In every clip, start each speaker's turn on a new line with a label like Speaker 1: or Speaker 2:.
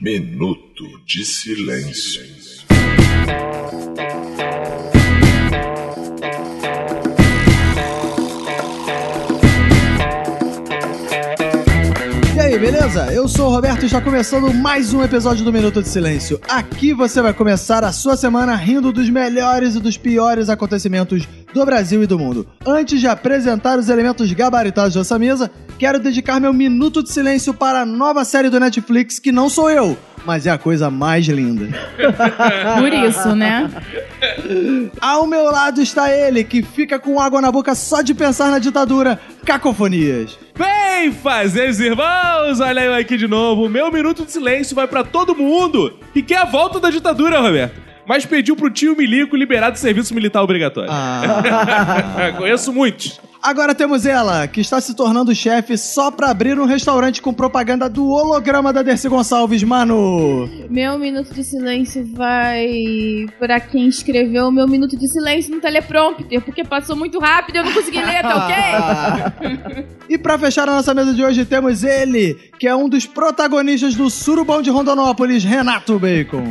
Speaker 1: Minuto de Silêncio.
Speaker 2: E aí, beleza? Eu sou o Roberto e está começando mais um episódio do Minuto de Silêncio. Aqui você vai começar a sua semana rindo dos melhores e dos piores acontecimentos do Brasil e do mundo. Antes de apresentar os elementos gabaritados dessa mesa, quero dedicar meu Minuto de Silêncio para a nova série do Netflix que não sou eu, mas é a coisa mais linda.
Speaker 3: Por isso, né?
Speaker 2: Ao meu lado está ele, que fica com água na boca só de pensar na ditadura, Cacofonias.
Speaker 4: Bem, fazeres irmãos, olha eu aqui de novo. O Meu minuto de silêncio vai pra todo mundo que quer a volta da ditadura, Roberto. Mas pediu pro tio Milico liberar do serviço militar obrigatório.
Speaker 2: Ah.
Speaker 4: Conheço muitos.
Speaker 2: Agora temos ela, que está se tornando chefe só pra abrir um restaurante com propaganda do holograma da Dercy Gonçalves, mano.
Speaker 3: Meu minuto de silêncio vai pra quem escreveu o meu minuto de silêncio no teleprompter, porque passou muito rápido e eu não consegui ler, tá
Speaker 2: Ah,
Speaker 3: ok?
Speaker 2: e pra fechar a nossa mesa de hoje temos ele, que é um dos protagonistas do Surubão de Rondonópolis, Renato Bacon.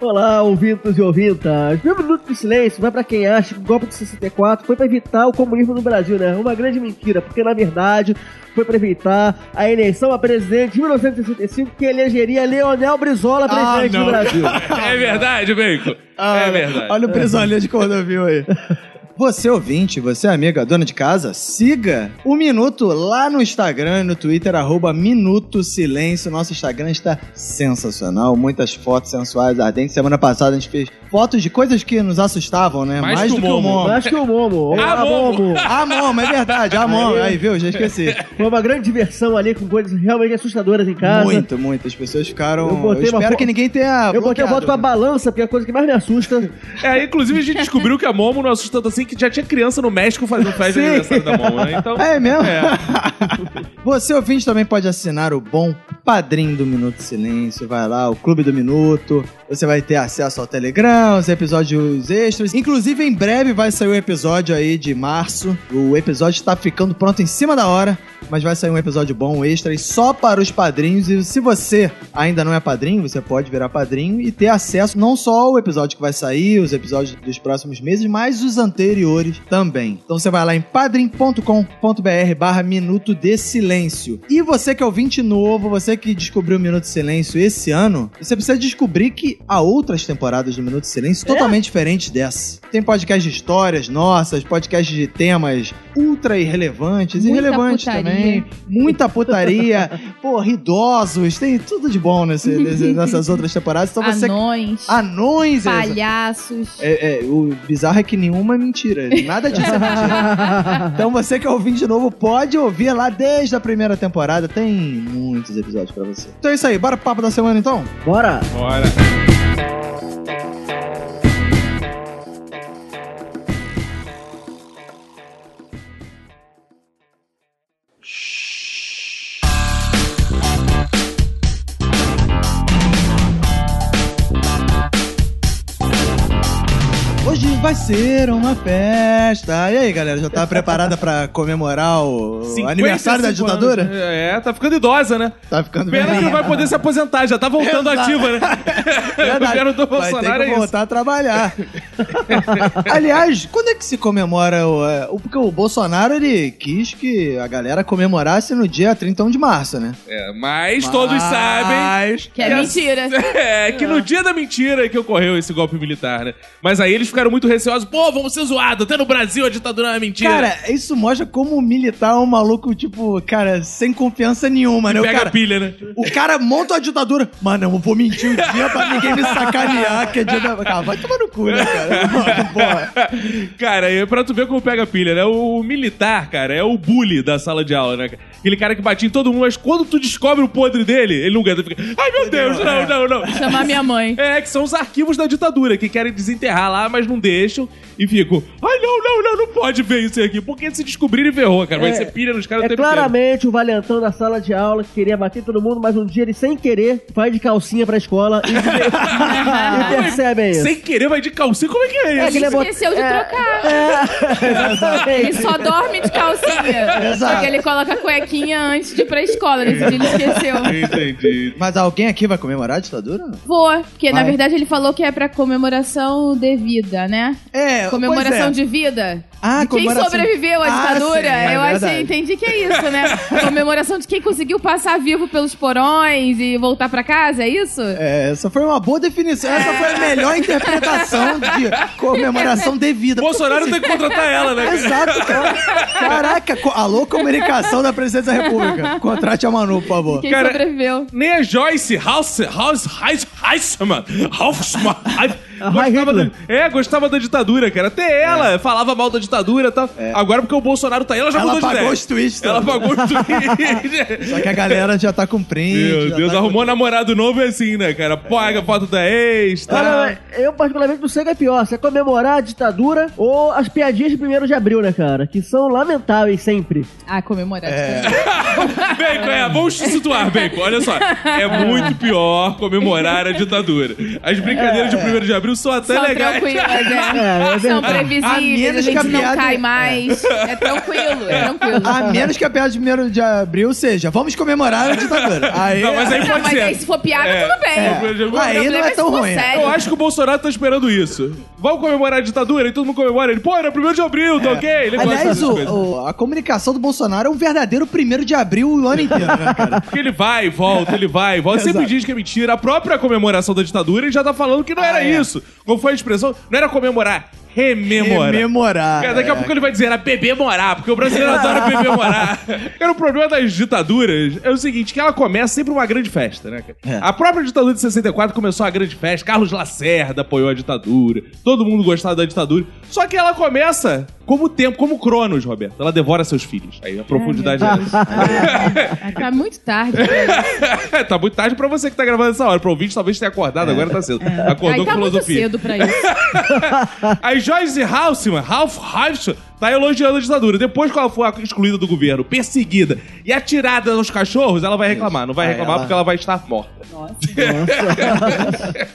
Speaker 5: Olá, ouvintos e ouvintas. Meu minuto de silêncio vai pra quem acha que o golpe de 64 foi pra evitar o comunismo no Brasil, né? Uma grande mentira, porque na verdade foi pra evitar a eleição a presidente de 1965 que elegeria Leonel Brizola presidente do Brasil.
Speaker 4: É verdade, Bacon. é verdade.
Speaker 2: Ah. Olha o prisioneiro de Cordovil aí. Você ouvinte, você amiga, dona de casa, siga o Minuto lá no Instagram, no Twitter, arroba Minuto Silêncio. Nosso Instagram está sensacional, muitas fotos sensuais, ardentes. Semana passada a gente fez fotos de coisas que nos assustavam, né?
Speaker 4: Mais que o
Speaker 2: do que o
Speaker 4: Momo.
Speaker 2: Momo.
Speaker 5: Acho que o Momo.
Speaker 4: Ah,
Speaker 5: Ah,
Speaker 4: Momo.
Speaker 2: Ah, Momo, é verdade, ah, Momo. Aí, viu, já esqueci.
Speaker 5: Foi uma grande diversão ali com coisas realmente assustadoras em casa.
Speaker 2: Muito, muito. As pessoas ficaram... Eu,
Speaker 5: Eu botei uma
Speaker 2: espero
Speaker 5: fo-
Speaker 2: que ninguém tenha
Speaker 5: Eu botei a
Speaker 2: bloqueado,
Speaker 5: foto com a
Speaker 2: né?
Speaker 5: balança, porque é a coisa que mais me assusta.
Speaker 4: É, inclusive a gente descobriu que a Momo não assusta tanto assim que já tinha criança no México fazendo festa de aniversário da Momo, né? Então,
Speaker 2: É mesmo?
Speaker 4: É.
Speaker 2: Você ouvinte também pode assinar o bom padrinho do Minuto Silêncio. Vai lá, o Clube do Minuto. Você vai ter acesso ao Telegram, os episódios extras. Inclusive, em breve vai sair um episódio aí de março. O episódio está ficando pronto em cima da hora. Mas vai sair um episódio bom, extra, e só para os padrinhos. E se você ainda não é padrinho, você pode virar padrinho e ter acesso não só ao episódio que vai sair, os episódios dos próximos meses, mas os anteriores também. Então você vai lá em padrim.com.br barra Minuto de Silêncio. E você que é ouvinte novo, você que descobriu o Minuto de Silêncio esse ano, você precisa descobrir que há outras temporadas do Minuto de Silêncio totalmente diferentes dessa. Tem podcast de histórias nossas, podcast de temas ultra irrelevantes,
Speaker 3: Muita
Speaker 2: irrelevantes
Speaker 3: putaria.
Speaker 2: também, muita putaria, porra, idosos, tem tudo de bom nesse, nesse- nessas outras temporadas. Então você.
Speaker 3: Anões,
Speaker 2: Anões, exa-
Speaker 3: palhaços.
Speaker 2: é, é, o bizarro é que nenhuma é mentira. Nada disso é mentira. Então você que é ouvinte novo pode ouvir lá desde a primeira temporada. Tem muitos episódios pra você. Então é isso aí. Bora pro papo da semana então?
Speaker 5: Bora!
Speaker 4: bora.
Speaker 2: Hoje vai ser uma festa. E aí, galera? Já tá preparada pra comemorar o
Speaker 4: 55
Speaker 2: aniversário da
Speaker 4: anos.
Speaker 2: ditadura?
Speaker 4: É, tá ficando idosa, né?
Speaker 2: Tá ficando
Speaker 4: Pena que não vai poder se aposentar, já tá voltando
Speaker 2: Exato.
Speaker 4: ativa, né? O
Speaker 2: Verdade.
Speaker 4: governo do
Speaker 2: Vai ter
Speaker 4: Bolsonaro
Speaker 2: que
Speaker 4: é isso.
Speaker 2: voltar a trabalhar. Aliás, quando é que se comemora o, é, o- Porque o Bolsonaro, ele quis que a galera comemorasse no dia 31 de março, né?
Speaker 4: É, mas todos sabem
Speaker 3: Que é
Speaker 4: Yes.
Speaker 3: mentira.
Speaker 4: É, que no dia da mentira que ocorreu esse golpe militar, né? Mas aí eles ficaram muito receosos. Pô, vamos ser zoados. Até no Brasil a ditadura é uma mentira.
Speaker 2: Cara, isso mostra como o militar é um maluco, tipo, cara, sem confiança nenhuma, né? O
Speaker 4: Pega a
Speaker 2: cara,
Speaker 4: pilha, né?
Speaker 2: o cara monta a ditadura. Mano, eu vou mentir o dia pra ninguém me sacanear, que é dia da... Cara, vai tomar no cu, né, cara? Porra.
Speaker 4: cara, é pra tu ver como pega a pilha, né? O, militar, cara, é o bully da sala de aula, né? Aquele cara que batia em todo mundo, mas quando tu descobre o podre dele, ele não aguenta. Fica, ai meu Deus, não, não, não.
Speaker 3: Chamar minha mãe.
Speaker 4: É, que são os arquivos da ditadura, que querem desenterrar lá, mas não deixam e ficam. Ai, não, não, não, não pode ver isso aqui. Porque se descobrirem, ferrou, cara. Vai
Speaker 5: É,
Speaker 4: ser pilha nos caras o
Speaker 5: É
Speaker 4: tempo inteiro.
Speaker 5: claramente o valentão da sala de aula que queria bater em todo mundo, mas um dia ele, sem querer, vai de calcinha pra escola e, e percebe isso.
Speaker 4: Sem querer, vai de calcinha. Como é que é isso?
Speaker 5: É que ele é bot-
Speaker 3: Esqueceu de trocar. Ele
Speaker 5: Exatamente.
Speaker 3: só dorme de calcinha.
Speaker 2: Exato.
Speaker 3: Só que ele coloca a cuequinha antes de ir pra escola. Nesse dia ele esqueceu.
Speaker 4: Entendi.
Speaker 2: Mas alguém aqui vai comemorar a ditadura?
Speaker 3: Vou, porque na
Speaker 2: Vai.
Speaker 3: verdade ele falou que é pra comemoração de vida, né?
Speaker 2: É,
Speaker 3: Comemoração de vida?
Speaker 2: Ah,
Speaker 3: de quem
Speaker 2: comemoração.
Speaker 3: sobreviveu à
Speaker 2: Ah,
Speaker 3: ditadura?
Speaker 2: sim, é
Speaker 3: eu
Speaker 2: verdade.
Speaker 3: achei, entendi que é isso, né? comemoração de quem conseguiu passar vivo pelos porões e voltar pra casa, é isso?
Speaker 2: É, essa foi uma boa definição. Essa foi a melhor interpretação de comemoração devida. assim,
Speaker 4: Bolsonaro tem que contratar ela, né? cara?
Speaker 2: Exato, cara. Caraca, co- alô, comunicação da presidência da República. Contrate a Manu, por favor.
Speaker 3: Quem
Speaker 4: cara-
Speaker 3: sobreviveu?
Speaker 4: Nem a Joyce House, House, House, Heisman, Hoffman, gostava da,
Speaker 5: Hitler. É.
Speaker 4: é, gostava da ditadura, cara. Até ela falava mal da ditadura, tá? Agora porque o Bolsonaro tá aí, ela já
Speaker 2: Ela
Speaker 4: mudou de
Speaker 2: pagou
Speaker 4: ideia.
Speaker 2: os tweets.
Speaker 4: Ela
Speaker 5: né?
Speaker 2: também.
Speaker 4: pagou os tweets.
Speaker 2: Só que a galera já tá com print.
Speaker 4: Meu
Speaker 2: já
Speaker 4: Deus,
Speaker 2: tá
Speaker 4: arrumou namorado novo é assim, né, cara? Paga a foto da ex,
Speaker 5: Não,
Speaker 4: tá?
Speaker 5: não, eu particularmente não sei o que é pior, se é comemorar a ditadura ou as piadinhas de 1 de abril, né, cara? Que são lamentáveis sempre.
Speaker 3: Ah, comemorar. É.
Speaker 4: Bacon, é, vamos te situar, Bacon. Olha só, é muito pior comemorar a ditadura. As brincadeiras
Speaker 2: É,
Speaker 4: de 1 de abril são até
Speaker 3: São
Speaker 4: legais.
Speaker 3: tranquilas,
Speaker 5: É,
Speaker 3: né?
Speaker 5: é
Speaker 3: São
Speaker 5: verdade.
Speaker 2: A
Speaker 3: previsíveis, a,
Speaker 2: menos que a
Speaker 3: gente não
Speaker 2: piada-
Speaker 3: cai mais. É, tranquilo, é tranquilo.
Speaker 2: com- A menos que a piada de 1 de abril seja, vamos comemorar a ditadura. Aí,
Speaker 4: Não, mas aí
Speaker 3: não,
Speaker 4: pode
Speaker 3: mas
Speaker 4: ser.
Speaker 3: aí se for piada,
Speaker 4: É.
Speaker 3: tudo bem.
Speaker 4: É. Aí
Speaker 3: O problema
Speaker 2: não é
Speaker 3: se
Speaker 2: tão
Speaker 3: for
Speaker 2: ruim.
Speaker 3: sério.
Speaker 4: Eu acho que o Bolsonaro tá esperando isso. Vamos comemorar a ditadura e todo mundo comemora ele. Pô, era 1 de abril, tá ok? Ele
Speaker 2: É.
Speaker 4: gosta
Speaker 2: Aliás,
Speaker 4: dessas
Speaker 2: o-
Speaker 4: coisas.
Speaker 2: o- a comunicação do Bolsonaro é um verdadeiro 1 de abril o ano inteiro, né, cara?
Speaker 4: Porque ele vai e volta, ele vai e volta. Sempre
Speaker 2: Exato.
Speaker 4: diz que é mentira. A própria comemoração da ditadura, ele já tá falando que não era
Speaker 2: Ah, é.
Speaker 4: isso. Como foi a expressão? Não era comemorar, rememorar.
Speaker 2: Rememorar.
Speaker 4: Cara, daqui a
Speaker 2: é.
Speaker 4: pouco ele vai dizer, era beber morar, porque o brasileiro adora beber morar. Cara, o problema das ditaduras é o seguinte, que ela começa sempre uma grande festa, né? cara?
Speaker 2: É.
Speaker 4: A própria ditadura de 64 começou a grande festa, Carlos Lacerda apoiou a ditadura, todo mundo gostava da ditadura. Só que ela começa como o tempo, como o Cronos, Roberto. Ela devora seus filhos. Aí a profundidade é essa.
Speaker 3: Ah, tá muito tarde. pra isso.
Speaker 4: tá muito tarde pra você que tá gravando essa hora. Pro ouvinte talvez tenha acordado, agora tá cedo. Acordou
Speaker 3: Aí É. tá
Speaker 4: com
Speaker 3: muito
Speaker 4: filosofia.
Speaker 3: cedo pra isso.
Speaker 4: Tipo Aí Joyce Halsman, Ralph Halsman, tá elogiando a ditadura. Depois que ela for excluída do governo, perseguida e atirada aos cachorros, ela vai reclamar. Não
Speaker 3: É,
Speaker 4: vai
Speaker 2: Aí
Speaker 4: reclamar
Speaker 2: ela-
Speaker 4: porque ela vai estar morta.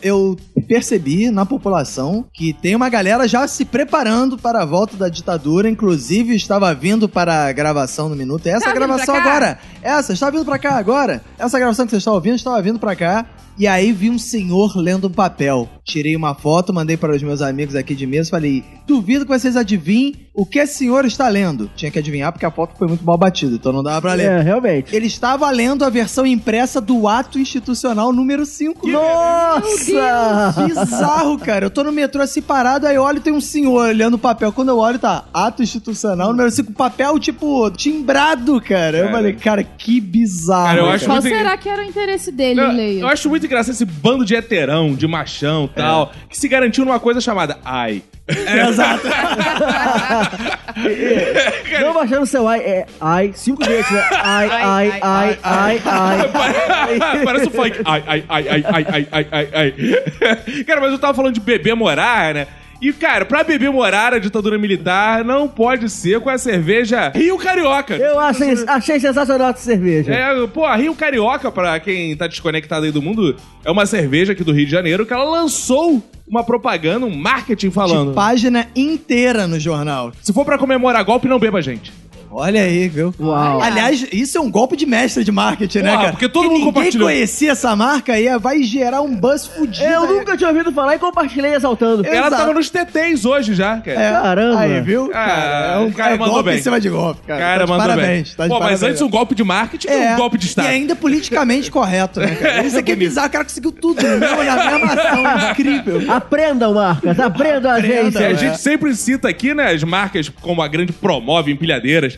Speaker 2: eu percebi na população que tem uma galera já se preparando para a volta da ditadura, inclusive estava vindo para a gravação do minuto. Essa
Speaker 3: Tá vindo
Speaker 2: gravação
Speaker 3: pra cá?
Speaker 2: agora, essa está vindo para cá agora. Essa gravação que vocês estão ouvindo estava vindo para cá. E aí vi um senhor lendo um papel. Tirei uma foto, mandei para os meus amigos aqui de mesa, falei: "Duvido que vocês adivinhem o que esse senhor está lendo". Tinha que adivinhar porque a foto foi muito mal batida, então não dava para ler.
Speaker 5: É, realmente.
Speaker 2: Ele estava lendo a versão impressa do ato institucional número 5.
Speaker 5: Nossa!
Speaker 2: Bizarro, cara. Eu tô no metrô assim parado, aí eu olho e tem um senhor olhando o papel. Quando eu olho, tá ato institucional, número 5, papel, tipo, timbrado, cara. Eu
Speaker 4: Cara.
Speaker 2: falei, cara, que bizarro.
Speaker 4: Cara, eu acho
Speaker 3: Qual
Speaker 4: muito
Speaker 3: será que era o interesse dele,
Speaker 4: Eu,
Speaker 3: Leio?
Speaker 4: assim, eu acho muito engraçado esse bando de heterão, de machão
Speaker 3: É.
Speaker 4: tal, que se garantiu numa coisa chamada ai.
Speaker 2: Exato.
Speaker 5: Não baixando o seu ai, é ai, cinco vezes, né? Ai, ai, ai, ai, ai.
Speaker 4: Parece um funk. Ai, ai, ai, ai, ai, ai, ai, ai, ai. Cara, mas eu tava falando de bebê morar, né? E, cara, pra bebê morar, a ditadura militar não pode ser com a cerveja Rio Carioca.
Speaker 5: Eu achei, achei sensacional essa cerveja.
Speaker 4: É, pô, a Rio Carioca, pra quem tá desconectado aí do mundo, é uma cerveja aqui do Rio de Janeiro que ela lançou uma propaganda, um marketing falando.
Speaker 2: De página inteira no jornal.
Speaker 4: Se for pra comemorar golpe, não beba, gente.
Speaker 2: Olha aí, viu?
Speaker 5: Uau.
Speaker 2: Aliás, isso é um golpe de mestre de marketing, né,
Speaker 4: Porra,
Speaker 2: cara?
Speaker 4: porque todo mundo
Speaker 2: ninguém
Speaker 4: compartilhou.
Speaker 2: conhecia essa marca e vai gerar um buzz fudido.
Speaker 5: Eu nunca tinha ouvido falar e compartilhei exaltando.
Speaker 4: Ela
Speaker 2: Exato.
Speaker 4: tava nos TTs hoje já, cara.
Speaker 2: É.
Speaker 5: Caramba.
Speaker 2: Aí, viu?
Speaker 4: Ah,
Speaker 2: cara, é um
Speaker 4: o cara
Speaker 2: é
Speaker 4: mandou
Speaker 2: golpe
Speaker 4: bem.
Speaker 2: em cima de golpe, cara.
Speaker 4: Cara,
Speaker 2: tá de
Speaker 4: mandou
Speaker 2: parabéns.
Speaker 4: bem.
Speaker 2: Tá de
Speaker 4: Pô,
Speaker 2: parabéns.
Speaker 4: mas antes o golpe de marketing é um golpe de Estado.
Speaker 2: E ainda politicamente correto, né, cara? Isso aqui é bizarro, o cara conseguiu tudo, né? Na mesma ação, é incrível.
Speaker 5: Aprendam, Marcas, aprendam a né?
Speaker 2: Aprendam.
Speaker 5: agência.
Speaker 4: E a
Speaker 2: É.
Speaker 4: gente sempre cita aqui, né, as marcas como a grande Promove Empilhadeiras,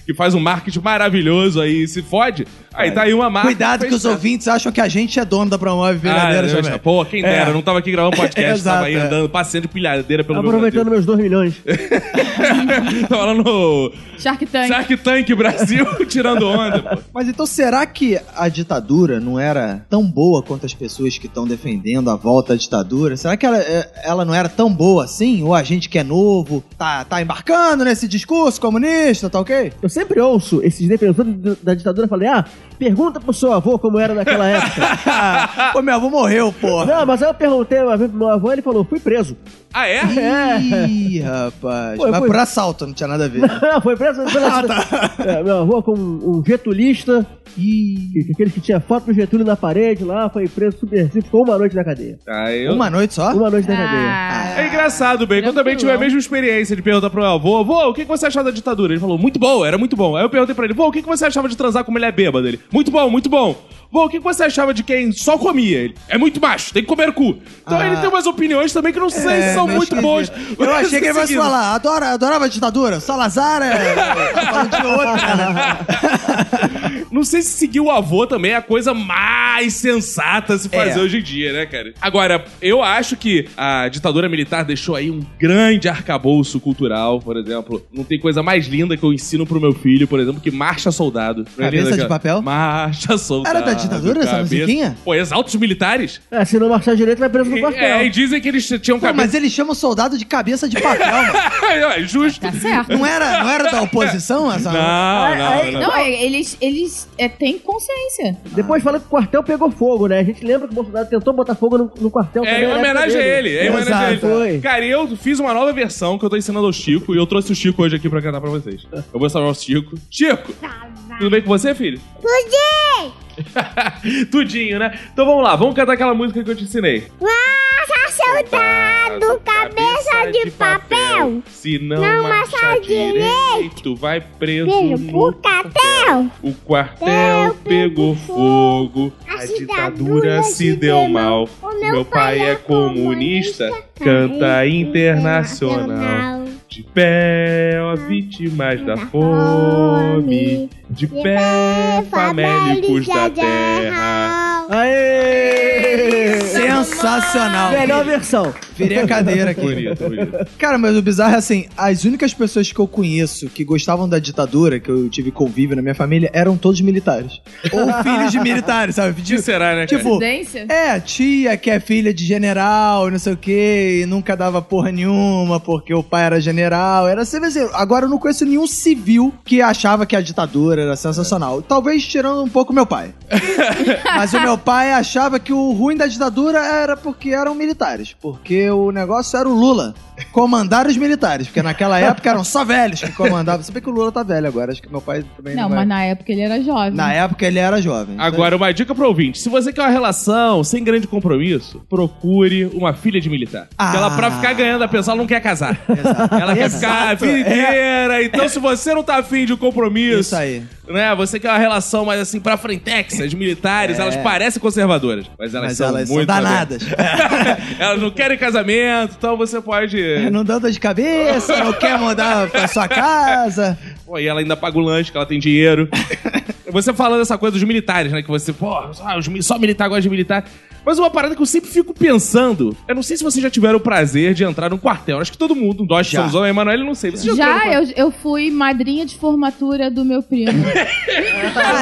Speaker 4: que faz um marketing maravilhoso aí e se fode. Aí tá aí uma marca.
Speaker 2: É. Cuidado que
Speaker 4: fez
Speaker 2: os ouvintes acham que a gente é dono da Promove Viradeira,
Speaker 4: Ah,
Speaker 2: Jovem.
Speaker 4: Deus, Pô, quem dera, eu não tava aqui gravando podcast,
Speaker 2: É. Exato,
Speaker 4: tava aí
Speaker 2: é.
Speaker 4: andando, passeando de pilhadeira pelo
Speaker 5: Aproveitando meus 2 milhões.
Speaker 4: meu Brasil. Tava lá no
Speaker 3: Shark Tank.
Speaker 4: Shark Tank Brasil, tirando onda, pô.
Speaker 2: Mas então será que a ditadura não era tão boa quanto as pessoas que estão defendendo a volta à ditadura? Será que ela, é- ela não era tão boa assim? Ou a gente que é novo tá, tá embarcando nesse discurso comunista, tá ok?
Speaker 5: Eu sempre ouço esses defensores do- da ditadura falei, ah, pergunta pro seu avô como era naquela época.
Speaker 2: Ah, Pô, meu avô morreu, porra.
Speaker 5: não, mas aí eu perguntei uma vez pro meu avô, ele falou, fui preso.
Speaker 4: Ah, é?
Speaker 2: Ih, rapaz.
Speaker 5: Pô, eu
Speaker 2: Mas
Speaker 5: fui-
Speaker 2: por assalto, não tinha nada a ver. né?
Speaker 5: Não, foi preso pela É, meu avô com um getulista,
Speaker 2: Ih.
Speaker 5: que- aquele que tinha foto do Getúlio na parede lá, foi preso subversivo, ficou uma noite na cadeia.
Speaker 4: Ah, eu...
Speaker 2: Uma noite só?
Speaker 5: Uma noite na cadeia.
Speaker 3: Ah,
Speaker 4: É engraçado, bem. Quando eu também tive a
Speaker 3: Tranquilão.
Speaker 4: mesma experiência de perguntar pro meu avô, avô, o que que você achava da ditadura? Ele falou, muito bom, era muito bom. Aí eu perguntei pra ele, vô, o que que você achava de transar com mulher bêbada? Ele, muito bom, muito bom. Vô, o que que você achava de quem só comia? Ele, é muito macho, tem que comer o cu. Então
Speaker 2: Ah.
Speaker 4: ele tem umas opiniões também que eu não sei se
Speaker 2: É,
Speaker 4: são
Speaker 2: meio
Speaker 4: muito É
Speaker 2: esquisito.
Speaker 4: boas.
Speaker 2: Eu achei que ele fosse
Speaker 4: Seguindo.
Speaker 2: falar, adora, adorava a ditadura, Salazar é... tá falando de outra, né?
Speaker 4: Não sei se seguir o avô também é a coisa mais sensata a se fazer
Speaker 2: É.
Speaker 4: hoje em dia, né, cara? Agora, eu acho que a ditadura militar deixou aí um grande arcabouço cultural, por exemplo. Não tem coisa mais linda que eu ensino pro meu filho, por exemplo, que marcha soldado. Não é
Speaker 2: Cabeça
Speaker 4: linda,
Speaker 2: de
Speaker 4: cara?
Speaker 2: papel?
Speaker 4: Marcha soldado.
Speaker 2: Era da ditadura essa musiquinha?
Speaker 4: Pô, exaltos militares.
Speaker 5: É, se não marchar direito, vai preso no quartel.
Speaker 4: É, e dizem que eles tinham
Speaker 2: Pô,
Speaker 4: cabeça...
Speaker 2: mas ele chama o soldado de cabeça de papel, mano.
Speaker 4: É Justo.
Speaker 3: tá certo.
Speaker 2: Não era, não era da oposição essa?
Speaker 4: Não, não, não.
Speaker 3: Não, é, eles, eles é, têm consciência.
Speaker 5: Depois fala que o quartel pegou fogo, né? A gente lembra que o Bolsonaro tentou botar fogo no, no quartel.
Speaker 4: É em
Speaker 5: também, na época
Speaker 4: homenagem a
Speaker 5: dele.
Speaker 4: ele. É em homenagem a
Speaker 5: Exato,
Speaker 4: ele.
Speaker 5: foi.
Speaker 4: Cara, eu fiz uma nova versão que eu tô ensinando ao Chico e eu trouxe o Chico hoje aqui pra cantar pra vocês. Eu vou ensinar ao Chico. Chico! Tudo bem com você, filho? Tudinho! Tudinho, né? Então vamos lá, vamos cantar aquela música que eu te ensinei.
Speaker 1: Marcha soldado, cabeça de papel.
Speaker 4: Se não,
Speaker 1: Não
Speaker 4: marchar
Speaker 1: marchar
Speaker 4: direito, vai preso
Speaker 1: Vejo
Speaker 4: no
Speaker 1: por cartel.
Speaker 4: o quartel pegou fogo, a ditadura se deu mal. O meu pai é comunista, canta internacional. De pé, ó, vítimas da fome. De pé, famélicos da terra.
Speaker 5: Aê!
Speaker 2: Sensacional.
Speaker 5: Melhor versão.
Speaker 2: Virei a cadeira aqui.
Speaker 4: Bonito, bonito.
Speaker 2: Cara, mas o bizarro é assim: as únicas pessoas que eu conheço que gostavam da ditadura, que eu tive convívio na minha família, eram todos militares. Ou filhos de militares, sabe?
Speaker 4: Que
Speaker 2: Tipo,
Speaker 4: será, né, cara?
Speaker 2: tipo,
Speaker 3: Consciência?
Speaker 2: é, tia que é filha de general, não sei o quê, e nunca dava porra nenhuma porque o pai era general. Era sempre assim. Agora eu não conheço nenhum civil que achava que a ditadura era sensacional. Talvez tirando um pouco meu pai. Mas o meu pai achava que o ruim da ditadura era porque eram militares. Porque o negócio era o Lula. Comandar os militares. Porque naquela época eram só velhos que comandavam. Se bem que o Lula tá velho agora. Acho que meu pai também não,
Speaker 3: Não,
Speaker 2: é.
Speaker 3: mas na época ele era jovem.
Speaker 2: Na época ele era jovem.
Speaker 4: Agora, uma dica pro ouvinte: se você quer uma relação sem grande compromisso, procure uma filha de militar. Porque ela, pra
Speaker 2: Ah.
Speaker 4: ficar ganhando a pessoa, ela não quer casar.
Speaker 2: Exato.
Speaker 4: Ela quer
Speaker 2: Exato. É.
Speaker 4: ficar a vida inteira. Então, se você não tá afim de um compromisso,
Speaker 2: Então, Isso aí.
Speaker 4: né? Você quer uma relação mais assim pra frentex, as militares, elas parecem conservadoras, mas elas
Speaker 2: É. Mas
Speaker 4: são
Speaker 2: elas são
Speaker 4: muito
Speaker 2: danadas.
Speaker 4: modernas. elas não querem casamento, então você pode.
Speaker 2: Não dá dor de cabeça, não quer mudar pra sua casa.
Speaker 4: Pô, e ela ainda paga o lanche, que ela tem dinheiro. você falando essa coisa dos militares, né? Que você, pô, só, os mi- só militar gosta de militar. Mas uma parada que eu sempre fico pensando, eu não sei se vocês já tiveram o prazer de entrar num quartel. Acho que todo mundo, nós que
Speaker 2: Já.
Speaker 4: somos homens, Emanuel, não sei. Você já, entrou num
Speaker 3: Já
Speaker 4: quartel?
Speaker 3: eu, eu fui madrinha de formatura do meu primo.
Speaker 2: calma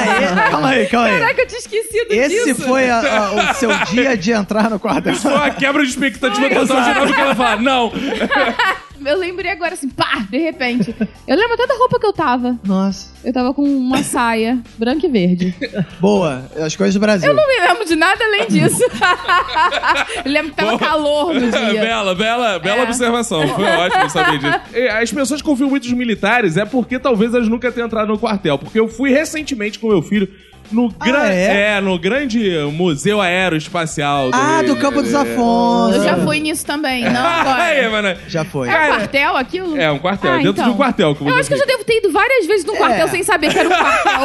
Speaker 2: aí, calma aí.
Speaker 3: Caraca, eu tinha esquecido
Speaker 2: Esse
Speaker 3: disso.
Speaker 2: foi a- a- o seu dia de entrar no quartel.
Speaker 4: Isso foi uma quebra de expectativa total de novo que ela fala, não.
Speaker 3: Eu lembrei agora assim, pá, de repente. Eu lembro até da roupa que eu tava.
Speaker 2: Nossa.
Speaker 3: Eu tava com uma saia branca e verde.
Speaker 2: Boa, as coisas do Brasil.
Speaker 3: Não me lembro de nada além disso. Eu lembro que tava
Speaker 4: Bom.
Speaker 3: calor no dia.
Speaker 4: Bela, bela, bela
Speaker 3: É.
Speaker 4: observação. Foi ótimo saber disso. E É, As pessoas que confiam muito nos militares é porque talvez elas nunca tenham entrado no quartel. Porque eu fui recentemente com meu filho no,
Speaker 3: Ah,
Speaker 4: gran...
Speaker 2: é?
Speaker 4: é? no grande Museu Aeroespacial.
Speaker 2: Ah,
Speaker 4: Rio
Speaker 2: do Campo dos
Speaker 4: de-
Speaker 2: Afonso.
Speaker 3: Eu já fui nisso também, não
Speaker 4: Aí,
Speaker 3: agora.
Speaker 4: mano.
Speaker 2: Já foi.
Speaker 3: É um quartel aquilo?
Speaker 4: É, um quartel.
Speaker 3: Ah,
Speaker 4: dentro de um
Speaker 3: então.
Speaker 4: quartel. Como
Speaker 3: Eu acho que eu já devo ter ido várias vezes num quartel
Speaker 2: É.
Speaker 3: sem saber que era um quartel.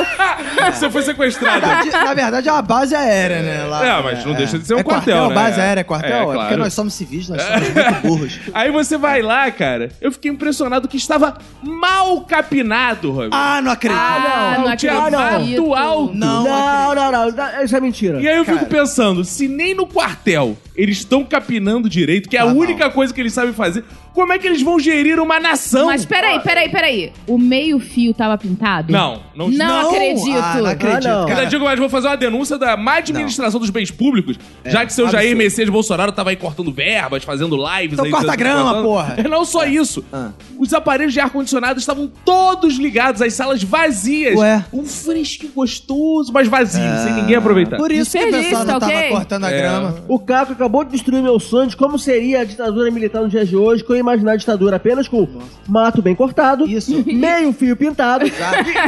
Speaker 4: Você foi sequestrado.
Speaker 2: Na verdade- Na verdade, é uma base aérea, né? Lá,
Speaker 4: É, mas não deixa de ser um
Speaker 2: É
Speaker 4: quartel, né?
Speaker 2: Base aérea,
Speaker 4: É,
Speaker 2: é quartel? É,
Speaker 4: claro.
Speaker 2: porque nós somos civis, nós somos muito burros.
Speaker 4: Aí você vai lá, cara. Eu fiquei impressionado que estava mal capinado, Robert.
Speaker 2: Ah, não acredito.
Speaker 3: Ah, não
Speaker 4: tinha
Speaker 3: acredito.
Speaker 4: mato alto.
Speaker 2: Não, Não.
Speaker 5: Não, não, não, não, Isso é mentira.
Speaker 4: E aí eu fico
Speaker 2: Cara.
Speaker 4: pensando, se nem no quartel eles estão capinando direito, que é a
Speaker 2: Ah, não.
Speaker 4: única coisa que eles sabem fazer, como é que eles vão gerir uma nação?
Speaker 3: Mas peraí, peraí, peraí. O meio-fio tava pintado?
Speaker 4: Não, não,
Speaker 3: Não, acredito.
Speaker 2: Ah, não acredito,
Speaker 5: Ah, não.
Speaker 4: Ainda
Speaker 2: cara.
Speaker 4: digo, mas vou fazer uma denúncia da má administração dos bens públicos, já que seu Jair
Speaker 2: É, absurdo.
Speaker 4: Messias Bolsonaro tava aí cortando verbas, fazendo lives.
Speaker 2: Então
Speaker 4: aí,
Speaker 2: corta a grama,
Speaker 4: cortando.
Speaker 2: porra.
Speaker 4: É, Não só isso.
Speaker 2: Ah.
Speaker 4: Os aparelhos de ar-condicionado estavam todos ligados, as salas vazias.
Speaker 2: Ué. Ah.
Speaker 4: Um fresquinho gostoso, mas vazio, sem ninguém aproveitar.
Speaker 2: Por isso que o
Speaker 3: Feliz,
Speaker 2: pessoal não
Speaker 3: tá
Speaker 2: tava
Speaker 3: ok?
Speaker 2: cortando a
Speaker 4: É.
Speaker 2: grama.
Speaker 5: O Caco acabou de destruir meu sonho de como seria a ditadura militar nos dias de hoje, que eu ia imaginar a ditadura apenas com mato bem cortado,
Speaker 2: Isso.
Speaker 5: meio fio pintado,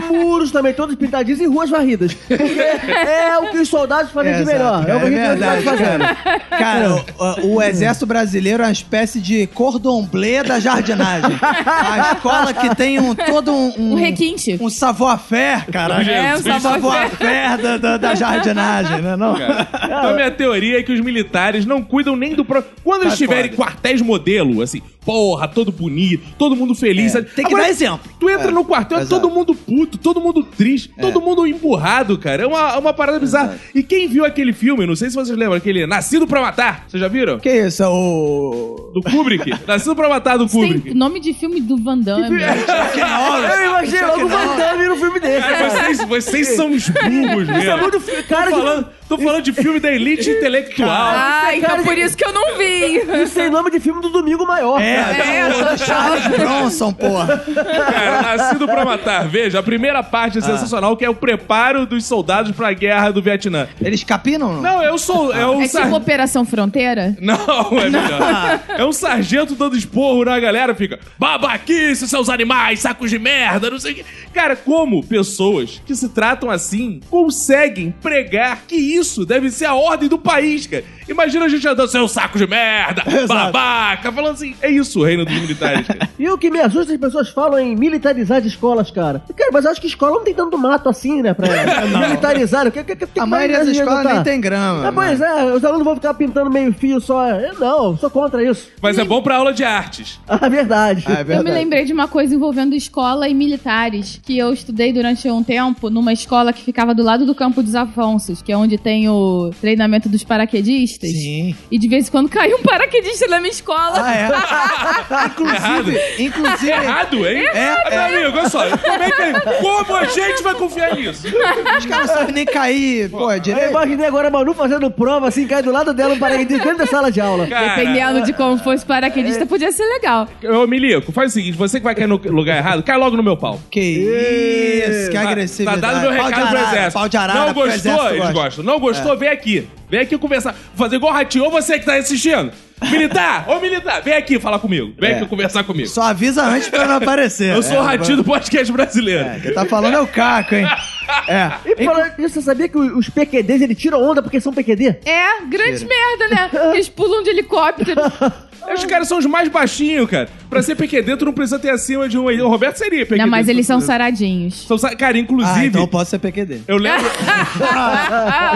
Speaker 5: muros também todos pintadinhos e ruas varridas. Porque é o que os soldados fazem de
Speaker 2: Exato,
Speaker 5: melhor. É o
Speaker 2: cara,
Speaker 5: que
Speaker 2: é
Speaker 5: a gente
Speaker 2: verdade,
Speaker 5: faz fazendo.
Speaker 2: cara. Cara, o- o, o exército brasileiro é uma espécie de cordon bleu da jardinagem. A escola que tem um, todo um...
Speaker 3: Um requinte.
Speaker 2: Um savoir-faire, cara.
Speaker 3: É, um
Speaker 2: um savoir-faire da, da, da jardinagem, né? Não?
Speaker 4: Cara, Então, a minha teoria é que os militares não cuidam nem do próprio. Quando eles
Speaker 2: Tá
Speaker 4: tiverem
Speaker 2: foda.
Speaker 4: quartéis modelo, assim, porra, todo bonito, todo mundo feliz.
Speaker 2: É,
Speaker 4: sabe?
Speaker 2: tem que dar exemplo.
Speaker 4: Tu entra
Speaker 2: É,
Speaker 4: no quartel, é
Speaker 2: exato. É.
Speaker 4: todo mundo puto, todo mundo triste, todo mundo emburrado, cara. É uma, é uma parada bizarra. E quem viu aquele filme, não sei se vocês lembram, aquele Nascido pra Matar, vocês já viram?
Speaker 2: Que isso? é O...
Speaker 4: Do Kubrick. Nascido pra Matar do
Speaker 3: Tem
Speaker 4: Kubrick.
Speaker 3: nome de filme do Van Damme.
Speaker 2: é.
Speaker 5: Eu imaginei logo o Van Damme no filme desse.
Speaker 4: Cara, vocês, vocês são os burros mesmo.
Speaker 5: Isso é muito fi- cara
Speaker 4: tô,
Speaker 5: de-
Speaker 4: falando, tô falando de filme da elite intelectual.
Speaker 3: Ah,
Speaker 5: Cara,
Speaker 3: então por isso que eu não vi. tipo
Speaker 5: Isso é nome de filme do Domingo Maior.
Speaker 2: É,
Speaker 4: tá
Speaker 2: o Charles Bronson, porra.
Speaker 4: Cara, nascido pra matar. Veja, a primeira parte é sensacional, que é o preparo dos soldados pra guerra do Vietnã.
Speaker 2: Eles capinam ou não?
Speaker 4: Não, eu sou. É um
Speaker 3: É tipo
Speaker 4: sar-
Speaker 3: Operação Fronteira?
Speaker 4: Não, é melhor. É um sargento dando esporro na galera, fica babaquice, seus animais, sacos de merda, não sei o quê. Cara, como pessoas que se tratam assim conseguem pregar que isso deve ser a ordem do país, cara? Imagina a gente andando, seu saco de merda, babaca, falando assim. É isso o reino dos militares, cara.
Speaker 5: E o que me assusta, as pessoas falam em militarizar as escolas, cara. Cara, mas eu acho que escola não tem tanto mato assim, né? Pra militarizar. O que, que, que, que
Speaker 2: A maioria das escolas nem tem né? grama.
Speaker 5: Ah, pois é, os alunos vão ficar pintando meio fio só. Eu não, sou contra isso.
Speaker 4: Mas é bom pra aula de artes.
Speaker 5: Ah, verdade.
Speaker 2: Ah, é
Speaker 3: Eu
Speaker 2: verdade.
Speaker 3: me lembrei de uma coisa envolvendo escola e militares, que eu estudei durante um tempo numa escola que ficava do lado do campo dos Afonsos, que é onde tem o treinamento dos paraquedistas.
Speaker 2: Sim.
Speaker 3: E de vez em quando caiu um paraquedista na minha escola.
Speaker 2: Ah, é?
Speaker 4: Tá Errado. Tá
Speaker 2: inclusive, inclusive...
Speaker 4: Errado, hein?
Speaker 2: É, é.
Speaker 4: Meu amigo, olha só. Como, é que- como a gente vai confiar nisso?
Speaker 2: Os caras não sabem nem cair, pô,
Speaker 5: Eu
Speaker 2: direito.
Speaker 5: imaginei agora a Manu fazendo prova, assim, cai do lado dela um paraquedista dentro da sala de aula.
Speaker 4: Cara,
Speaker 3: Dependendo de como fosse paraquedista, podia ser legal.
Speaker 4: Ô, Milico, faz o seguinte: você que vai cair no lugar errado, cai logo no meu pau.
Speaker 2: Que isso, que
Speaker 4: Tá-
Speaker 2: agressividade.
Speaker 4: Tá dado meu
Speaker 2: Pau de
Speaker 4: recado pro
Speaker 2: arara,
Speaker 4: exército.
Speaker 2: Pau de arara,
Speaker 4: Não
Speaker 2: pro
Speaker 4: gostou?
Speaker 2: exército
Speaker 4: Eles
Speaker 2: gosta. É.
Speaker 4: gostam. Não gostou? Vem aqui. Vem aqui conversar. Vou fazer igual o Ratinho. Ou você que tá assistindo. Militar! Ô, militar! Vem aqui falar comigo. Vem
Speaker 2: É.
Speaker 4: aqui conversar comigo.
Speaker 2: Só avisa antes pra não aparecer.
Speaker 4: Eu sou
Speaker 2: É,
Speaker 4: o Ratinho do podcast brasileiro.
Speaker 2: é, Quem tá falando é o Caco, hein? É.
Speaker 5: E falando disso, você sabia que os PQDs, ele tira onda porque são PQD?
Speaker 3: É, grande merda, né? Eles pulam de helicóptero.
Speaker 4: Os caras são os mais baixinhos, cara. Pra ser PQD, tu não precisa ter acima de um. aí. O Roberto seria PQD.
Speaker 3: Não, mas eles são saradinhos.
Speaker 4: São sa- Cara,
Speaker 2: Ah,
Speaker 4: inclusive.
Speaker 2: então eu posso ser PQD.
Speaker 4: Eu lembro.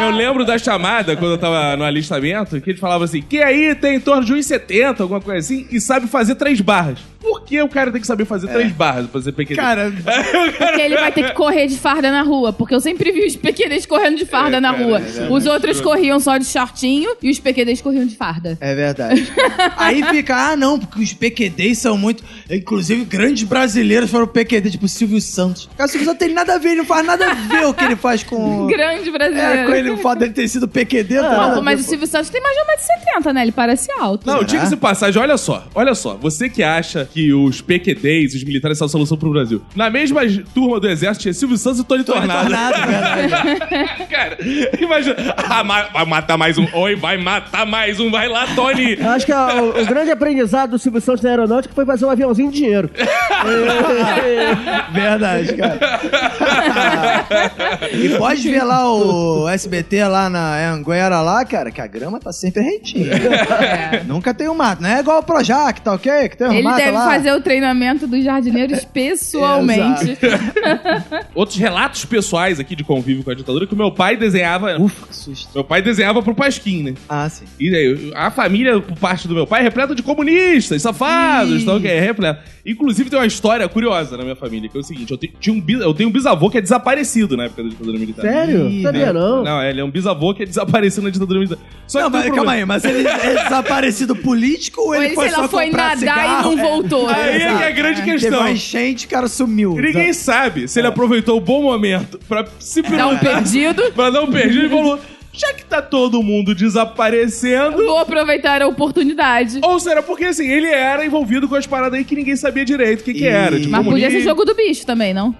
Speaker 4: eu lembro da chamada quando eu tava no alistamento, que eles falavam assim: que aí tem em torno de 1,70, alguma coisa assim, e sabe fazer três barras. Por que o cara tem que saber fazer três barras pra ser pequeno?
Speaker 2: É. Cara,
Speaker 3: Porque ele vai ter que correr de farda na rua. Porque eu sempre vi os PQDs correndo de farda na
Speaker 4: cara,
Speaker 3: rua.
Speaker 4: é verdade.
Speaker 3: os outros corriam só de shortinho e os PQDs corriam de farda.
Speaker 2: é verdade. Aí fica, ah não, porque os PQDs são muito. Inclusive, grandes brasileiros foram PQD, tipo Silvio Santos. Cara, o Silvio Santos tem nada a ver, ele não faz nada a ver o que ele faz com.
Speaker 3: Grande
Speaker 2: É, com
Speaker 3: brasileiro.
Speaker 2: ele, o fato dele ter sido PQD, não tem tá nada a
Speaker 4: né,
Speaker 3: Pô,
Speaker 2: ver,
Speaker 3: mas o
Speaker 2: pô.
Speaker 3: Silvio Santos tem mais de 1,70m, né? Ele parece alto.
Speaker 4: Não, diga-se passagem, olha só, olha só. Você que acha que os PQDs, os militares, são a solução pro Brasil. Na mesma turma do exército tinha Silvio Santos e Tony
Speaker 2: Tô
Speaker 4: Tornado.
Speaker 2: retornado, verdade.
Speaker 4: Cara, imagina. Ah, ma- vai matar mais um. Oi, vai matar mais um. Vai lá, Tony.
Speaker 5: Eu acho que a- o, o grande aprendizado do Silvio Santos na aeronáutica foi fazer um aviãozinho de dinheiro.
Speaker 2: Verdade, cara. e pode ver lá o SBT lá na Anguera lá, cara, que a grama tá sempre retinha. Nunca tem um mato. Não é igual o Projac, tá ok? Que tem um
Speaker 3: Ele
Speaker 2: mato
Speaker 3: deve
Speaker 2: lá.
Speaker 3: fazer o treinamento dos jardineiros pessoalmente.
Speaker 4: Outros relatos pessoais aqui de convívio com a ditadura que o meu pai desenhava.
Speaker 2: Ufa, que susto.
Speaker 4: Meu pai desenhava pro Pasquim, né?
Speaker 2: Ah, sim.
Speaker 4: E aí, a família, por parte do meu pai, é repleta de comunistas, safados,
Speaker 3: Ih.
Speaker 4: tal, que é repleta. Inclusive tem uma história curiosa na minha família, que é o seguinte, eu, te- tinha um, bis- eu tenho um bisavô que é desaparecido na época da ditadura militar.
Speaker 5: Sério?
Speaker 2: Ih,
Speaker 5: Sabia não?
Speaker 4: Não, ele é um bisavô que é desaparecido na ditadura militar. Só
Speaker 2: Não,
Speaker 4: que tem
Speaker 2: mas
Speaker 4: um
Speaker 2: calma
Speaker 4: problema.
Speaker 2: aí, mas ele é desaparecido político ou
Speaker 3: Ou
Speaker 2: ele,
Speaker 3: ele,
Speaker 2: foi
Speaker 3: sei
Speaker 2: só
Speaker 3: lá, foi
Speaker 2: comprar
Speaker 3: nadar
Speaker 2: cigarro?
Speaker 3: e não voltou.
Speaker 4: Aí é que é a
Speaker 3: Exato.
Speaker 4: grande
Speaker 2: Teve
Speaker 4: questão.
Speaker 2: uma enchente, o cara sumiu.
Speaker 4: Ninguém sabe se ele aproveitou o bom momento pra se
Speaker 3: Dá um
Speaker 4: pilotar,
Speaker 3: perdido.
Speaker 4: pra dar um perdido e falou, já que tá todo mundo desaparecendo...
Speaker 3: Vou aproveitar a oportunidade.
Speaker 4: Ou será porque assim, ele era envolvido com as paradas aí que ninguém sabia direito o que, que era.
Speaker 2: Ih.
Speaker 4: tipo,
Speaker 3: Mas podia ser
Speaker 4: comunismo.
Speaker 3: jogo do bicho também, não?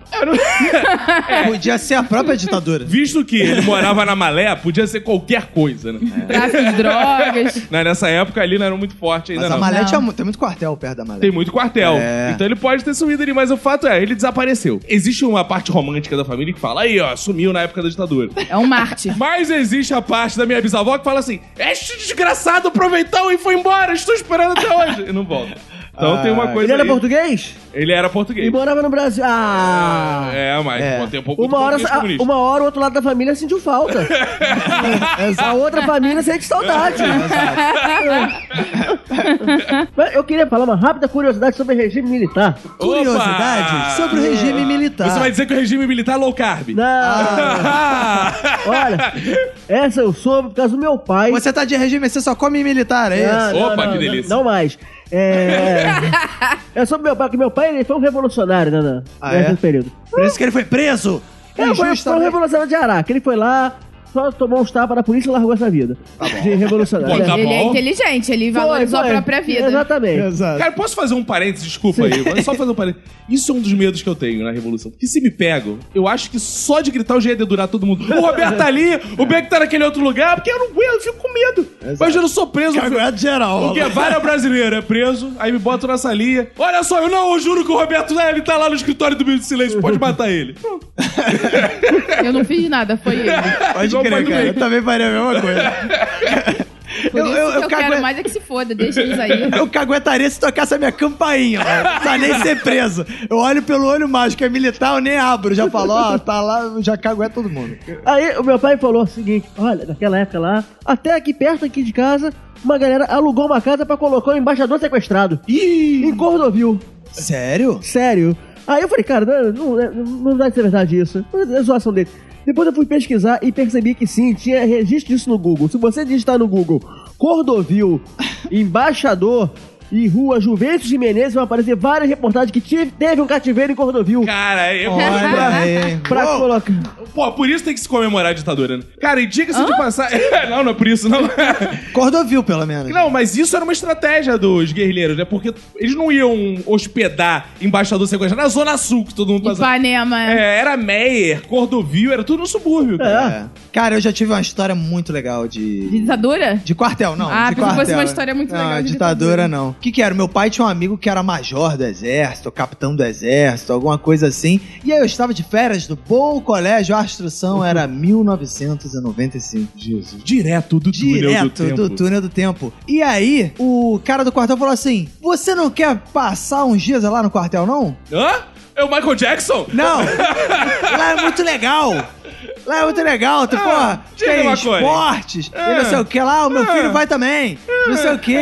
Speaker 2: Podia ser a própria ditadura.
Speaker 4: Visto que ele morava na Malé, podia ser qualquer coisa, né?
Speaker 3: Tráfico de drogas.
Speaker 5: É.
Speaker 4: Não, nessa época ali não era muito forte ainda,
Speaker 2: Mas a
Speaker 4: não.
Speaker 2: Malé
Speaker 3: Não.
Speaker 2: tinha mu- tem muito quartel perto da Malé.
Speaker 4: Tem muito quartel.
Speaker 2: É.
Speaker 4: Então ele pode ter sumido ali, mas o fato é, ele desapareceu. Existe uma parte romântica da família que fala, aí, ó, sumiu na época da ditadura.
Speaker 3: É um mártir.
Speaker 4: Mas existe a parte da minha bisavó que fala assim: Este desgraçado aproveitou e foi embora, estou esperando até hoje. E não volta. Então tem uma coisa.
Speaker 5: Ah, Ele era
Speaker 4: aí.
Speaker 5: português?
Speaker 4: Ele era português.
Speaker 5: E morava no Brasil. Ah!
Speaker 4: É, mas
Speaker 2: É.
Speaker 4: pô, tem um pouco
Speaker 5: Uma
Speaker 4: de
Speaker 5: hora,
Speaker 4: português
Speaker 5: a-
Speaker 4: comunista.
Speaker 5: uma hora o outro lado da família sentiu falta. a outra família sente saudade. Mas eu queria falar uma rápida curiosidade sobre o regime militar.
Speaker 2: Curiosidade
Speaker 4: Opa!
Speaker 2: sobre o regime militar.
Speaker 4: Você vai dizer que o regime militar é low carb.
Speaker 5: Não,
Speaker 4: Olha.
Speaker 5: olha, essa eu soube por causa do meu pai.
Speaker 2: Você tá de regime, você só come militar, é
Speaker 5: Ah,
Speaker 2: isso?
Speaker 5: não,
Speaker 4: Opa,
Speaker 5: não,
Speaker 4: que
Speaker 5: não,
Speaker 4: delícia.
Speaker 5: Não, mais. É... é sobre meu pai, que meu pai ele foi um revolucionário, né? né,
Speaker 2: Ah,
Speaker 5: nesse
Speaker 2: é?
Speaker 5: período.
Speaker 2: Por isso que ele foi preso.
Speaker 5: É, foi, foi um
Speaker 2: Injustamente.
Speaker 5: revolucionário de Araca. Ele foi lá, só tomou uns tapas na polícia e largou essa vida. De revolucionário.
Speaker 4: Bom,
Speaker 5: É.
Speaker 4: tá
Speaker 3: ele é
Speaker 4: bom.
Speaker 3: inteligente, ele
Speaker 5: Foi,
Speaker 3: valorizou
Speaker 5: foi.
Speaker 3: a própria vida.
Speaker 5: Exatamente.
Speaker 2: Exato.
Speaker 4: Cara, posso fazer um parênteses? Desculpa aí. Vou só fazer um parênteses. Isso é um dos medos que eu tenho na Revolução. Porque se me pego, eu acho que só de gritar eu já ia dedurar todo mundo. O Roberto tá ali, o Beck tá naquele outro lugar, porque eu não aguento, eu fico com medo. Mas eu não sou preso. eu fico-
Speaker 2: Cagado é geral.
Speaker 4: O Guevara brasileiro é preso, aí me botam na salinha. Olha só, eu não eu juro que o Roberto, né, ele tá lá no escritório do Minuto de Silêncio, pode matar ele.
Speaker 3: Eu não fiz nada, foi ele.
Speaker 2: Pode
Speaker 4: Igual pai
Speaker 2: crer,
Speaker 4: do
Speaker 2: cara.
Speaker 4: meio.
Speaker 2: Eu também faria a mesma coisa.
Speaker 3: Por
Speaker 2: Eu-
Speaker 3: isso
Speaker 2: eu-
Speaker 3: que eu,
Speaker 2: eu
Speaker 3: quero
Speaker 2: cago-
Speaker 3: mais é que se foda, deixa eles aí.
Speaker 2: Eu caguetaria se tocasse a minha campainha, mano. Não precisa nem ser preso. Eu olho pelo olho mágico, é militar, eu nem abro. Já falo, ó, tá lá, eu já cagueta todo mundo.
Speaker 5: Aí o meu pai falou o seguinte: olha, naquela época lá, até aqui perto aqui de casa, uma galera alugou uma casa pra colocar um embaixador sequestrado. Em Cordovil.
Speaker 2: Sério?
Speaker 5: Sério. Aí eu falei, cara, não, não, não deve ser verdade isso. É zoação dele. Depois eu fui pesquisar e percebi que sim, tinha registro disso no Google. Se você digitar no Google Cordovil, embaixador e rua Juventus de Menezes, vão aparecer várias reportagens que tive- teve um cativeiro em Cordovil.
Speaker 4: Cara, é eu,
Speaker 2: Olha aí.
Speaker 5: Pra
Speaker 2: Uou.
Speaker 5: colocar.
Speaker 4: pô, por isso tem que se comemorar a ditadura, né? Cara, e diga-se de passar. não, não é por isso, não.
Speaker 2: Cordovil, pelo menos.
Speaker 4: Não, mas isso era uma estratégia dos guerrilheiros, né? Porque eles não iam hospedar embaixador sequestrado na Zona Sul, que todo mundo passava.
Speaker 3: Ipanema.
Speaker 4: É, era Meyer, Cordovil, era tudo no subúrbio. cara.
Speaker 5: É.
Speaker 2: É. Cara, eu já tive uma história muito legal de.
Speaker 3: Ditadura?
Speaker 2: De quartel, não.
Speaker 3: Ah,
Speaker 2: de
Speaker 3: pensei que
Speaker 2: quartel. né?
Speaker 3: fosse uma história muito
Speaker 2: não, é
Speaker 3: legal de
Speaker 2: ditadura
Speaker 3: ditadura.
Speaker 2: não. O que que era? Meu pai tinha um amigo que era major do exército, capitão do exército, alguma coisa assim. E aí eu estava de férias do bom colégio, a instrução era 1995. Jesus.
Speaker 4: Direto do túnel do
Speaker 2: É. Direto
Speaker 4: tempo.
Speaker 2: do, túnel do tempo. E aí, o cara do quartel falou assim: Você não quer passar uns dias lá no quartel, não?
Speaker 4: Hã? É o Michael Jackson?
Speaker 2: Não! Lá é muito legal! Lá é muito legal,
Speaker 3: Ah,
Speaker 2: tu, porra,
Speaker 4: diga
Speaker 2: tem
Speaker 4: uma coisa.
Speaker 2: esportes, e
Speaker 4: Ah.
Speaker 2: não sei o que lá, o meu
Speaker 3: Ah.
Speaker 2: filho vai também, não sei o que.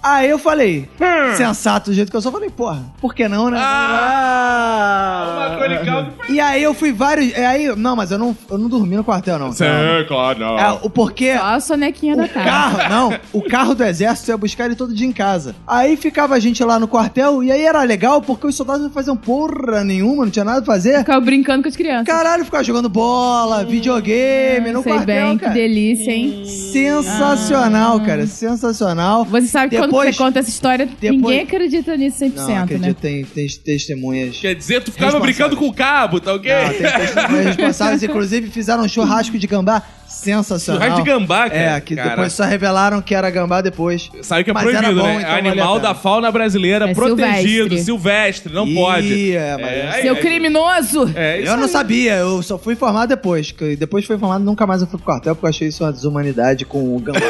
Speaker 2: Aí eu falei, sensato do jeito que eu sou, eu falei, porra, por que não, né?
Speaker 5: Ah!
Speaker 4: Michael Jackson.
Speaker 2: E aí eu fui vários. é, Aí, não, mas eu não, eu não dormi no quartel, não.
Speaker 4: Sim, claro, não.
Speaker 2: É, o porquê.
Speaker 3: Só a sonequinha da
Speaker 2: O
Speaker 3: tarde.
Speaker 2: carro, não, o carro do exército ia buscar ele todo dia em casa. Aí ficava a gente lá no quartel, e aí era legal porque os soldados não faziam porra nenhuma, não tinha nada pra fazer.
Speaker 3: Ficava brincando com as crianças.
Speaker 2: Caralho, ficar jogando bola, videogame, no
Speaker 3: Sei
Speaker 2: quartel,
Speaker 3: bem,
Speaker 2: cara.
Speaker 3: que delícia, hein?
Speaker 2: Sensacional, cara, sensacional.
Speaker 3: Você sabe que quando
Speaker 2: Depois-
Speaker 3: você conta essa história,
Speaker 2: depois-
Speaker 3: ninguém acredita nisso 100%,
Speaker 2: Não, acredito,
Speaker 3: né?
Speaker 2: tem, tem testemunhas.
Speaker 4: Quer dizer, tu ficava brincando com o cabo, tá ok?
Speaker 2: Não, tem testemunhas responsáveis, inclusive fizeram um churrasco de gambá sensacional.
Speaker 4: Churrasco de gambá, cara.
Speaker 2: É, que
Speaker 4: Cara,
Speaker 2: depois só revelaram que era gambá depois.
Speaker 4: Sabe que é
Speaker 2: Mas
Speaker 4: proibido,
Speaker 2: era bom,
Speaker 4: né?
Speaker 2: então valia a
Speaker 4: Animal
Speaker 2: pena.
Speaker 4: da fauna brasileira,
Speaker 3: É
Speaker 4: protegido, silvestre,
Speaker 3: silvestre.
Speaker 4: não
Speaker 2: Ih,
Speaker 4: pode.
Speaker 2: é, mas-
Speaker 4: aí-
Speaker 3: Seu
Speaker 4: aí-
Speaker 3: criminoso!
Speaker 4: É, isso
Speaker 2: Eu não sabia, eu só fui informado depois. que Depois fui informado, nunca mais eu fui pro quartel, porque eu achei isso uma desumanidade com o gambá.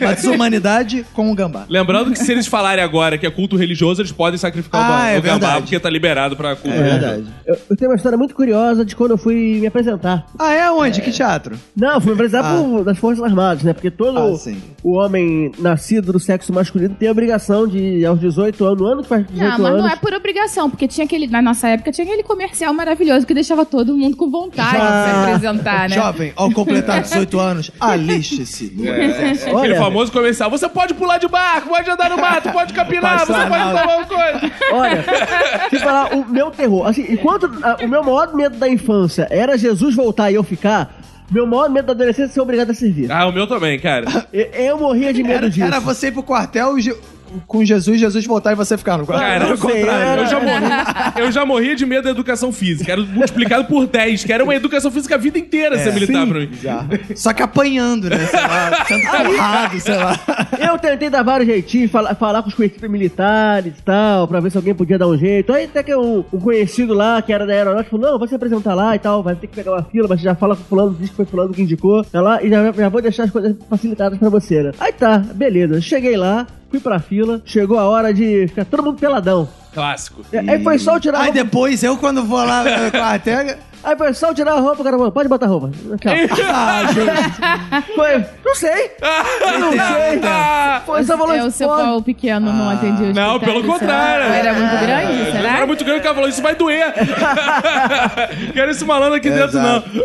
Speaker 2: uma desumanidade com o gambá.
Speaker 4: Lembrando que se eles falarem agora que é culto religioso, eles podem sacrificar o
Speaker 2: Ah,
Speaker 4: ba-
Speaker 2: é
Speaker 4: o gambá,
Speaker 2: verdade.
Speaker 4: porque tá liberado pra culto.
Speaker 2: É verdade.
Speaker 5: Eu, eu tenho uma história muito curiosa de quando eu fui me apresentar.
Speaker 2: Ah, é? Onde? Que teatro?
Speaker 5: Não, fui me apresentar até
Speaker 2: Ah.
Speaker 5: por, das Forças Armadas, né? Porque todo
Speaker 2: Ah, sim.
Speaker 5: o homem nascido do sexo masculino tem a obrigação de, aos 18 anos, no ano que faz 18
Speaker 3: Não, mas
Speaker 5: anos.
Speaker 3: não é por obrigação, porque tinha aquele. Na nossa época tinha aquele comercial maravilhoso que deixava todo mundo com vontade de se
Speaker 2: Ah.
Speaker 3: apresentar, né?
Speaker 2: Jovem, ao completar 18 anos, alixe-se.
Speaker 4: É. Aquele
Speaker 5: Olha,
Speaker 4: famoso comercial. Você pode pular de barco, pode andar no mato, pode capinar, você
Speaker 2: Passar
Speaker 4: pode
Speaker 2: mal.
Speaker 4: tomar uma coisa.
Speaker 5: Olha, te falar, o meu terror. Assim, enquanto ah, o meu maior medo da infância era Jesus voltar e eu ficar, meu maior medo da adolescência é ser obrigado a servir.
Speaker 4: Ah, o meu também, cara.
Speaker 5: Eu, eu morria de medo
Speaker 2: Era,
Speaker 5: disso.
Speaker 2: era você ir pro quartel e Je- com Jesus, Jesus voltar e você ficar no quartel.
Speaker 4: Cara,
Speaker 5: não
Speaker 4: era o
Speaker 5: sei,
Speaker 4: contrário.
Speaker 5: era-
Speaker 4: Eu já, morri, eu já morri de medo da educação física. Era multiplicado por 10, que era uma educação física a vida inteira
Speaker 2: É,
Speaker 4: ser militar pra mim.
Speaker 2: Já. Só que apanhando, né? Sei lá, sendo porrado, sei lá.
Speaker 5: Eu tentei dar vários jeitinhos, falar, falar com os equipes militares e tal, pra ver se alguém podia dar um jeito. Aí até que um, um conhecido lá, que era da aeronáutica, falou, não, vai se apresentar lá e tal, vai ter que pegar uma fila, mas já fala com fulano, diz que foi fulano que indicou, tá lá, e já, já vou deixar as coisas facilitadas pra você, né? Aí tá, beleza. Cheguei lá, fui pra fila, chegou a hora de ficar todo mundo peladão.
Speaker 4: Clássico.
Speaker 5: Aí foi só eu tirar a
Speaker 2: Aí
Speaker 5: roupa.
Speaker 2: depois, eu quando vou lá no quartel...
Speaker 5: Aí foi só eu tirar a roupa, o cara falou, pode botar a roupa. Tchau.
Speaker 2: Ah, gente.
Speaker 5: Foi, não sei. Eu não sei.
Speaker 4: Ah,
Speaker 5: Foi, só falou
Speaker 3: É o seu
Speaker 5: "Pode".
Speaker 3: pau pequeno não atendia os
Speaker 4: Não,
Speaker 3: critérios,
Speaker 4: pelo contrário. É.
Speaker 3: será? Era muito grande, será?
Speaker 4: Era muito grande, o cara falou, isso vai doer. Quero esse malandro aqui dentro, não.
Speaker 2: Exato.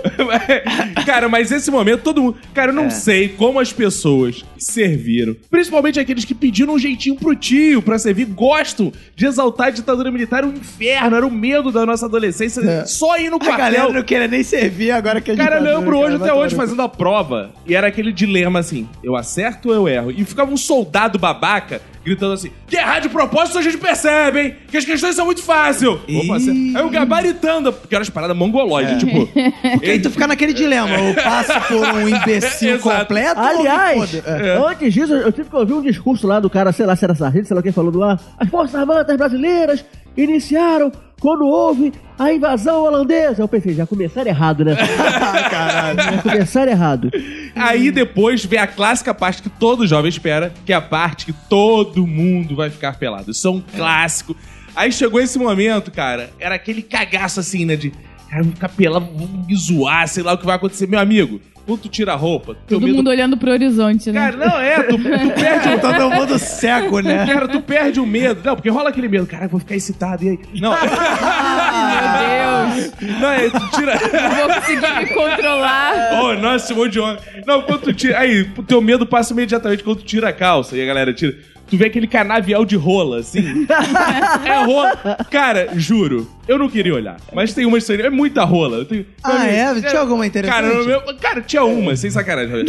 Speaker 4: cara, mas esse momento, todo mundo...
Speaker 2: É.
Speaker 4: Cara, eu não sei como as pessoas serviram. Principalmente aqueles que pediram um jeitinho pro tio pra servir, gostam de exaltar a ditadura militar. Era um inferno, era o medo da nossa adolescência.
Speaker 2: É.
Speaker 4: Só ir no
Speaker 2: A
Speaker 4: quartel...
Speaker 2: galera não queria nem servir agora que a gente...
Speaker 4: Cara, eu
Speaker 2: tá
Speaker 4: lembro
Speaker 2: dando,
Speaker 4: hoje,
Speaker 2: cara,
Speaker 4: até
Speaker 2: vai
Speaker 4: hoje,
Speaker 2: tomar no
Speaker 4: fazendo a prova. E era aquele dilema assim: eu acerto ou eu erro? E ficava um soldado babaca gritando assim: que errar de propósito a gente percebe, hein? Que as questões são muito fáceis. Opa, acer- Aí eu gabaritando, porque era as paradas
Speaker 2: É.
Speaker 4: mongoloides, tipo.
Speaker 2: cu. Porque aí tu fica naquele dilema, eu passo por um imbecil
Speaker 4: Exato.
Speaker 2: completo ou me
Speaker 5: Aliás,
Speaker 2: foda? É.
Speaker 5: antes disso, eu tive que ouvir um discurso lá do cara, sei lá se era sargento, sei lá quem falou lá. As Forças Armadas Brasileiras iniciaram quando houve a invasão holandesa. Eu pensei, já começaram errado, né?
Speaker 2: Ah, caralho.
Speaker 5: Já começaram errado.
Speaker 4: Aí depois vem a clássica parte que todo jovem espera, que é a parte que todo mundo vai ficar pelado. Isso é um clássico. Aí chegou esse momento, cara, era aquele cagaço assim, né? De, cara, eu vou ficar pelado, vão me zoar, sei lá o que vai acontecer. Meu amigo, quando tu tira a roupa, teu
Speaker 3: Todo
Speaker 4: medo...
Speaker 3: mundo olhando pro horizonte, né?
Speaker 4: Cara, não é, tu, tu perde o...
Speaker 2: Tá Todo mundo seco, né?
Speaker 4: Cara, tu perde o medo. Não, porque rola aquele medo. Caraca, eu vou ficar excitado, e aí? Não.
Speaker 3: Meu Deus,
Speaker 4: Não, é, tu tira...
Speaker 3: não vou conseguir me controlar.
Speaker 4: Oh, nossa, esse monte de homem. Não, quando tu tira. Aí, o teu medo passa imediatamente quando tu tira a calça e a galera tira. Tu vê aquele canavial de rola, assim. é rola. Cara, juro, eu não queria olhar. Mas tem umas. É muita rola. Eu tenho-
Speaker 2: Ah, é? Tinha alguma
Speaker 4: Cara,
Speaker 2: interessante?
Speaker 4: no meu- cara, tinha uma, sem sacanagem.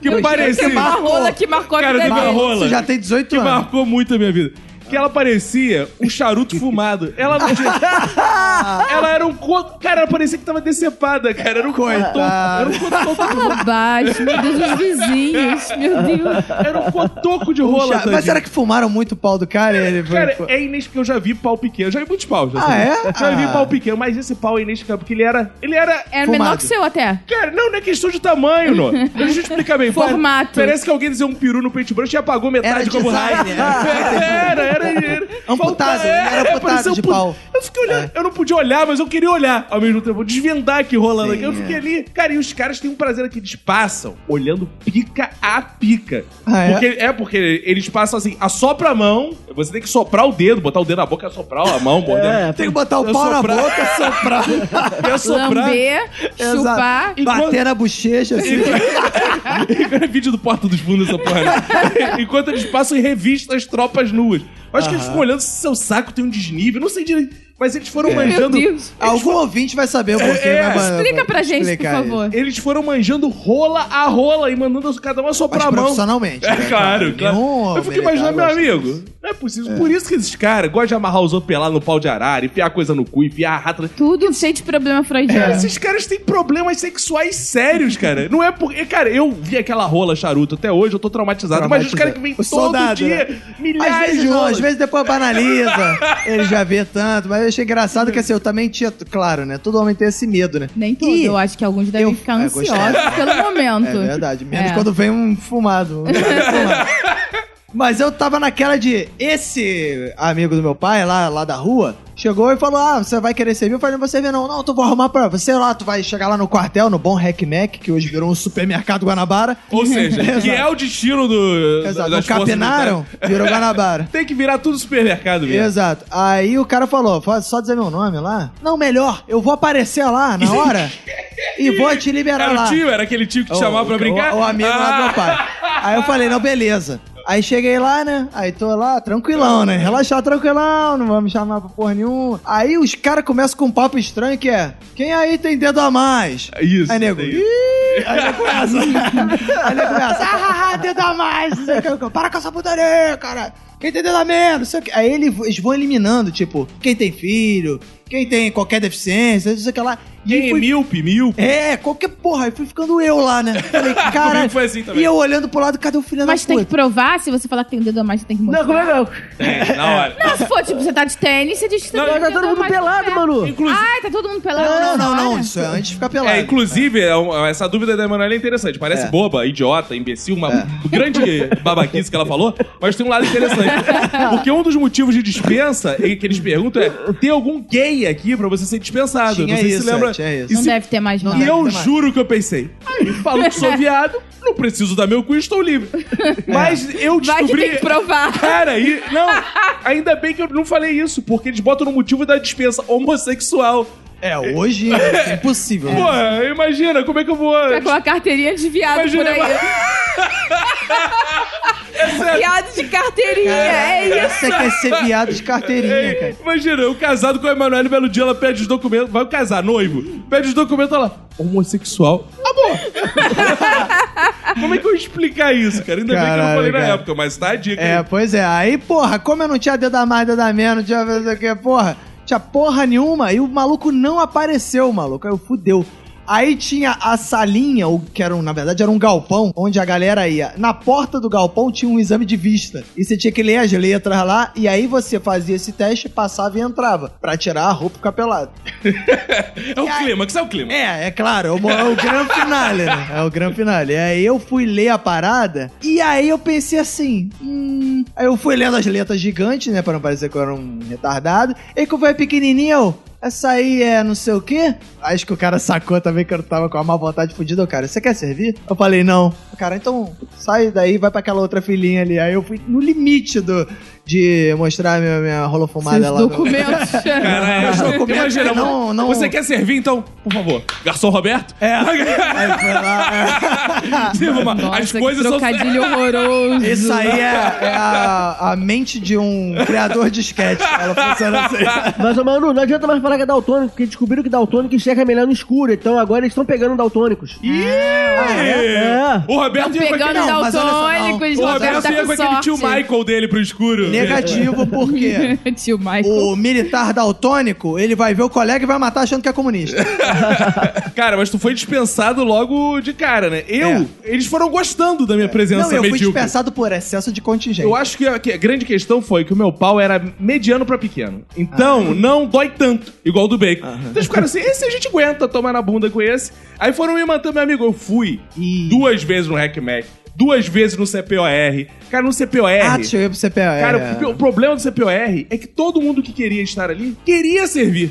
Speaker 4: que
Speaker 3: Eu
Speaker 4: parecia.
Speaker 3: esqueci uma rola que marcou
Speaker 4: Cara,
Speaker 3: a vida
Speaker 4: teve uma
Speaker 3: dele.
Speaker 4: rola.
Speaker 2: Você já tem 18
Speaker 4: que
Speaker 2: anos.
Speaker 4: marcou muito a minha vida. Que ela parecia um charuto fumado. Ela não tinha. ela era um. co- Cara, ela parecia que tava decepada, cara. Era um cotão.
Speaker 2: Coitada.
Speaker 4: Era um cotão.
Speaker 3: Abaixo, meu Deus, os vizinhos, meu Deus.
Speaker 4: Era um cotoco de rola.
Speaker 2: Puxa,
Speaker 4: tadinho.
Speaker 2: mas será que fumaram muito o pau do cara? e Ele foi-
Speaker 4: Cara, é inês que eu já vi pau pequeno. Já vi muitos paus. já
Speaker 2: Ah,
Speaker 4: sabia.
Speaker 2: é?
Speaker 4: Já vi
Speaker 2: Ah.
Speaker 4: pau pequeno, mas esse pau é inesticável, porque ele era. Ele era.
Speaker 3: Era
Speaker 2: Fumado.
Speaker 3: É menor que o seu até.
Speaker 4: Cara, não, não é questão de tamanho, não. Deixa eu explicar bem.
Speaker 3: Formato.
Speaker 4: Parece que alguém desenhou um peru no paintbrush e apagou
Speaker 2: Era
Speaker 4: metade como
Speaker 2: design,
Speaker 4: raiz.
Speaker 2: né? É
Speaker 4: Era, era, era.
Speaker 2: Amputado,
Speaker 4: Faltava-
Speaker 2: ele né? era amputado
Speaker 4: parecia um
Speaker 2: de
Speaker 4: pu-
Speaker 2: pau. É.
Speaker 4: Eu fiquei olhando, eu não podia olhar, mas eu queria olhar ao mesmo tempo. Desvendar aqui rolando
Speaker 2: Sim,
Speaker 4: aqui. Eu
Speaker 2: é.
Speaker 4: fiquei ali. Cara, e os caras têm um prazer aqui, eles passam olhando pica a pica.
Speaker 2: Ah, é?
Speaker 4: Porque, é, porque eles passam assim, assopra a mão, você tem que soprar o dedo, botar o dedo na boca, assoprar a mão, mordendo.
Speaker 2: Tem que botar É, o
Speaker 4: Eu
Speaker 2: pau na
Speaker 4: soprar.
Speaker 2: boca, soprar,
Speaker 4: É. Assoprar.
Speaker 3: Lamber,
Speaker 2: Exato.
Speaker 3: chupar.
Speaker 2: bater na bochecha, assim.
Speaker 4: É vídeo do Porta dos Fundos, essa porra. né? Enquanto eles passam em revista as tropas nuas. Eu acho que eles ficam olhando se seu saco tem um desnível, não sei direito. Mas eles
Speaker 2: É.
Speaker 4: foram
Speaker 3: Meu
Speaker 4: manjando.
Speaker 3: Deus.
Speaker 2: Algum ouvinte vai saber o porquê.
Speaker 4: É,
Speaker 2: vai- vai-
Speaker 3: Explica pra
Speaker 2: vai
Speaker 3: gente, por
Speaker 2: explicar aí.
Speaker 3: favor.
Speaker 4: Eles foram manjando rola a rola e mandando cada uma
Speaker 2: Mas
Speaker 4: soprar a mão.
Speaker 2: profissionalmente.
Speaker 4: É
Speaker 2: né,
Speaker 4: claro, claro.
Speaker 2: Nenhum é né,
Speaker 4: Eu fiquei
Speaker 2: militar
Speaker 4: imaginando, meu
Speaker 2: gosta
Speaker 4: amigo,
Speaker 2: disso.
Speaker 4: não é possível. Por isso que esses caras gostam de amarrar os outros pelados no pau de arara, enfiar coisa no cu, enfiar a rata.
Speaker 3: Tudo cheio de problema freudiano.
Speaker 2: É.
Speaker 4: Esses caras têm problemas sexuais sérios, cara. Não é porque. Cara, eu vi aquela rola charuto até hoje, eu tô traumatizado. Mas os caras que vêm
Speaker 2: O
Speaker 4: todo
Speaker 2: né? soldado,
Speaker 4: dia,
Speaker 2: né?
Speaker 4: milhares
Speaker 2: Às vezes
Speaker 4: de
Speaker 2: não,
Speaker 4: rolas.
Speaker 2: às vezes depois banaliza. Ele já vê tanto, mas eu achei engraçado que assim, eu também tinha, claro, né? Todo homem tem esse medo, né?
Speaker 3: Nem tudo.
Speaker 2: Ih,
Speaker 3: eu acho que alguns devem
Speaker 2: eu-
Speaker 3: ficar
Speaker 2: é, gostei.
Speaker 3: ansiosos pelo momento.
Speaker 2: É verdade, menos
Speaker 3: É.
Speaker 2: quando vem um fumado. um fumado. Mas eu tava naquela de. Esse amigo do meu pai, lá, lá da rua, Chegou e falou: Ah, você vai querer servir? Eu falei, não vou servir, não. Não, tu vou arrumar pra você lá, tu vai chegar lá no quartel, no bom Hack Mac, que hoje virou um supermercado Guanabara.
Speaker 4: Ou seja, que é o destino do.
Speaker 2: Exato, não
Speaker 4: das forças
Speaker 2: capinaram,
Speaker 4: militares.
Speaker 2: virou Guanabara.
Speaker 4: Tem que virar tudo supermercado mesmo.
Speaker 2: Exato. Aí o cara falou: "Fa- só dizer meu nome lá? Não, melhor, eu vou aparecer lá na hora e vou te liberar
Speaker 4: Era
Speaker 2: lá.
Speaker 4: o tio, era aquele tio que te chamava pra brincar? Ah.
Speaker 2: O, o amigo lá do meu pai. Aí eu falei, não, beleza. Aí cheguei lá, né? Aí tô lá, tranquilão, né? Relaxar, tranquilão, não vai me chamar pra porra nenhuma. Aí os caras começam com um papo estranho que é: quem aí tem dedo a mais?
Speaker 4: É Isso.
Speaker 2: Aí, nego.
Speaker 4: tem
Speaker 2: "Ih", Aí
Speaker 4: Ah!
Speaker 2: nego começa. aí nego começa. Ah, ah, ah, dedo a mais. não sei o que, eu, Para com essa putaria, cara. Quem tem dedo a menos, não sei o que. Aí ele- eles vão eliminando, tipo, quem tem filho, quem tem qualquer deficiência, não sei o que lá. E
Speaker 4: Quem é
Speaker 2: fui-
Speaker 4: míope, míope.
Speaker 2: é, qualquer porra. Aí fui ficando eu lá, né? Falei, cara.
Speaker 4: Comigo foi assim também.
Speaker 2: E eu olhando pro lado, cadê o filho
Speaker 3: Mas
Speaker 2: da
Speaker 3: tem que
Speaker 2: puta?
Speaker 3: provar, se você falar que tem um dedo a mais, você tem que mostrar.
Speaker 5: Não, como é que
Speaker 4: É, na hora.
Speaker 3: Não, se for, tipo, você tá de tênis, você diz que você
Speaker 4: Não,
Speaker 3: tem um
Speaker 5: é? Tá
Speaker 3: dedo
Speaker 5: todo
Speaker 3: a
Speaker 5: mundo
Speaker 3: mais
Speaker 5: pelado,
Speaker 3: no pé.
Speaker 5: mano.
Speaker 3: Ai, tá todo mundo pelado.
Speaker 2: Não, não,
Speaker 3: nessa
Speaker 2: não, não.
Speaker 3: hora?
Speaker 2: Isso é antes de ficar pelado.
Speaker 4: É, inclusive, é um- essa dúvida da Emanuela é interessante. Parece
Speaker 2: É.
Speaker 4: boba, idiota, imbecil, uma grande babaquice que ela falou, mas tem um lado interessante. Porque um dos motivos de dispensa é que eles perguntam é: tem algum gay aqui pra você ser dispensado?
Speaker 2: Tinha
Speaker 4: não sei
Speaker 2: isso,
Speaker 4: se lembra.
Speaker 2: é, tinha isso.
Speaker 4: E
Speaker 3: Não
Speaker 4: se-
Speaker 3: deve ter mais, não.
Speaker 4: E eu
Speaker 2: Não.
Speaker 4: juro que eu pensei, ah, ele falou que sou viado, não preciso dar meu cu e estou livre. Mas eu
Speaker 3: Vai que
Speaker 4: descobri...
Speaker 3: tem que provar.
Speaker 4: Cara, e... não, ainda bem que eu não falei isso, porque eles botam no motivo da dispensa homossexual.
Speaker 2: É, hoje é impossível. né?
Speaker 4: Pô, imagina, como é que eu vou...
Speaker 3: Pegou a carteirinha de viado
Speaker 4: Imagina,
Speaker 3: por aí.
Speaker 2: é-
Speaker 3: viado de carteirinha, é isso.
Speaker 2: Você quer ser viado de carteirinha,
Speaker 4: Ei,
Speaker 2: cara.
Speaker 4: Imagina, eu casado com a Emanuele, belo dia, ela pede os documentos, vai casar, noivo, pede os documentos, ela, homossexual. Amor! Como é que eu vou explicar isso, cara? Ainda bem que eu não
Speaker 2: Caralho,
Speaker 4: falei na
Speaker 2: cara.
Speaker 4: época, mas tá a dica.
Speaker 2: É,
Speaker 4: hein?
Speaker 2: pois é. Aí, porra, como eu não tinha dedo a mais, dedo a menos, não tinha não sei o que, porra, tinha porra nenhuma. E o maluco não apareceu, maluco. Aí eu fudeu. Aí tinha a salinha, o que era, um- na verdade, era um galpão, onde a galera ia. Na porta do galpão tinha um exame de vista. E você tinha que ler as letras lá, e aí você fazia esse teste, passava e entrava, pra tirar a roupa e ficar pelado.
Speaker 4: É o clima, que isso é o clima.
Speaker 2: É, é claro, é o, é o grande finale, né? É o grande finale. E aí eu fui ler a parada, e aí eu pensei assim, hum... Aí eu fui lendo as letras gigantes, né, pra não parecer que eu era um retardado, e quando foi pequenininho, eu, essa aí é não sei o quê? Acho que o cara sacou também que eu tava com a má vontade fudida, o cara, você quer servir? Eu falei, não. O Cara, então sai daí, vai pra aquela outra filhinha ali. Aí eu fui no limite do... De mostrar minha, minha rolofumada
Speaker 3: Seus
Speaker 2: lá. no-
Speaker 3: documentos.
Speaker 4: Cara, é,
Speaker 2: Os documentos,
Speaker 4: imagina,
Speaker 2: não- não-
Speaker 4: você quer servir, então, por favor, garçom Roberto? É.
Speaker 2: Aí foi lá, é.
Speaker 4: Sirva uma-
Speaker 3: Nossa,
Speaker 4: As
Speaker 3: que
Speaker 4: coisas são...
Speaker 3: trocadilho horroroso.
Speaker 2: Isso aí é, é a, a mente de um criador de sketch. Ela funciona assim.
Speaker 5: Mas, ô, Manu, não adianta mais falar que é daltônico, porque descobriram que daltônico enxerga melhor no escuro. Então agora eles estão pegando daltônicos.
Speaker 4: Ih!
Speaker 5: é?
Speaker 4: O Roberto ia com
Speaker 3: Pegando
Speaker 4: aquele...
Speaker 2: Não, mas olha só, não.
Speaker 3: daltônicos,
Speaker 4: O
Speaker 3: Roberto
Speaker 4: Roberto
Speaker 3: tá
Speaker 4: ia com
Speaker 3: com
Speaker 4: aquele tio
Speaker 3: sorte.
Speaker 4: Michael dele pro escuro.
Speaker 2: Negativo, porque
Speaker 3: Tio Michael.
Speaker 2: o militar daltônico, ele vai ver o colega e vai matar achando que é comunista.
Speaker 4: Cara, mas tu foi dispensado logo de cara, né? Eu, eles foram gostando da minha presença
Speaker 2: É. Não, eu fui
Speaker 4: medíocre.
Speaker 2: dispensado por excesso de contingente.
Speaker 4: é um Eu acho que a, que a grande questão foi que o meu pau era mediano pra pequeno.
Speaker 2: Ah.
Speaker 4: Então, não dói tanto, igual o do bacon. Então eles ficaram assim, esse a gente aguenta tomar na bunda com esse. Aí foram me mantendo, meu amigo, eu fui duas vezes no Hack Mac, duas vezes no CPOR. Cara, no CPOR...
Speaker 2: Ah, é. deixa eu ir pro CPR.
Speaker 4: é. Cara, o, o problema do CPOR é que todo mundo que queria estar ali queria servir.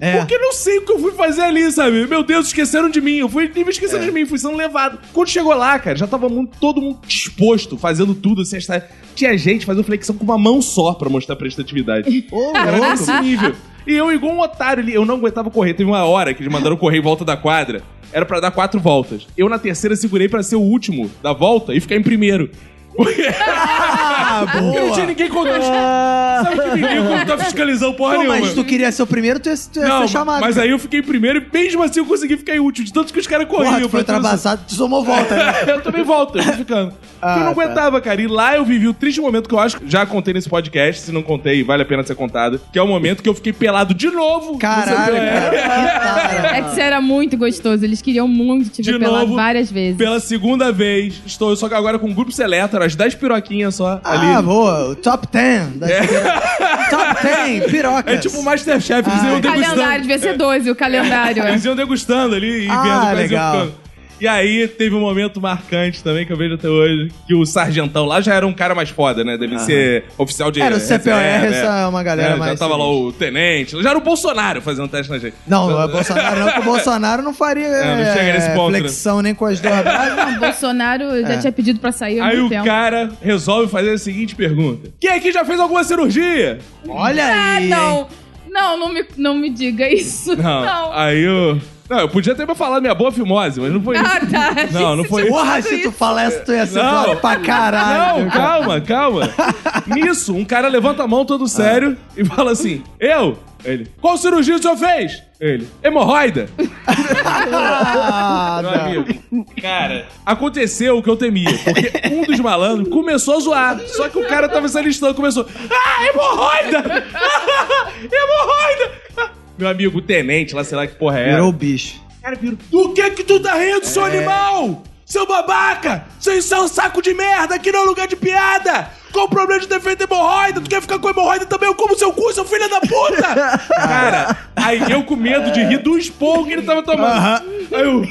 Speaker 2: é.
Speaker 4: Porque eu não sei o que eu fui fazer ali, sabe? Meu Deus, esqueceram de mim. Eu fui me
Speaker 2: É.
Speaker 4: esqueceram de mim, fui sendo levado. Quando chegou lá, cara, já tava mu- todo mundo disposto, fazendo tudo, assim, esta- tinha gente fazendo flexão com uma mão só pra mostrar prestatividade.
Speaker 2: Ô,
Speaker 4: Era
Speaker 2: louco.
Speaker 4: nesse nível. E eu, igual um otário ali, eu não aguentava correr. Teve uma hora que eles mandaram eu correr em volta da quadra. Era pra dar quatro voltas. Eu, na terceira, segurei pra ser o último da volta e ficar em primeiro. Porque
Speaker 2: Ah,
Speaker 4: Porque não tinha
Speaker 2: boa. Ah.
Speaker 4: ninguém contando. Sabe que menino quando tá fiscalizando porra
Speaker 2: Pô,
Speaker 4: nenhuma?
Speaker 2: mas tu queria ser o primeiro, tu ia, tu ia
Speaker 4: Não,
Speaker 2: ser chamado.
Speaker 4: mas aí eu fiquei em primeiro e mesmo assim eu consegui ficar em último, de tanto que os caras corriam.
Speaker 2: Porra, tu foi
Speaker 4: pra tudo isso.
Speaker 2: ultrapassado, tu somou volta, né?
Speaker 4: eu também volto, eu tô ficando. eu não
Speaker 2: tá.
Speaker 4: aguentava, cara. E lá eu vivi o triste momento que eu acho que já contei nesse podcast, se não contei, vale a pena ser contado, que é o momento que eu fiquei pelado de novo.
Speaker 2: Caralho,
Speaker 4: Não sei
Speaker 2: cara.
Speaker 4: como é.
Speaker 2: Que tara.
Speaker 3: É que você era muito gostoso. Eles queriam muito te
Speaker 4: De
Speaker 3: ver pelado
Speaker 4: novo.
Speaker 3: várias vezes.
Speaker 4: Pela segunda vez, estou só que agora com um grupo seleto, eram as 10 piroquinhas só
Speaker 2: Ah,
Speaker 4: ali.
Speaker 2: boa. O top 10. Das... Top 10, pirocas.
Speaker 4: É tipo o Masterchef, eles
Speaker 2: Ah,
Speaker 4: iam
Speaker 3: O calendário
Speaker 4: degustando.
Speaker 3: devia ser 12, o calendário. é.
Speaker 4: Eles iam degustando ali e
Speaker 2: Ah,
Speaker 4: vendo quais iam
Speaker 2: legal.
Speaker 4: ficando. E aí teve um momento marcante também que eu vejo até hoje, que o sargentão lá já era um cara mais foda, né? Deve ser oficial de
Speaker 2: Era o CPOR,
Speaker 4: reserva,
Speaker 2: essa é uma galera
Speaker 4: Já
Speaker 2: mais
Speaker 4: tava lá
Speaker 2: sinistra.
Speaker 4: o tenente, já era o Bolsonaro fazendo teste na gente.
Speaker 2: Não, o Bolsonaro não, que o Bolsonaro não faria
Speaker 4: É, não chega nesse
Speaker 2: eh,
Speaker 4: ponto, né?
Speaker 2: flexão nem com as duas braças.
Speaker 3: Não, Bolsonaro já
Speaker 2: É.
Speaker 3: tinha pedido pra sair há
Speaker 4: Aí
Speaker 3: muito
Speaker 4: o
Speaker 3: tempo.
Speaker 4: cara resolve fazer a seguinte pergunta: Quem aqui já fez alguma cirurgia?
Speaker 2: Olha
Speaker 3: Ah,
Speaker 2: aí. hein?
Speaker 3: não. Não, não me, não me diga isso. Não.
Speaker 4: Aí eu. Não, eu podia ter me falado minha boa fimose, mas não foi isso.
Speaker 3: Ah, tá.
Speaker 4: Não, não foi isso.
Speaker 2: Porra, se tu falasse, tu ia ser
Speaker 4: Não.
Speaker 2: zoado pra caralho.
Speaker 4: Não, calma, calma. Nisso, um cara levanta a mão todo sério e fala assim: Eu? Ele. Qual cirurgia o senhor fez? Ele. Hemorroida?
Speaker 2: Ah,
Speaker 4: Meu
Speaker 2: não.
Speaker 4: amigo, cara, aconteceu o que eu temia. Porque um dos malandros começou a zoar. Só que o cara tava se alistando começou. Ah, hemorroida! hemorroida! Meu amigo, o tenente lá, sei lá que porra é.
Speaker 2: Virou o bicho.
Speaker 4: Cara, virou. Do que que tu tá rindo, seu animal? Seu babaca! Seu isso é um saco de merda! Aqui não é lugar de piada! Qual o problema de ter feito hemorroida? Tu quer ficar com hemorroida também? Eu como seu cu, seu filho da puta! Cara, aí eu com medo de rir do esporro que ele tava tomando. Aí eu...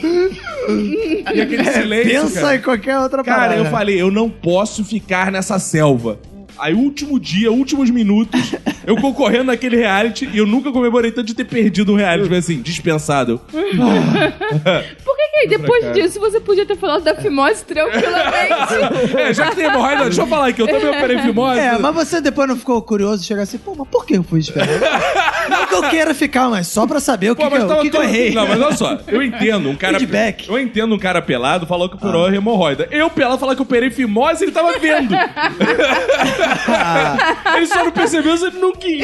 Speaker 4: E aquele silêncio,
Speaker 2: Pensa
Speaker 4: cara.
Speaker 2: em qualquer outra
Speaker 4: É, Cara,
Speaker 2: parada.
Speaker 4: eu falei, eu não posso ficar nessa selva. Aí, último dia, últimos minutos, eu concorrendo naquele reality e eu nunca comemorei tanto de ter perdido um reality, mas assim, dispensado.
Speaker 3: Por que, que aí, depois disso você podia ter falado da fimose tranquilamente?
Speaker 4: É, já que tem hemorroida, deixa eu falar aqui, eu também operei fimose.
Speaker 2: É, mas você depois não ficou curioso e chega assim, pô, mas por que eu fui esperar? não que eu queira ficar, mas só pra saber o que,
Speaker 4: Pô,
Speaker 2: que,
Speaker 4: mas
Speaker 2: eu,
Speaker 4: tava
Speaker 2: o que que eu
Speaker 4: todo-
Speaker 2: errei.
Speaker 4: Não, mas olha só, eu entendo um cara.
Speaker 2: Feedback. Ah.
Speaker 4: Eu entendo um cara pelado falou que operou a hemorroida. Eu, pelado, falar que eu operei fimose, ele tava vendo. ele só não percebeu se ele não quis.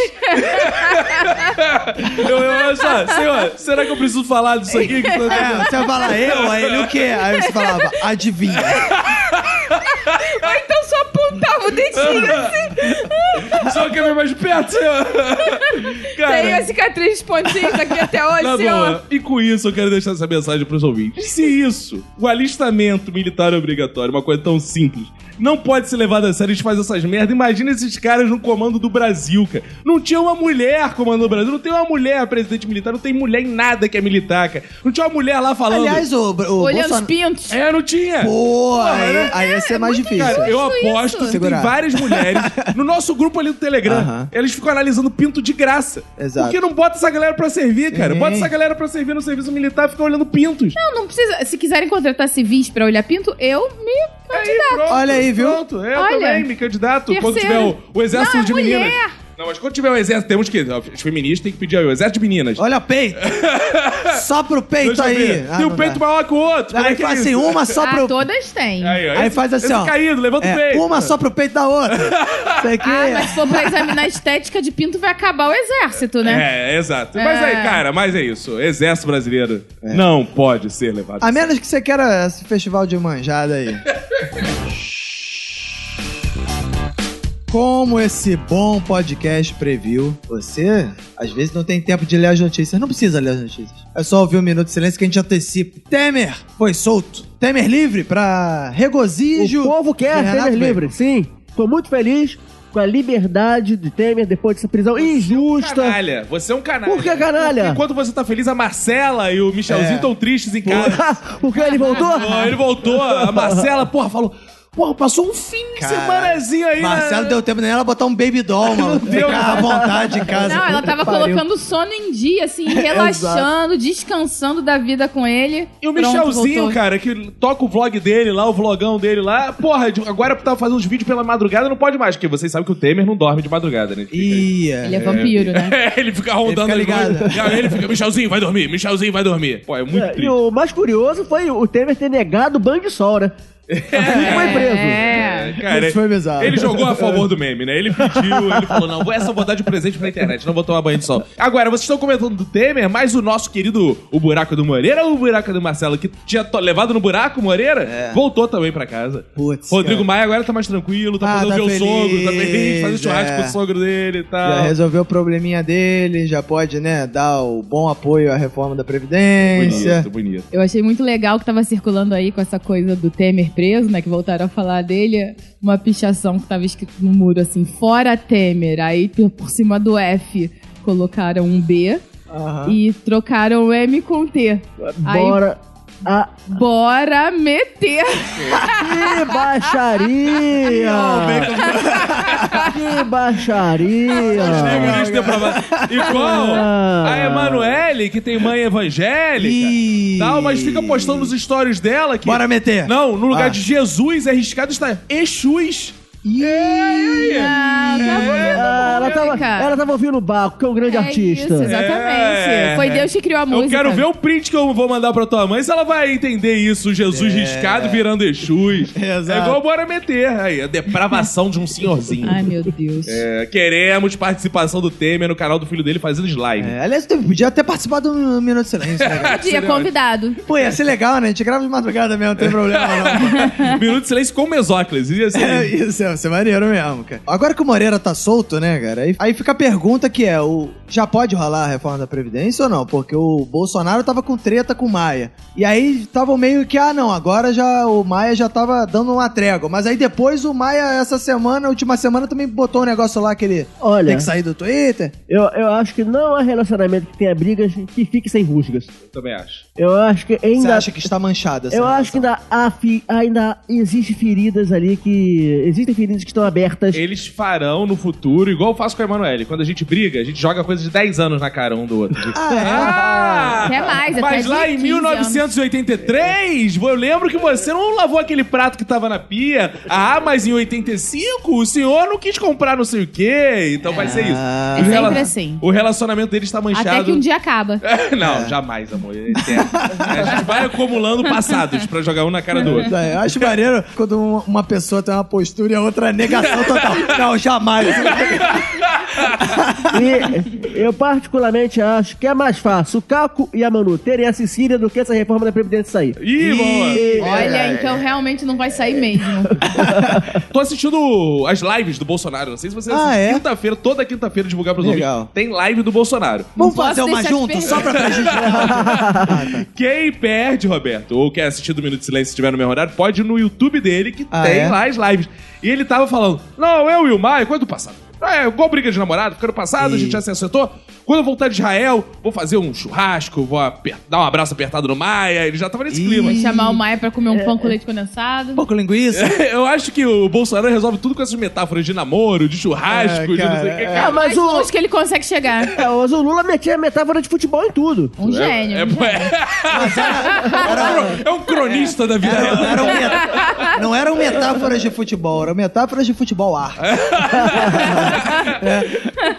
Speaker 4: eu, eu, olha só, senhor, será que eu preciso falar disso aqui? Que tá-
Speaker 2: É, você vai falar eu, aí ele o quê? Aí você falava, adivinha.
Speaker 3: Ou então só apontava o dedinho assim.
Speaker 4: Só que é bem mais perto, senhor.
Speaker 3: Tem a cicatriz de pontinhos aqui até hoje,
Speaker 4: Na
Speaker 3: senhor.
Speaker 4: boa. E com isso, eu quero deixar essa mensagem pros ouvintes. Se isso, o alistamento militar é obrigatório, uma coisa tão simples, não pode ser levado a sério, a gente faz essas merdas. Imagina esses caras no comando do Brasil, cara. Não tinha uma mulher comandando o Brasil, não tem uma mulher presidente militar, não tem mulher em nada que é militar, cara. Não tinha uma mulher lá falando.
Speaker 2: Aliás, o, o
Speaker 3: Olhando os
Speaker 2: Bolsonaro...
Speaker 3: pintos.
Speaker 4: é, não tinha.
Speaker 2: Pô, aí,
Speaker 4: né?
Speaker 2: aí ia ser mais difícil.
Speaker 4: Cara, eu aposto que
Speaker 2: Segurar.
Speaker 4: tem várias mulheres no nosso grupo ali do Telegram.
Speaker 2: Aham.
Speaker 4: Eles ficam analisando pinto de graça.
Speaker 2: Exato. É.
Speaker 4: Porque não bota essa galera pra servir, cara.
Speaker 2: Sim.
Speaker 4: Bota essa galera pra servir no serviço militar e fica olhando pintos.
Speaker 3: Não, não precisa. Se quiserem contratar civis pra olhar pinto, eu me candidato.
Speaker 4: Pronto,
Speaker 2: Olha aí, viu?
Speaker 4: Pronto, É, eu
Speaker 3: Olha.
Speaker 4: também me candidato. Quando tiver
Speaker 3: Terceiro.
Speaker 4: o, o exército
Speaker 3: Não, é
Speaker 4: de
Speaker 3: mulher.
Speaker 4: meninas. Não, mas quando tiver o exército, temos que. As feministas têm que pedir aí, o exército de meninas.
Speaker 2: Olha o peito. só pro peito
Speaker 4: Deixa eu
Speaker 2: aí.
Speaker 4: ver.
Speaker 2: Ah,
Speaker 4: Tem
Speaker 2: não
Speaker 4: um peito
Speaker 2: dá.
Speaker 4: maior que o outro. Como é
Speaker 2: Aí
Speaker 4: que é
Speaker 2: faz assim,
Speaker 4: isso?
Speaker 2: uma só
Speaker 3: Ah,
Speaker 2: pro...
Speaker 3: todas têm.
Speaker 4: ó,
Speaker 2: Aí
Speaker 4: esse-
Speaker 2: faz assim,
Speaker 4: esse
Speaker 2: ó.
Speaker 4: caído, levanta o
Speaker 2: É,
Speaker 4: peito.
Speaker 2: uma só pro peito da outra. Isso aqui... é-
Speaker 3: Ah, mas se for pra examinar a estética de pinto, vai acabar o exército, né?
Speaker 4: É, exato. Mas aí,
Speaker 3: É.
Speaker 4: cara, mas é isso. Exército brasileiro não pode ser levado
Speaker 2: É. A
Speaker 4: sério.
Speaker 2: menos que você queira esse festival de manjada aí. Como esse bom podcast previu, você às vezes não tem tempo de ler as notícias. Não precisa ler as notícias. É só ouvir um minuto de silêncio que a gente antecipa. Temer foi solto. Temer livre pra regozijo.
Speaker 5: O povo quer
Speaker 2: de Renato
Speaker 5: Temer
Speaker 2: Weber.
Speaker 5: livre, sim. Tô muito feliz com a liberdade de Temer depois dessa prisão injusta.
Speaker 4: Canalha, você é um canalha.
Speaker 5: Por que, caralho?
Speaker 4: Enquanto você tá feliz, a Marcela e o Michelzinho
Speaker 2: É.
Speaker 4: tão tristes em casa.
Speaker 5: Porque ele voltou?
Speaker 4: Pô, ele voltou, a Marcela, porra, falou. Porra, passou um fim de
Speaker 2: Caralho.
Speaker 4: semanazinho aí.
Speaker 2: Marcelo
Speaker 4: né?
Speaker 2: deu tempo nela botar um baby doll, mano.
Speaker 4: deu.
Speaker 2: Ficar à vontade em casa.
Speaker 3: Não, ela
Speaker 2: Puta
Speaker 3: tava
Speaker 2: que pariu. É,
Speaker 3: colocando o sono em dia, assim, relaxando, descansando da vida com ele.
Speaker 4: E o
Speaker 3: Pronto,
Speaker 4: Michelzinho,
Speaker 3: voltou.
Speaker 4: cara, que toca o vlog dele lá, o vlogão dele lá. Porra, de- agora tava fazendo uns vídeos pela madrugada, não pode mais, porque vocês sabem que o Temer não dorme de madrugada, né? Ele fica-
Speaker 2: Ia.
Speaker 3: Ele é vampiro, né?
Speaker 4: É, ele fica rondando
Speaker 2: Ele fica
Speaker 4: as
Speaker 2: ligado.
Speaker 4: coisas. E aí ele fica, Michelzinho, vai dormir, Michelzinho, vai dormir. Pô, é muito
Speaker 5: É,
Speaker 4: triste.
Speaker 5: E o mais curioso foi o Temer ter negado o banho de sol, né? Assim que foi preso.
Speaker 3: É.
Speaker 4: Cara,
Speaker 2: Isso foi bizarro.
Speaker 4: Ele jogou a favor do meme, né? Ele pediu, ele falou: não, essa eu vou dar de presente pra internet, não vou tomar banho de sol. Agora, vocês estão comentando do Temer, mas o nosso querido o buraco do Moreira ou o buraco do Marcelo, que tinha to- levado no buraco o Moreira, voltou também pra casa.
Speaker 2: Putz,
Speaker 4: Rodrigo
Speaker 2: cara.
Speaker 4: Maia agora tá mais tranquilo, tá
Speaker 2: Ah,
Speaker 4: podendo
Speaker 2: tá
Speaker 4: ver o sogro, tá
Speaker 2: feliz,
Speaker 4: feliz, faz o churrasco
Speaker 2: é.
Speaker 4: com o sogro dele e tal.
Speaker 2: Já resolveu o probleminha dele, já pode, né, dar o bom apoio à reforma da Previdência.
Speaker 4: Bonito, bonito.
Speaker 3: Eu achei muito legal que tava circulando aí com essa coisa do Temer preso, né? Que voltaram a falar dele. Uma pichação que tava escrito no muro assim, fora Temer. Aí por por cima do F colocaram um B
Speaker 2: Aham.
Speaker 3: e trocaram o M com T.
Speaker 5: Bora. a
Speaker 3: Bora meter.
Speaker 5: Que baixaria! que
Speaker 2: Ah.
Speaker 5: baixaria!
Speaker 4: Comunista depravado. Igual a Emanuele, que tem mãe evangélica.
Speaker 2: Ih.
Speaker 4: Tal, mas fica postando nos stories dela que.
Speaker 2: Bora meter.
Speaker 4: Não, no lugar
Speaker 2: Ah.
Speaker 4: de Jesus é arriscado estar Exus.
Speaker 2: Ih.
Speaker 3: Ah, tá ouvindo
Speaker 5: Ah, ela,
Speaker 3: música.
Speaker 5: tava, ela tava ouvindo o Baco, que é um grande
Speaker 3: É
Speaker 5: artista.
Speaker 3: Isso, exatamente.
Speaker 4: É.
Speaker 3: Foi Deus que criou a música.
Speaker 4: Eu quero ver o print que eu vou mandar pra tua mãe se ela vai entender isso, Jesus riscado virando Exus.
Speaker 2: É. Exato.
Speaker 4: É igual Bora Meter. Aí, a depravação de um senhorzinho.
Speaker 3: Ai, meu Deus.
Speaker 4: É, queremos participação do Temer no canal do filho dele fazendo slime.
Speaker 2: É, aliás, tu podia até participar do Minuto de Silêncio. Né? cara?
Speaker 3: Podia, convidado.
Speaker 2: Pô, ia ser legal, né? A gente grava de madrugada mesmo, não tem problema não.
Speaker 4: Minuto de silêncio com mesóclise. Ia ser
Speaker 2: É, isso, é, isso é maneiro mesmo, cara. Agora que o Moreira tá solto, né, cara? Aí, aí fica a pergunta que é, o, já pode rolar a reforma da Previdência ou não? Porque o Bolsonaro tava com treta com o Maia. E aí tava meio que, ah, não, agora já o Maia já tava dando uma trégua. Mas aí depois o Maia, essa semana, última semana, também botou um negócio lá que ele
Speaker 5: Olha,
Speaker 2: tem que sair do Twitter.
Speaker 5: eu, eu acho que não há relacionamento que tenha brigas que fique sem rusgas.
Speaker 4: Eu também acho.
Speaker 5: Eu acho que
Speaker 2: Você
Speaker 5: ainda.
Speaker 2: acha que está manchada essa
Speaker 5: Eu
Speaker 2: relação?
Speaker 5: acho que ainda, há fi- ainda existem feridas ali que. Existem feridas que estão abertas.
Speaker 4: Eles farão no futuro, igual eu faço com a Emanuele. Quando a gente briga, a gente joga coisa de 10 anos na cara um do outro.
Speaker 2: é?
Speaker 4: Ah,
Speaker 3: Até mais, até
Speaker 4: Mas
Speaker 3: de
Speaker 4: lá em
Speaker 3: 15
Speaker 4: 1983, eu lembro que você não lavou aquele prato que tava na pia. Ah, mas em 85 o senhor não quis comprar não sei o quê. Então vai ser isso.
Speaker 2: Ah.
Speaker 3: É
Speaker 4: O
Speaker 3: sempre
Speaker 4: rela-
Speaker 3: assim.
Speaker 4: O relacionamento deles tá manchado.
Speaker 3: Até que um dia acaba.
Speaker 4: É. Não, jamais, amor. É eterno. a gente vai acumulando passados pra jogar um na cara do outro.
Speaker 2: É, Eu acho maneiro quando um- uma pessoa tem uma postura e a outra é negação total. Não, jamais.
Speaker 5: E eu particularmente acho que é mais fácil o Caco e a Manu terem a Cecília do que essa reforma da Previdência sair.
Speaker 4: Ih, boa.
Speaker 3: Olha,
Speaker 4: É.
Speaker 3: então realmente não vai sair mesmo.
Speaker 4: Tô assistindo as lives do Bolsonaro. Não sei se você
Speaker 2: Ah,
Speaker 4: assiste
Speaker 2: é?
Speaker 4: quinta-feira, toda quinta-feira divulgar pros
Speaker 2: Legal.
Speaker 4: ouvintes. Tem live do Bolsonaro.
Speaker 2: Vamos
Speaker 3: posso
Speaker 2: fazer uma
Speaker 3: deixar de
Speaker 2: junto,
Speaker 3: perder.
Speaker 2: só pra prejudicar.
Speaker 4: Quem perde, Roberto, ou quer assistir do Minuto de Silêncio se tiver no mesmo horário, pode ir no YouTube dele, que
Speaker 2: Ah,
Speaker 4: tem
Speaker 2: é?
Speaker 4: lá as lives. E ele tava falando: Não, eu e o Maio, coisa do passado. É, igual briga de namorado, fica no passado, a gente já se acertou. Quando eu voltar de Israel, vou fazer um churrasco, vou aper- dar um abraço apertado no Maia. Ele já tava nesse clima. assim.
Speaker 3: Vou chamar o Maia pra comer
Speaker 2: É.
Speaker 3: um pão com leite condensado.
Speaker 2: Um pouco linguiça.
Speaker 4: Eu acho que o Bolsonaro resolve tudo com essas metáforas de namoro, de churrasco,
Speaker 2: É,
Speaker 4: de não sei o
Speaker 2: cara,
Speaker 4: que.
Speaker 2: é.
Speaker 5: Ah, mas
Speaker 3: Mais
Speaker 5: o,
Speaker 3: longe que ele consegue chegar.
Speaker 5: é, mas o Lula metia a metáfora de futebol em tudo.
Speaker 3: Um gênio.
Speaker 4: É,
Speaker 3: um gênio.
Speaker 4: é um cronista da vida real.
Speaker 2: Não eram, met- não eram metáforas de futebol, eram metáforas de futebol ar.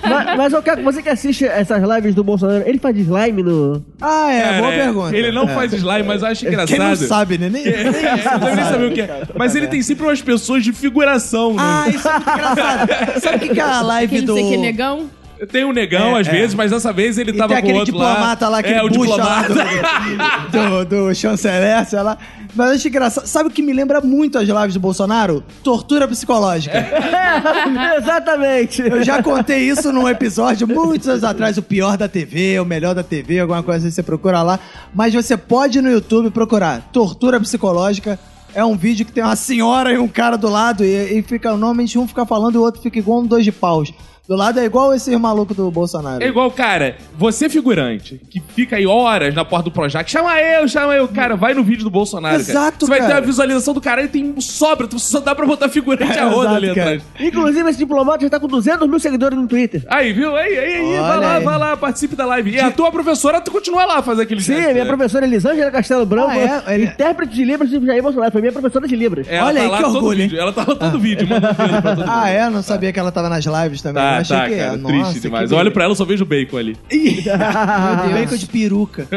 Speaker 5: mas, mas eu quero, você que assiste essas lives do Bolsonaro, ele faz slime no.
Speaker 2: Ah, é,
Speaker 4: Cara,
Speaker 2: boa
Speaker 4: é,
Speaker 2: pergunta.
Speaker 4: Ele não
Speaker 2: É.
Speaker 4: faz slime, mas eu acho
Speaker 2: Quem não
Speaker 4: engraçado.
Speaker 2: sabe, né? Nem...
Speaker 4: É, eu também sabia o que é. Mas ele tem sempre umas pessoas de figuração. né?
Speaker 2: Ah, isso é muito engraçado. Sabe o que, que é a live
Speaker 3: Quem
Speaker 2: do.
Speaker 3: não sei que negão.
Speaker 4: Tem o negão, às vezes, mas dessa vez ele
Speaker 2: É, E
Speaker 4: tava
Speaker 2: tem
Speaker 4: com o
Speaker 2: aquele
Speaker 4: outro
Speaker 2: diplomata lá,
Speaker 4: lá.
Speaker 2: que
Speaker 4: é, o
Speaker 2: bucha lá
Speaker 4: diplomata.
Speaker 2: do, do, do chanceler, sei lá. Mas eu acho engraçado. Sabe o que me lembra muito as lives do Bolsonaro? Tortura psicológica.
Speaker 5: É, exatamente.
Speaker 2: Eu já contei isso num episódio muitos anos atrás, o pior da TV, o melhor da TV, alguma coisa assim, você procura lá. Mas você pode ir no YouTube procurar tortura psicológica. É um vídeo que tem uma senhora e um cara do lado e, e fica normalmente um fica falando e o outro fica igual um dois de paus. Do lado é igual esse maluco do Bolsonaro.
Speaker 4: É igual, cara, você figurante, que fica aí horas na porta do Projac, chama eu, chama eu, cara, vai no vídeo do Bolsonaro, cara.
Speaker 2: Exato,
Speaker 4: Você vai ter
Speaker 2: cara.
Speaker 4: a visualização do caralho, tem um sobra, tu só dá pra botar figurante a roda
Speaker 2: Exato,
Speaker 4: ali
Speaker 2: cara.
Speaker 4: atrás.
Speaker 5: Inclusive, esse diplomata já tá com 200 mil seguidores no Twitter.
Speaker 4: Aí, viu? Aí, aí, aí, vai
Speaker 2: Olha
Speaker 4: lá,
Speaker 2: aí.
Speaker 4: vai lá, participe da live. E a tua professora, tu continua lá fazendo aquele
Speaker 5: Sim,
Speaker 4: gesto,
Speaker 5: a minha
Speaker 4: né?
Speaker 5: professora Elisângela Castelo Branco,
Speaker 2: Ah, é? Ele-
Speaker 5: intérprete de Libras de Jair Bolsonaro, foi minha professora de Libras.
Speaker 4: Ela
Speaker 2: Olha
Speaker 4: tá
Speaker 2: aí,
Speaker 4: lá
Speaker 2: que
Speaker 4: todo
Speaker 2: orgulho,
Speaker 4: vídeo. Ela tá lá todo vídeo, mandando vídeo pra todo
Speaker 2: Ah, é? Não sabia que ela tava nas lives também. Eu
Speaker 4: Tá,
Speaker 2: achei
Speaker 4: tá,
Speaker 2: que é.
Speaker 4: cara,
Speaker 2: Nossa,
Speaker 4: triste
Speaker 2: que
Speaker 4: demais.
Speaker 2: beleza.
Speaker 4: Olha pra ela, eu só vejo bacon ali.
Speaker 2: Meu Deus. Bacon de peruca.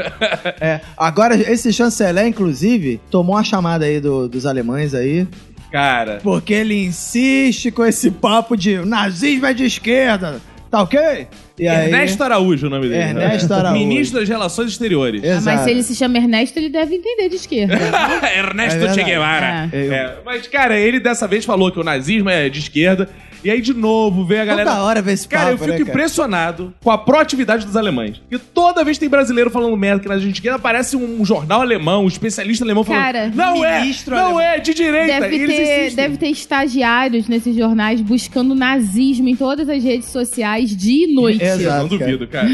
Speaker 2: É, agora, esse chanceler, inclusive, tomou uma chamada aí do- dos alemães aí,
Speaker 4: Cara,
Speaker 2: porque ele insiste com esse papo de nazismo é de esquerda, tá ok? E aí,
Speaker 4: Ernesto Araújo o nome dele.
Speaker 2: Ernesto
Speaker 4: né?
Speaker 2: Araújo. É.
Speaker 4: Ministro das Relações Exteriores.
Speaker 3: Ah,
Speaker 2: Exato.
Speaker 3: mas se ele se chama Ernesto, ele deve entender de esquerda.
Speaker 4: Ernesto
Speaker 2: É verdade.
Speaker 4: Che Guevara.
Speaker 2: É.
Speaker 4: É, mas, cara, ele dessa vez falou que o nazismo é de esquerda. E aí, de novo, vem a galera...
Speaker 2: Toda hora ver esse
Speaker 4: Cara, eu
Speaker 2: papo,
Speaker 4: fico
Speaker 2: né, cara?
Speaker 4: impressionado com a proatividade dos alemães. Porque toda vez que tem brasileiro falando merda que na esquerda, aparece um jornal alemão, um especialista alemão falando.
Speaker 3: Cara,
Speaker 4: não é!
Speaker 2: ministro
Speaker 4: Não
Speaker 2: alemão."
Speaker 4: é, de direita! e
Speaker 3: Deve
Speaker 4: eles
Speaker 3: ter,
Speaker 4: insistem.
Speaker 3: deve ter estagiários nesses jornais buscando nazismo em todas as redes sociais dia e noite.
Speaker 4: Eu
Speaker 2: Exato,
Speaker 4: não duvido, cara.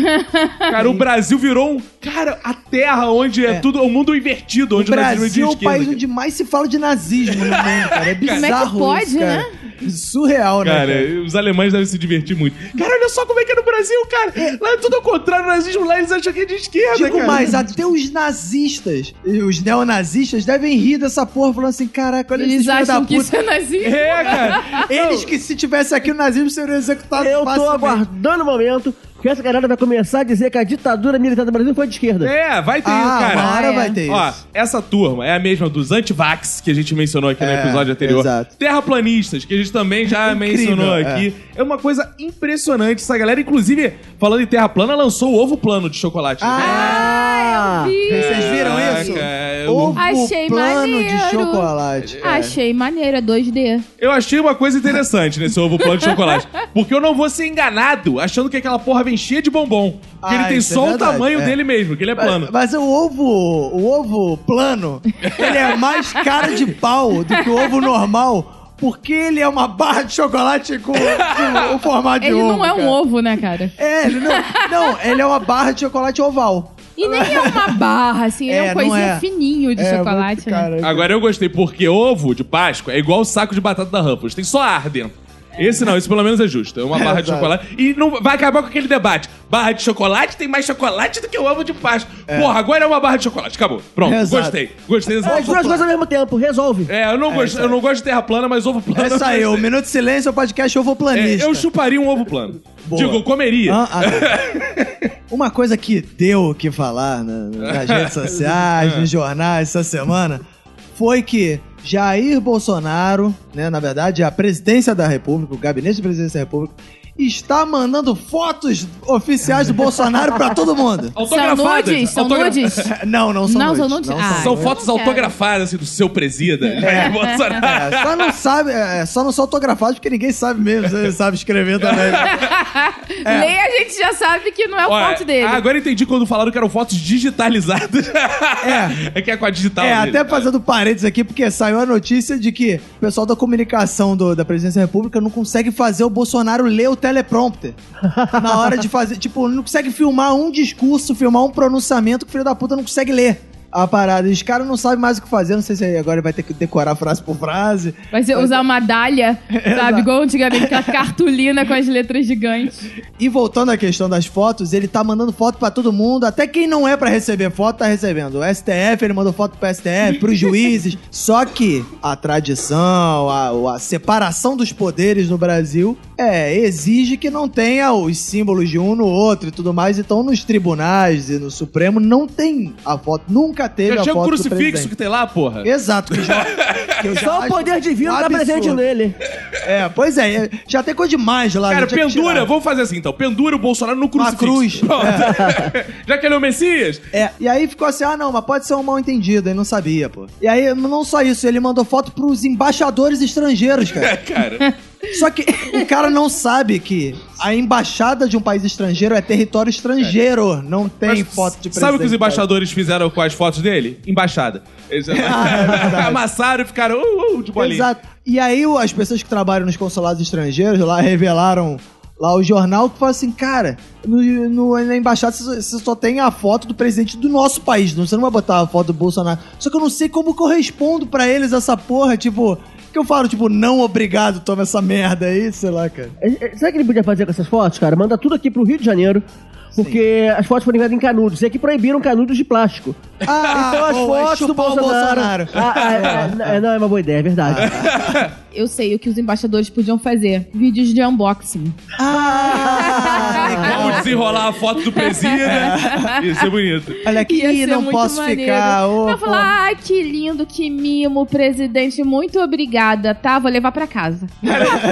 Speaker 4: Cara, o Brasil virou um. Cara, a terra onde é,
Speaker 2: É.
Speaker 4: tudo. O mundo invertido,
Speaker 2: O
Speaker 4: onde
Speaker 2: Brasil é o país
Speaker 4: o nazismo é de esquerda.
Speaker 2: onde mais se fala de nazismo no mundo, cara. É
Speaker 3: é que
Speaker 2: bizarro
Speaker 3: pode,
Speaker 2: isso, cara. né? Surreal, né?
Speaker 4: Cara, os alemães devem se divertir muito. Cara, olha só como é que é no Brasil, cara. Lá é tudo ao contrário, o nazismo lá eles acham que é de esquerda,
Speaker 2: Digo
Speaker 4: cara.
Speaker 2: mais, até os nazistas, e os neonazistas devem rir dessa porra, falando assim, caraca, olha
Speaker 3: Eles
Speaker 2: esses filhos da
Speaker 3: acham
Speaker 2: puta.
Speaker 3: que isso é nazismo.
Speaker 4: É, cara.
Speaker 2: Eles que se tivesse aqui o nazismo seriam executados
Speaker 5: Eu tô
Speaker 2: facilmente.
Speaker 5: aguardando o momento que essa galera vai começar a dizer que a ditadura militar do Brasil foi de esquerda.
Speaker 4: É, vai ter isso,
Speaker 2: Ah,
Speaker 4: cara.
Speaker 2: uma hora
Speaker 3: Ah, é.
Speaker 2: vai ter
Speaker 4: Ó,
Speaker 2: isso.
Speaker 4: essa turma é a mesma dos antivax que a gente mencionou aqui no
Speaker 2: É,
Speaker 4: episódio anterior.
Speaker 2: exato.
Speaker 4: Terraplanistas, que a gente também já
Speaker 2: Incrível,
Speaker 4: mencionou aqui. É. uma coisa impressionante. Essa galera, inclusive, falando em terra plana, lançou o ovo plano de chocolate.
Speaker 2: Ah, vocês viram
Speaker 4: Caraca, é
Speaker 2: isso?
Speaker 4: eu
Speaker 2: Ovo
Speaker 3: Achei
Speaker 2: plano de
Speaker 3: maneiro.
Speaker 2: chocolate. cara.
Speaker 3: Achei maneiro, é 2D.
Speaker 4: Eu achei uma coisa interessante nesse ovo plano de chocolate. Porque eu não vou ser enganado achando que aquela porra vem cheia de bombom.
Speaker 2: Ah,
Speaker 4: Porque ele tem
Speaker 2: isso é
Speaker 4: só o
Speaker 2: verdade,
Speaker 4: tamanho
Speaker 2: é.
Speaker 4: dele mesmo, que ele é plano.
Speaker 2: Mas, mas o ovo, o ovo plano, ele é mais cara de pau do que o ovo normal, porque ele é uma barra de chocolate com, com o formato de
Speaker 3: Ele
Speaker 2: ovo.
Speaker 3: não é um
Speaker 2: cara.
Speaker 3: ovo, né, cara?
Speaker 2: É, ele não, não, ele é uma barra de chocolate oval.
Speaker 3: E nem é uma barra, assim,
Speaker 2: É,
Speaker 3: é,
Speaker 2: não
Speaker 3: um coisinha
Speaker 2: é.
Speaker 3: fininho de
Speaker 2: É,
Speaker 3: chocolate,
Speaker 2: muito-
Speaker 3: né?
Speaker 2: cara,
Speaker 4: Agora eu gostei, porque ovo de Páscoa é igual o saco de batata da Ruffles, tem só ar dentro. Esse não, esse pelo menos é justo. É uma barra de
Speaker 2: exato.
Speaker 4: chocolate. E não vai acabar com aquele debate. Barra de chocolate tem mais chocolate do que o ovo de Páscoa. Porra, agora é uma barra de chocolate. Acabou. Pronto,
Speaker 2: Exato.
Speaker 4: gostei. Gostei desse
Speaker 5: As
Speaker 4: ovo.
Speaker 5: duas coisas ao mesmo tempo, resolve.
Speaker 4: É, eu não, gosto, eu não gosto de terra plana, mas ovo plano.
Speaker 2: É isso aí, o
Speaker 4: gostei.
Speaker 2: Minuto de Silêncio é o podcast
Speaker 4: É,
Speaker 2: ovoplanista.
Speaker 4: eu chuparia um ovo plano.
Speaker 2: Boa.
Speaker 4: Digo, eu comeria.
Speaker 2: Ah, ah, tá. Uma coisa que deu o que falar na- nas redes sociais, nos jornais essa semana, foi que Jair Bolsonaro, né, na verdade, a presidência da República, o gabinete da presidência da República, está mandando fotos oficiais do Bolsonaro para todo mundo.
Speaker 3: São
Speaker 4: Autografadas.
Speaker 3: nudes? São
Speaker 4: Autogra-
Speaker 3: nudes?
Speaker 2: Não, não são
Speaker 3: Não,
Speaker 2: nudes,
Speaker 3: são nudes? Ah,
Speaker 4: São
Speaker 3: eu
Speaker 4: fotos
Speaker 3: não quero.
Speaker 4: autografadas assim, do seu presida. Jair Bolsonaro.
Speaker 2: É, só não sabe, é, só não são autografados porque ninguém sabe mesmo, você sabe escrever também.
Speaker 3: Lei a gente já sabe que não é o
Speaker 4: Olha,
Speaker 3: ponto dele.
Speaker 4: ah, Agora eu entendi quando falaram que eram fotos digitalizadas. É. que é com a digital.
Speaker 2: É,
Speaker 4: dele.
Speaker 2: até fazendo parênteses aqui, porque saiu a notícia de que o pessoal da comunicação do- da presidência da República não consegue fazer o Bolsonaro ler o teleprompter. na hora de fazer. Tipo, não consegue filmar um discurso, filmar um pronunciamento que o filho da puta não consegue ler. A parada. E Os caras não sabem mais o que fazer. Não sei se agora ele vai ter que decorar frase por frase.
Speaker 3: Vai ser usar uma dália, sabe? Igual antigamente, aquela cartolina com as letras gigantes.
Speaker 2: E voltando à questão das fotos, ele tá mandando foto pra todo mundo, até quem não é pra receber foto tá recebendo. O STF, ele mandou foto pro STF, pros juízes. Só que a tradição, a, a separação dos poderes no Brasil, é, exige que não tenha os símbolos de um no outro e tudo mais. Então nos tribunais e no Supremo não tem a foto, nunca teve
Speaker 4: Já
Speaker 2: a
Speaker 4: tinha um
Speaker 2: foto do
Speaker 4: crucifixo
Speaker 2: presidente.
Speaker 4: que tem lá, porra.
Speaker 2: Exato, que já, que eu já
Speaker 5: Só o
Speaker 2: acho
Speaker 5: poder divino
Speaker 2: um
Speaker 5: tá presente
Speaker 2: absurdo.
Speaker 5: nele.
Speaker 2: É, pois é, já tem coisa demais lá.
Speaker 4: Cara,
Speaker 2: já tinha que
Speaker 4: pendura,
Speaker 2: tirar.
Speaker 4: vamos fazer assim então. Pendura o Bolsonaro no crucifixo.
Speaker 2: cruz.
Speaker 4: Pronto. Já que ele é o Messias,
Speaker 2: É, e aí ficou assim, ah não, mas pode ser um mal entendido, ele não sabia, pô. E aí, não só isso, ele mandou foto pros embaixadores estrangeiros, cara.
Speaker 4: É, cara.
Speaker 2: só que o cara não sabe que a embaixada de um país estrangeiro é território estrangeiro, não tem
Speaker 4: Mas
Speaker 2: foto de presidente. Ah,
Speaker 4: Sabe o que os embaixadores fizeram com as fotos dele? Embaixada.
Speaker 2: é
Speaker 4: Eles amassaram e ficaram uh, uh, de bolinha.
Speaker 2: Exato. E aí o- as pessoas que trabalham nos consulados estrangeiros lá revelaram lá o jornal que fala assim, cara, no, no- na embaixada você só- você só tem a foto do presidente do nosso país, não, você não vai botar a foto do Bolsonaro. Só que eu não sei como que eu respondo pra eles essa porra, tipo, que eu falo, tipo, não obrigado, toma essa merda aí, sei lá, cara.
Speaker 5: É, é, Sabe o que ele podia fazer com essas fotos, cara? Manda tudo aqui pro Rio de Janeiro. Porque as fotos foram enviadas em canudos. E aqui proibiram canudos de plástico.
Speaker 2: Ah,
Speaker 5: então as
Speaker 2: boa, é
Speaker 5: fotos do
Speaker 2: chupar o
Speaker 5: Bolsonaro.
Speaker 2: Bolsonaro.
Speaker 5: Ah, ah, é, é, não, é uma boa ideia, é verdade.
Speaker 3: Eu sei o que os embaixadores podiam fazer. Vídeos de unboxing.
Speaker 2: Ah, legal.
Speaker 4: Vamos desenrolar a foto do presida. Isso é bonito.
Speaker 2: Olha aqui,
Speaker 3: Ia ser
Speaker 2: não
Speaker 3: muito
Speaker 2: posso
Speaker 3: maneiro.
Speaker 2: ficar. ô,
Speaker 3: eu
Speaker 2: pô.
Speaker 3: falar, ai, que lindo, que mimo, presidente, muito obrigada, tá? Vou levar pra casa.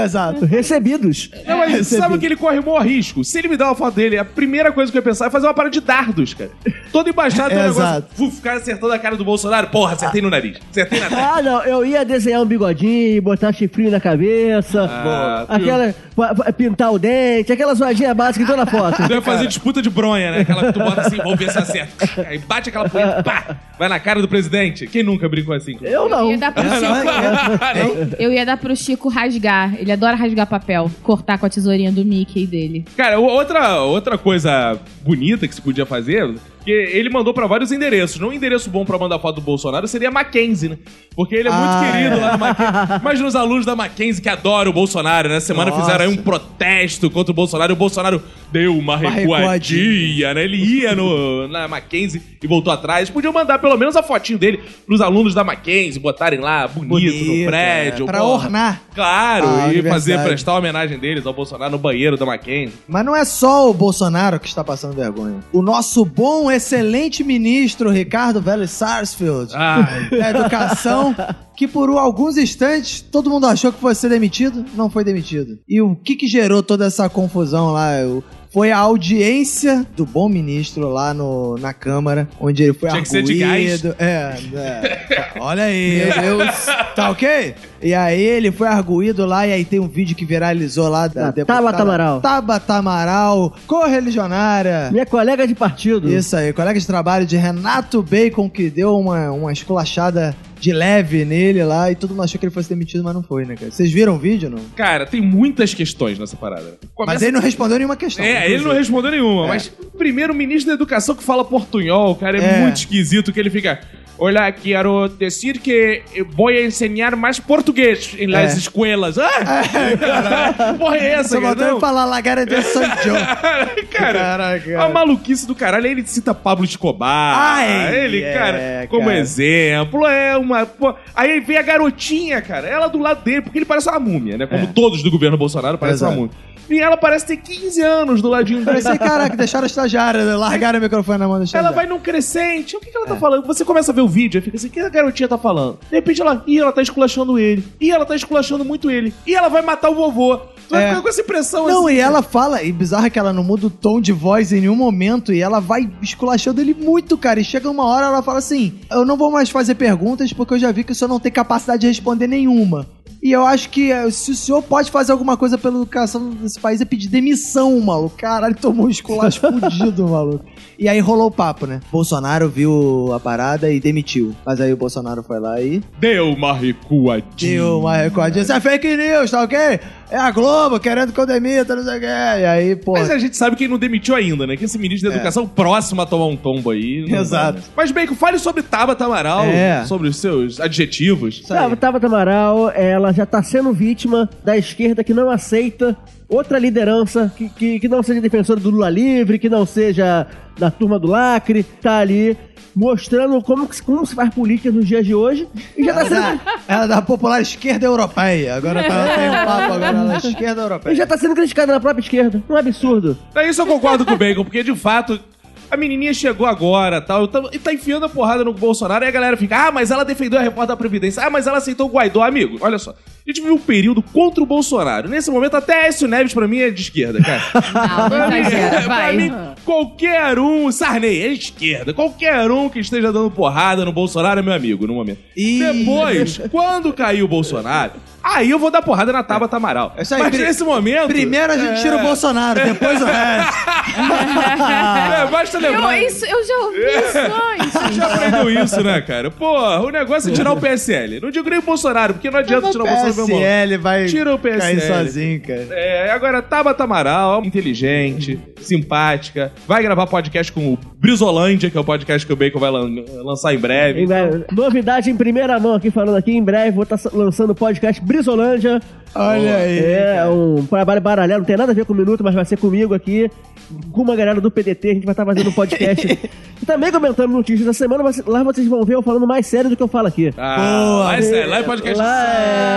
Speaker 2: Exato.
Speaker 5: Recebidos.
Speaker 4: Não, mas
Speaker 2: Recebi.
Speaker 4: sabe que ele corre o maior risco? Se ele me dá uma foto dele, a primeira primeira coisa que eu ia pensar é fazer uma parada de dardos, cara. Todo embaixado tem um
Speaker 2: É,
Speaker 4: negócio.
Speaker 2: exato.
Speaker 4: Vou ficar acertando a cara do Bolsonaro. Porra, acertei no nariz. Acertei na testa.
Speaker 5: Ah, não, eu ia desenhar um bigodinho, botar chifrinho na cabeça,
Speaker 4: Ah,
Speaker 5: bom, aquela, pa- pa- pintar o dente, aquela zoadinha básica que tá na foto.
Speaker 4: Tu Então ia fazer disputa de bronha, né? Aquela que tu bota assim, vou ver se acerta. Aí bate aquela punheta, pá! Vai na cara do presidente. Quem nunca brincou assim?
Speaker 5: Eu não.
Speaker 3: ia dar pro Chico, eu ia dar pro Chico rasgar. Ele adora rasgar papel. Cortar com a tesourinha do Mickey dele.
Speaker 4: Cara, o- outra, outra coisa bonita que se podia fazer, que ele mandou pra vários endereços. Não um endereço bom pra mandar foto do Bolsonaro seria Mackenzie, né? Porque ele é muito
Speaker 2: Ah,
Speaker 4: querido
Speaker 2: é.
Speaker 4: lá no Mackenzie. Imagina os alunos da Mackenzie que adoram o Bolsonaro, né? Essa semana
Speaker 2: Nossa.
Speaker 4: fizeram aí um protesto contra o Bolsonaro. e O Bolsonaro deu uma recuadinha, né? Ele ia no, na Mackenzie e voltou atrás. Podiam mandar pelo menos a fotinho dele pros alunos da Mackenzie botarem lá bonito, no
Speaker 2: Bonito,
Speaker 4: prédio.
Speaker 2: é. Pra
Speaker 4: porra.
Speaker 2: ornar.
Speaker 4: Claro,
Speaker 2: Ah,
Speaker 4: e fazer,
Speaker 2: aniversário.
Speaker 4: prestar homenagem deles ao Bolsonaro no banheiro da Mackenzie.
Speaker 2: Mas não é só o Bolsonaro que está passando vergonha. O nosso bom, excelente ministro Ricardo Velho Sarsfield
Speaker 4: Ai,
Speaker 2: da Educação, que por alguns instantes todo mundo achou que fosse ser demitido, não foi demitido. E o que, que gerou toda essa confusão lá? O- Foi a audiência do bom ministro lá no, na Câmara, onde ele foi
Speaker 4: Tinha que ser de
Speaker 2: arguído. É, é. Olha aí, meu Deus. Tá ok? E aí ele foi arguído lá, e aí tem um vídeo que viralizou lá da
Speaker 5: Da
Speaker 2: deputada
Speaker 5: Tabata Amaral.
Speaker 2: Tabata Amaral, correligionária.
Speaker 5: Minha colega de partido.
Speaker 2: Isso aí, colega de trabalho de Renato Bacon, que deu uma, uma esculachada de leve nele lá e todo mundo achou que ele fosse demitido, mas não foi, né, cara? Vocês viram o vídeo não?
Speaker 4: Cara, tem muitas questões nessa parada. Começa-
Speaker 2: Mas ele não respondeu nenhuma questão.
Speaker 4: É, ele não respondeu nenhuma, mas primeiro o ministro da educação que fala portunhol, cara, é,
Speaker 2: É.
Speaker 4: muito esquisito que ele fica. Olha, quero dizer que vou ensinar mais português em las
Speaker 2: É.
Speaker 4: escolas. Ah! Caralho, que porra é essa,
Speaker 2: Só
Speaker 4: cara?
Speaker 2: mandou ele
Speaker 4: Não.
Speaker 2: falar Lagara de São João.
Speaker 4: cara,
Speaker 2: Caraca.
Speaker 4: a maluquice do caralho. Aí ele cita Pablo Escobar.
Speaker 2: Ai,
Speaker 4: ele,
Speaker 2: é,
Speaker 4: cara, como
Speaker 2: cara.
Speaker 4: exemplo. É uma. pô, Aí vem a garotinha, cara. Ela do lado dele, porque ele parece uma múmia, né? Como
Speaker 2: É.
Speaker 4: todos do governo Bolsonaro parecem
Speaker 2: Exato.
Speaker 4: uma
Speaker 2: é
Speaker 4: múmia. E ela parece ter 15 anos do ladinho dele.
Speaker 2: Parecia, caraca, deixaram a estagiária, né? largaram o microfone na mão do
Speaker 4: Ela
Speaker 2: estagiário.
Speaker 4: vai num crescente. O que, que
Speaker 2: É.
Speaker 4: ela tá falando? Você começa a ver o vídeo e fica assim: o que a garotinha tá falando? De repente ela. Ih, ela tá esculachando ele. Ih, ela tá esculachando muito ele. Ih, ela vai matar o vovô. Tu vai
Speaker 2: É.
Speaker 4: ficar com essa impressão
Speaker 2: Não,
Speaker 4: assim.
Speaker 2: e ela fala, e bizarro é que ela não muda o tom de voz em nenhum momento, e ela vai esculachando ele muito, cara. E chega uma hora ela fala assim: Eu não vou mais fazer perguntas porque eu já vi que o senhor não tem capacidade de responder nenhuma. E eu acho que eh, se o senhor pode fazer alguma coisa pela educação desse país é pedir demissão, maluco. Caralho, tomou um esculacho fudido, maluco. E aí rolou o papo, né? Bolsonaro viu a parada e demitiu. Mas aí o Bolsonaro foi lá e
Speaker 4: Deu uma recuadinha.
Speaker 2: Deu uma recordinha. Isso é fake news, tá ok? É a Globo querendo que eu demita, não sei o quê. E aí, pô.
Speaker 4: Mas a gente sabe que ele não demitiu ainda, né? Que esse ministro da
Speaker 2: É.
Speaker 4: Educação próximo a tomar um tombo aí. não
Speaker 2: Exato.
Speaker 4: vai, né? Mas, Bacon, fale sobre Tabata Amaral,
Speaker 2: É.
Speaker 4: sobre os seus adjetivos.
Speaker 2: Isso aí.
Speaker 5: Tá, Tabata Amaral, ela já tá sendo vítima da esquerda que não aceita outra liderança que, que, que não seja defensora do Lula livre, que não seja da turma do lacre, tá ali mostrando como, que se- como se faz política nos dias de hoje e já tá
Speaker 2: Ela,
Speaker 5: sendo,
Speaker 2: da, é, ela da popular esquerda europeia. Agora tá, tem um papo agora ela é esquerda
Speaker 5: e
Speaker 2: europeia.
Speaker 5: já tá sendo criticada na própria esquerda. Um absurdo.
Speaker 4: Daí É isso eu concordo com o Bacon, porque de fato. A menininha chegou agora tal, e tá, e tá enfiando a porrada no Bolsonaro, e a galera fica, ah, mas ela defendeu a reforma da Previdência, ah, mas ela aceitou o Guaidó, amigo. Olha só, a gente vive um período contra o Bolsonaro. Nesse momento, até Écio Neves, pra mim, é de esquerda, cara.
Speaker 3: Não, não exagera,
Speaker 4: pra
Speaker 3: vai.
Speaker 4: mim, qualquer um, Sarney, é esquerda, qualquer um que esteja dando porrada no Bolsonaro é meu amigo, no momento.
Speaker 2: Ih.
Speaker 4: Depois, quando caiu o Bolsonaro, aí eu vou dar porrada na Tabata Amaral.
Speaker 2: É isso aí,
Speaker 4: mas
Speaker 2: pri-
Speaker 4: nesse momento...
Speaker 2: Primeiro a gente tira o Bolsonaro, depois o resto.
Speaker 4: É, basta
Speaker 3: Eu,
Speaker 4: lembrar...
Speaker 3: isso, eu já ouvi isso
Speaker 4: A gente
Speaker 3: antes.
Speaker 4: já aprendeu isso, né, cara? Porra, o negócio é tirar o PSL. Não digo nem o Bolsonaro, porque não adianta tirar o Bolsonaro, meu irmão.
Speaker 2: PSL vai
Speaker 4: Tira o PSL.
Speaker 2: cair sozinho, cara.
Speaker 4: É, agora, Tabata Amaral, inteligente, simpática, vai gravar podcast com o Brizolândia, que é o podcast que o Bacon vai lan- lançar em breve.
Speaker 5: Em
Speaker 2: Então.
Speaker 5: breve- novidade em primeira mão aqui falando aqui, em breve vou estar lançando o podcast Brisolândia.
Speaker 2: Olha aí.
Speaker 5: É, um trabalho baralhado, não tem nada a ver com o Minuto, mas vai ser comigo aqui, com uma galera do PDT, a gente vai estar fazendo um podcast. e também comentando notícias da semana, mas lá vocês vão ver eu falando mais sério do que eu falo aqui.
Speaker 4: Ah,
Speaker 2: Boa,
Speaker 4: lá, é sério, lá é podcast.
Speaker 5: Lá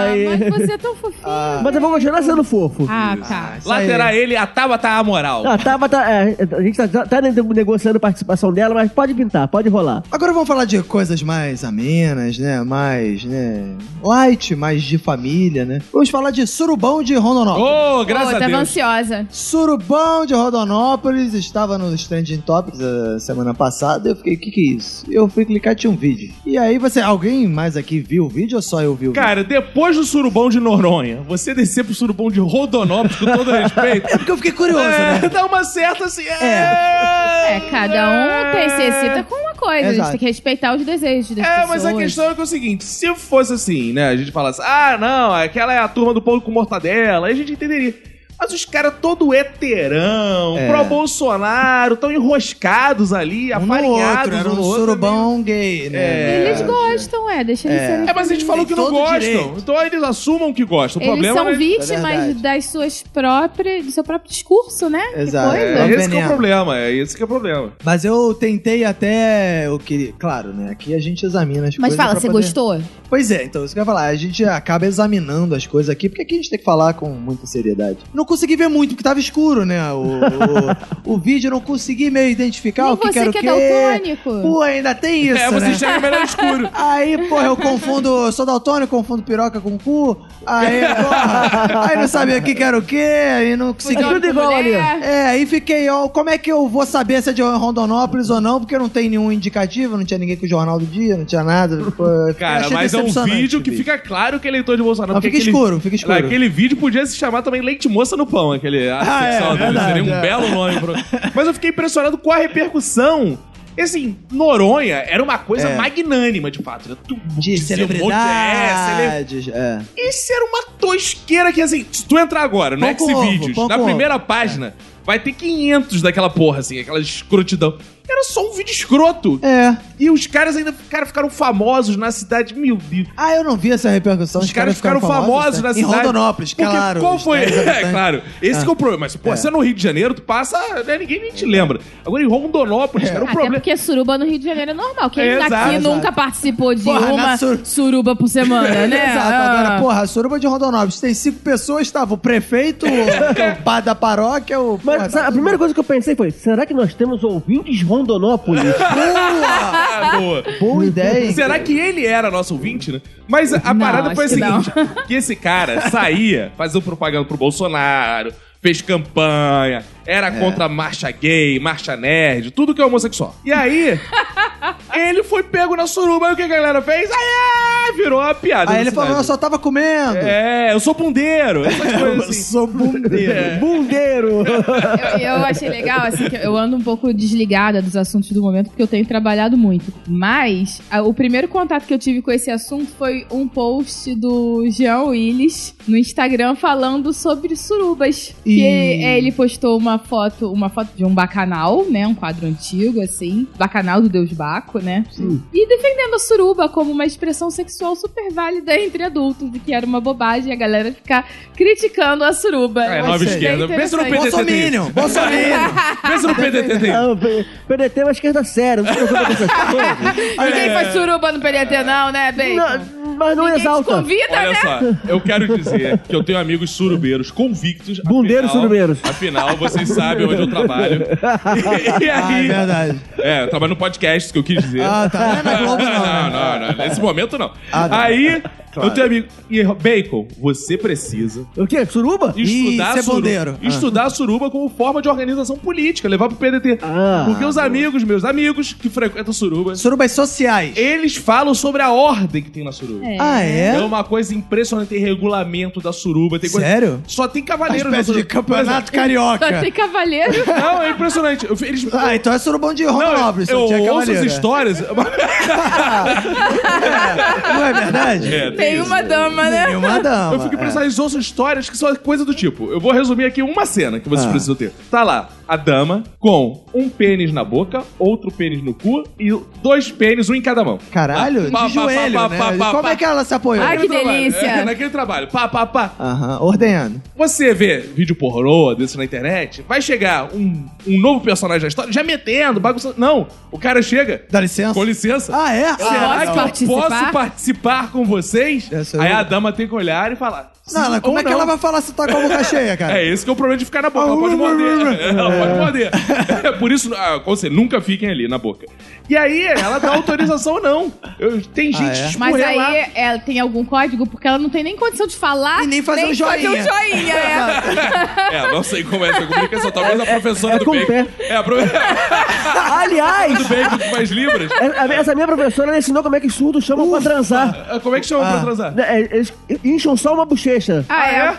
Speaker 3: Ah,
Speaker 5: é-
Speaker 3: mas você é tão fofinho. Ah,
Speaker 5: Mas eu vou continuar sendo fofo.
Speaker 3: tá.
Speaker 2: Isso
Speaker 4: Lá
Speaker 2: aí.
Speaker 4: terá ele a Tabata Amaral.
Speaker 5: Ah, tá, mas tá, é, a gente tá, tá negociando a participação dela, mas pode pintar, pode rolar.
Speaker 2: Agora vamos falar de coisas mais amenas, né? Mais, né? Light, mais de família, né? Vamos falar de Surubão de Rondonópolis.
Speaker 3: Pô,
Speaker 4: Oh,
Speaker 3: tá
Speaker 4: graças
Speaker 3: eu
Speaker 4: a
Speaker 3: tava
Speaker 4: Deus.
Speaker 3: ansiosa.
Speaker 2: Surubão de Rodonópolis estava nos Trending Topics a semana passada. Eu fiquei, o que, que é isso? Eu fui clicar tinha um vídeo. E aí você, alguém mais aqui viu o vídeo ou só eu vi o vídeo?
Speaker 4: Cara, depois do surubão de Noronha, você descer pro surubão de Rodonópolis, com todo respeito,
Speaker 2: É porque eu fiquei curioso, né?
Speaker 4: é, dá uma certa assim.
Speaker 3: É,
Speaker 4: É,
Speaker 3: cada um tem, se excita com uma coisa. A
Speaker 2: Exato.
Speaker 3: gente tem que respeitar os desejos das
Speaker 4: É,
Speaker 3: pessoas.
Speaker 4: mas a questão é que é o seguinte: se fosse assim, né? A gente falasse, ah, não, aquela é a turma do pão com mortadela, aí a gente entenderia. Mas os caras todo heterão,
Speaker 2: É.
Speaker 4: pró-Bolsonaro, tão enroscados ali,
Speaker 2: Um no
Speaker 4: aparelhados
Speaker 2: outro, era um
Speaker 4: no outro,
Speaker 2: surubão gay, né?
Speaker 3: Eles gostam, é, deixa eles
Speaker 2: É.
Speaker 3: serem.
Speaker 4: É, mas a gente falou que não
Speaker 2: Todo
Speaker 4: gostam.
Speaker 2: direito.
Speaker 4: Então eles assumam que gostam. O
Speaker 3: Eles
Speaker 4: problema
Speaker 3: são
Speaker 4: né?
Speaker 3: vítimas
Speaker 2: é verdade.
Speaker 3: das suas próprias, do seu próprio discurso, né? Que
Speaker 2: Exato.
Speaker 3: coisa.
Speaker 4: É,
Speaker 2: É
Speaker 4: esse que é o
Speaker 2: veneno.
Speaker 4: problema, é esse que é o problema.
Speaker 2: Mas eu tentei até. Eu queria, claro, né? Aqui a gente examina as
Speaker 3: Mas
Speaker 2: coisas.
Speaker 3: fala,
Speaker 2: pra
Speaker 3: você
Speaker 2: poder-
Speaker 3: gostou?
Speaker 2: Pois é, então isso que eu ia falar. A gente acaba examinando as coisas aqui, porque aqui a gente tem que falar com muita seriedade. Não consegui ver muito, porque tava escuro, né? O, o, o vídeo eu não consegui meio identificar
Speaker 3: e
Speaker 2: o que,
Speaker 3: você
Speaker 2: era o
Speaker 3: que é
Speaker 2: quê.
Speaker 3: daltônico?
Speaker 2: Pô, ainda tem isso,
Speaker 4: é, você
Speaker 2: né?
Speaker 4: enxerga melhor escuro.
Speaker 2: Aí, porra, eu confundo, eu sou daltônico, confundo piroca com cu. Aí, porra, aí não sabia o que que era o quê, aí não consegui.
Speaker 3: Funciona
Speaker 5: tudo
Speaker 3: com
Speaker 5: igual ali.
Speaker 3: mulher.
Speaker 2: É, aí fiquei, ó, como é que eu vou saber se é de Rondonópolis ou não? Porque não tem nenhum indicativo, não tinha ninguém com o Jornal do Dia, não tinha nada. Pô, eu
Speaker 4: Cara,
Speaker 2: achei
Speaker 4: mas é um
Speaker 2: decepcionante
Speaker 4: vídeo
Speaker 2: o
Speaker 4: que fica claro que é eleitor de Bolsonaro.
Speaker 2: Não,
Speaker 4: porque
Speaker 2: fica escuro, fica escuro.
Speaker 4: Aquele vídeo podia se chamar também Leite Moça no Pão, aquele a
Speaker 2: Ah, é,
Speaker 4: secção dele.
Speaker 2: verdade,
Speaker 4: Seria um
Speaker 2: é.
Speaker 4: belo nome. Pro... Mas eu fiquei impressionado com a repercussão. E, assim, Noronha era uma coisa
Speaker 2: É.
Speaker 4: magnânima, de fato. né? Tu-
Speaker 2: De
Speaker 4: dizia um monte- É, celebridade.
Speaker 2: celebridades. É.
Speaker 4: Isso era uma tosqueira que, assim, se tu entrar agora no
Speaker 2: Pão com
Speaker 4: Xvideos,
Speaker 2: ovo, pão
Speaker 4: na
Speaker 2: com ovo. É.
Speaker 4: primeira página, vai ter 500 daquela porra, assim, aquela escrotidão. Era só um vídeo escroto.
Speaker 2: É.
Speaker 4: E os caras ainda cara, ficaram famosos na cidade. Meu Deus.
Speaker 2: Ah, eu não vi essa repercussão.
Speaker 4: Os, caras ficaram famosos, na
Speaker 2: né?
Speaker 4: cidade.
Speaker 2: Em Rondonópolis,
Speaker 4: Porque
Speaker 2: claro.
Speaker 4: Qual
Speaker 2: os
Speaker 4: foi?
Speaker 2: dez
Speaker 4: É,
Speaker 2: habitantes.
Speaker 4: claro. Esse que é o problema. Mas, pô,
Speaker 2: É.
Speaker 4: você é no Rio de Janeiro, tu passa, né, ninguém nem te lembra. Agora em Rondonópolis,
Speaker 2: É.
Speaker 4: cara, o
Speaker 3: Até
Speaker 4: problema.
Speaker 3: porque suruba no Rio de Janeiro é normal. Quem
Speaker 4: É,
Speaker 3: aqui
Speaker 4: exato,
Speaker 2: exato.
Speaker 3: nunca participou de
Speaker 2: Porra,
Speaker 3: uma
Speaker 2: na sur-
Speaker 3: suruba por semana,
Speaker 4: É,
Speaker 3: né?
Speaker 2: Exato,
Speaker 3: Ah.
Speaker 2: agora, porra, a suruba de Rondonópolis tem cinco pessoas, tava o prefeito, o, o padre da paróquia, o...
Speaker 5: Mas
Speaker 4: Ah, tá
Speaker 2: porra, tá
Speaker 5: sabe, a primeira coisa que eu pensei foi: será que nós temos ouvintes Rondonópolis?
Speaker 2: Boa!
Speaker 4: Ah, boa.
Speaker 2: Boa ideia, hein?
Speaker 4: Será que ele era nosso ouvinte, né? Mas a, a
Speaker 3: Não,
Speaker 4: parada foi a
Speaker 3: acho que
Speaker 4: seguinte: que, esse cara saía fazendo propaganda pro Bolsonaro, fez campanha, era
Speaker 2: É.
Speaker 4: contra a marcha gay, marcha nerd, tudo que é homossexual. E aí, ele foi pego na suruba. Aí o que a galera fez? Aí ah, virou uma piada.
Speaker 2: Aí
Speaker 4: na
Speaker 2: ele falou,
Speaker 4: cidade.
Speaker 2: eu só tava comendo.
Speaker 4: É, eu sou bundeiro.
Speaker 2: É,
Speaker 4: Essas coisas assim.
Speaker 2: sou bundeiro.
Speaker 4: É.
Speaker 5: Bundeiro!
Speaker 3: Eu, eu achei legal, assim, que eu ando um pouco desligada dos assuntos do momento, porque eu tenho trabalhado muito. Mas a- o primeiro contato que eu tive com esse assunto foi um post do Jean Willis no Instagram falando sobre surubas.
Speaker 2: Ih.
Speaker 3: Que é, ele postou uma foto, uma foto de um bacanal, né? Um quadro antigo, assim. Bacanal do Deus Baco, né? E defendendo a suruba como uma expressão sexual super válida entre adultos, e que era uma bobagem a galera ficar criticando a suruba.
Speaker 4: É,
Speaker 3: Eu
Speaker 4: nova
Speaker 3: achei
Speaker 4: esquerda. Pensa no
Speaker 3: interessante.
Speaker 4: PDT.
Speaker 2: Bolsominion, Bolsominion.
Speaker 4: Pensa no PDT tem.
Speaker 2: tá
Speaker 5: Ah, o P- PDT é uma esquerda séria, não se preocupa com essas coisas.
Speaker 3: Ninguém faz suruba no PDT, não, né, Bacon?
Speaker 5: Não, mas não
Speaker 3: Ninguém te
Speaker 5: exalta.
Speaker 3: convida,
Speaker 4: Olha
Speaker 3: né?
Speaker 4: só, eu quero dizer que eu tenho amigos surubeiros convictos.
Speaker 5: Bundeiros
Speaker 4: afinal-
Speaker 5: surubeiros.
Speaker 4: Afinal, vocês sabem onde eu trabalho. E, e
Speaker 2: Ah, é
Speaker 4: aí.
Speaker 2: verdade.
Speaker 4: é, eu trabalho no podcast, que eu quis dizer.
Speaker 2: Ah, tá. Não é na Globo, não.
Speaker 4: não,
Speaker 2: né?
Speaker 4: não, não. Nesse momento, não.
Speaker 2: Ah, não.
Speaker 4: Aí, eu tenho amigo. E, Bacon, você precisa
Speaker 5: O quê? Suruba?
Speaker 4: estudar,
Speaker 2: ser
Speaker 4: suru-
Speaker 2: bandeiro. Ah.
Speaker 4: estudar suruba como forma de organização política, levar pro PDT.
Speaker 5: Ah.
Speaker 4: Porque os amigos, meus amigos que frequentam suruba,
Speaker 2: Surubas sociais.
Speaker 4: eles falam sobre a ordem que tem na suruba. É.
Speaker 2: Ah, é?
Speaker 4: uma coisa impressionante, tem regulamento da suruba, tem coisa...
Speaker 2: Sério?
Speaker 4: Só tem
Speaker 2: Uma
Speaker 4: cavaleiro na
Speaker 2: espécie
Speaker 4: suruba.
Speaker 2: de campeonato carioca.
Speaker 3: Só tem cavaleiro.
Speaker 4: Mas- Não, é impressionante. Eu- Eles...
Speaker 2: Ah, então é surubão de
Speaker 4: Não,
Speaker 2: Rondonópolis,
Speaker 4: eu
Speaker 2: só tinha
Speaker 4: ouço
Speaker 2: cavaleiro.
Speaker 4: as histórias...
Speaker 2: Não é verdade?
Speaker 4: É,
Speaker 3: Tem
Speaker 4: isso.
Speaker 3: uma dama, né?
Speaker 2: E uma dama.
Speaker 4: Eu fico impressionado, eles ouçam histórias que são coisa do tipo. Eu vou resumir aqui uma cena que vocês
Speaker 2: Ah.
Speaker 4: precisam ter. Tá lá, a dama com um pênis na boca, outro pênis no cu e dois pênis, um em cada mão.
Speaker 2: É. Caralho,
Speaker 4: Pá, pá,
Speaker 2: de joelho,
Speaker 4: pá,
Speaker 2: né?
Speaker 4: pá, pá,
Speaker 2: Como
Speaker 4: pá.
Speaker 2: é que ela se apoiou?
Speaker 3: Ai, que
Speaker 4: Naquele trabalho,
Speaker 3: delícia.
Speaker 4: é, naquele trabalho. Pá, pá, pá.
Speaker 2: Aham, ordenhando.
Speaker 4: Você vê vídeo pornô desse na internet, vai chegar um, um novo personagem da história já metendo, bagunçando. Não, o cara chega,
Speaker 2: Dá licença.
Speaker 4: com licença.
Speaker 2: Ah, é?
Speaker 4: Será
Speaker 2: Ah,
Speaker 4: que
Speaker 2: não.
Speaker 3: participar?
Speaker 4: eu posso participar com vocês?
Speaker 2: Essa
Speaker 4: Aí
Speaker 2: eu-
Speaker 4: a dama tem que olhar e falar:
Speaker 2: Não, ela- como
Speaker 4: Ou
Speaker 2: é que
Speaker 4: não.
Speaker 2: ela vai falar se tá com a boca cheia, cara?
Speaker 4: É esse que é o problema de ficar na boca. Ela pode morder. Ela pode morder. É por isso, ah, aconselho, nunca fiquem ali na boca. E aí, ela dá autorização ou não. Eu- tem gente
Speaker 2: é?
Speaker 4: de
Speaker 3: Mas
Speaker 4: escorrer
Speaker 3: aí
Speaker 4: lá.
Speaker 3: ela tem algum código, porque ela não tem nem condição de falar.
Speaker 2: E nem fazer um joinha. Ah,
Speaker 3: fazer um joinha, é.
Speaker 4: É, não sei como é essa comunicação. Talvez a professora
Speaker 5: é
Speaker 4: do
Speaker 5: com
Speaker 4: bacon.
Speaker 5: o pé.
Speaker 4: É, a professora do
Speaker 5: Aliás,
Speaker 4: bacon que faz libras.
Speaker 5: é- é- essa minha professora ela ensinou como é que surdo chama pra transar.
Speaker 4: Ah, Como é que chama pra transar?
Speaker 5: Né, é, Eles incham só uma bochecha.
Speaker 3: Ah, é?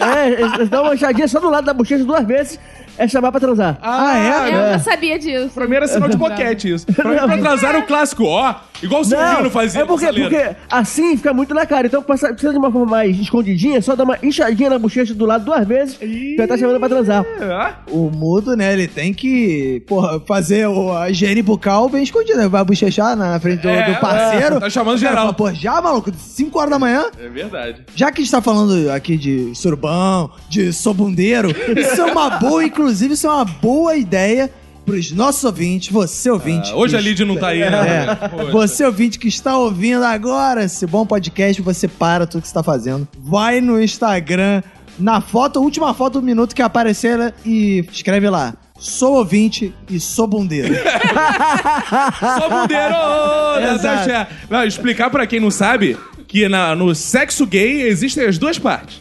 Speaker 5: É, eles eles dão uma inchadinha só do lado da bochecha duas vezes. É chamar pra transar.
Speaker 2: Ah, é?
Speaker 3: Eu não sabia disso.
Speaker 4: Pra mim era sinal de boquete isso. Pra, mim,
Speaker 5: Não.
Speaker 4: pra transar era o clássico, ó. Igual o Silvino fazia.
Speaker 5: é porque,
Speaker 4: com o saleiro.
Speaker 5: porque assim fica muito na cara. Então passa- precisa de uma forma mais escondidinha, só dá uma inchadinha na bochecha do lado duas vezes. Já tá chamando pra transar.
Speaker 4: É, ah,
Speaker 2: O mudo, né, ele tem que porra, fazer o, a higiene bucal bem escondida. né? Vai bochechar na frente do,
Speaker 4: É,
Speaker 2: do parceiro.
Speaker 4: é, tá chamando
Speaker 2: O cara
Speaker 4: geral.
Speaker 2: fala, Pô, já, maluco, 5 horas da manhã?
Speaker 4: é verdade.
Speaker 2: Já que a gente tá falando aqui de surubão, de sobundeiro, isso é uma boa, inclusive, isso é uma boa ideia pros nossos ouvintes, você ouvinte.
Speaker 4: Ah, hoje
Speaker 2: que
Speaker 4: a Lid não tá aí, né?
Speaker 2: É.
Speaker 4: Poxa.
Speaker 2: Você ouvinte que está ouvindo agora esse bom podcast, você para tudo que está fazendo. Vai no Instagram, na foto, última foto do minuto que aparecer né, e escreve lá. Sou ouvinte e sou bundeiro.
Speaker 4: Só bundeiro!
Speaker 2: Exato.
Speaker 4: Dessa né, não, explicar pra quem não sabe que na- no sexo gay existem as duas partes.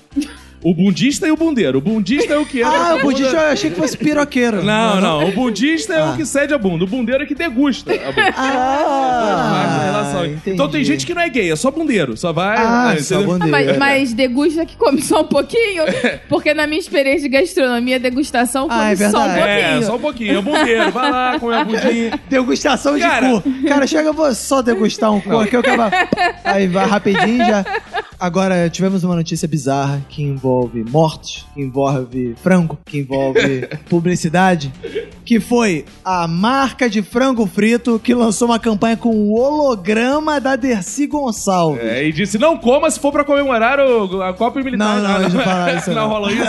Speaker 4: O bundista e o bundeiro. O bundista é o que...
Speaker 2: ah,
Speaker 4: entra
Speaker 2: o
Speaker 4: na bunda-
Speaker 2: budista eu achei que fosse piroqueiro.
Speaker 4: Não, não. O bundista é
Speaker 2: Ah.
Speaker 4: o que cede a bunda. O bundeiro é que degusta a bunda. Mas a
Speaker 2: Ah,
Speaker 4: relação- Então tem gente que não é gay, é só bundeiro. Só vai...
Speaker 2: Ah,
Speaker 4: né,
Speaker 2: sou
Speaker 4: entendeu?
Speaker 3: Ah,
Speaker 2: bundeiro.
Speaker 3: mas, mas degusta que come só um pouquinho,
Speaker 4: É.
Speaker 3: porque na minha experiência de gastronomia, degustação come
Speaker 2: Ah, é
Speaker 3: só um
Speaker 2: verdade.
Speaker 3: pouquinho.
Speaker 4: É, só um pouquinho. É bundeiro. Vai lá, come a bundinha.
Speaker 2: Degustação de cu.
Speaker 4: Cara.
Speaker 2: Cara, chega, eu vou só degustar um cu aqui. Eu acaba... Aí vai rapidinho já. Agora, tivemos uma notícia bizarra que envolve mortos, que envolve frango, que envolve publicidade. Que foi a marca de frango frito que lançou uma campanha com o holograma da Dercy Gonçalves.
Speaker 4: É, e disse: não coma se for pra comemorar o- a Copa Militar.
Speaker 2: Não, não, eles não falaram isso,
Speaker 4: Não
Speaker 2: não.
Speaker 4: rola isso.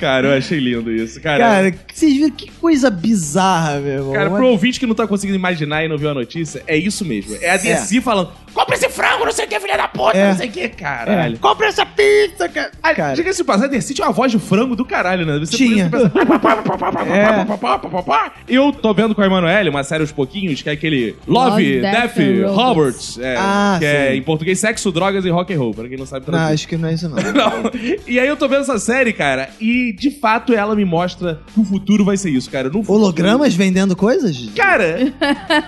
Speaker 4: Cara, eu achei lindo isso. Cara, cara,
Speaker 2: Cara, vocês viram que coisa bizarra, meu irmão. é Mas-
Speaker 4: pro ouvinte que não tá conseguindo imaginar e não viu a notícia, é isso mesmo. É a Desi falando: compra esse frango, não sei o que, filha da puta,
Speaker 2: É.
Speaker 4: não sei o que, caralho.
Speaker 2: Compra essa pizza, cara.
Speaker 4: Ah,
Speaker 2: Cara.
Speaker 4: Diga se passar, a Dercy tinha uma voz de frango do caralho, né? Você
Speaker 2: Tinha. É.
Speaker 4: por isso que pensa, pá, pá, pá, pá, pá, pá, pá, pá, pá, pá, pá. Eu tô vendo com a Emanuele uma série aos pouquinhos, que é aquele Love,
Speaker 3: Love,
Speaker 4: Death,
Speaker 3: Death and Robots.
Speaker 4: Roberts. é,
Speaker 2: Ah,
Speaker 4: que é
Speaker 2: sim.
Speaker 4: em português sexo, drogas e rock and roll, pra quem não sabe
Speaker 2: Não,
Speaker 4: traduzir.
Speaker 2: acho que não é isso, não.
Speaker 4: Não. E aí eu tô vendo essa série, cara, e de fato ela me mostra que o futuro vai ser isso, cara. No futuro-
Speaker 2: Hologramas vendendo coisas?
Speaker 4: Cara,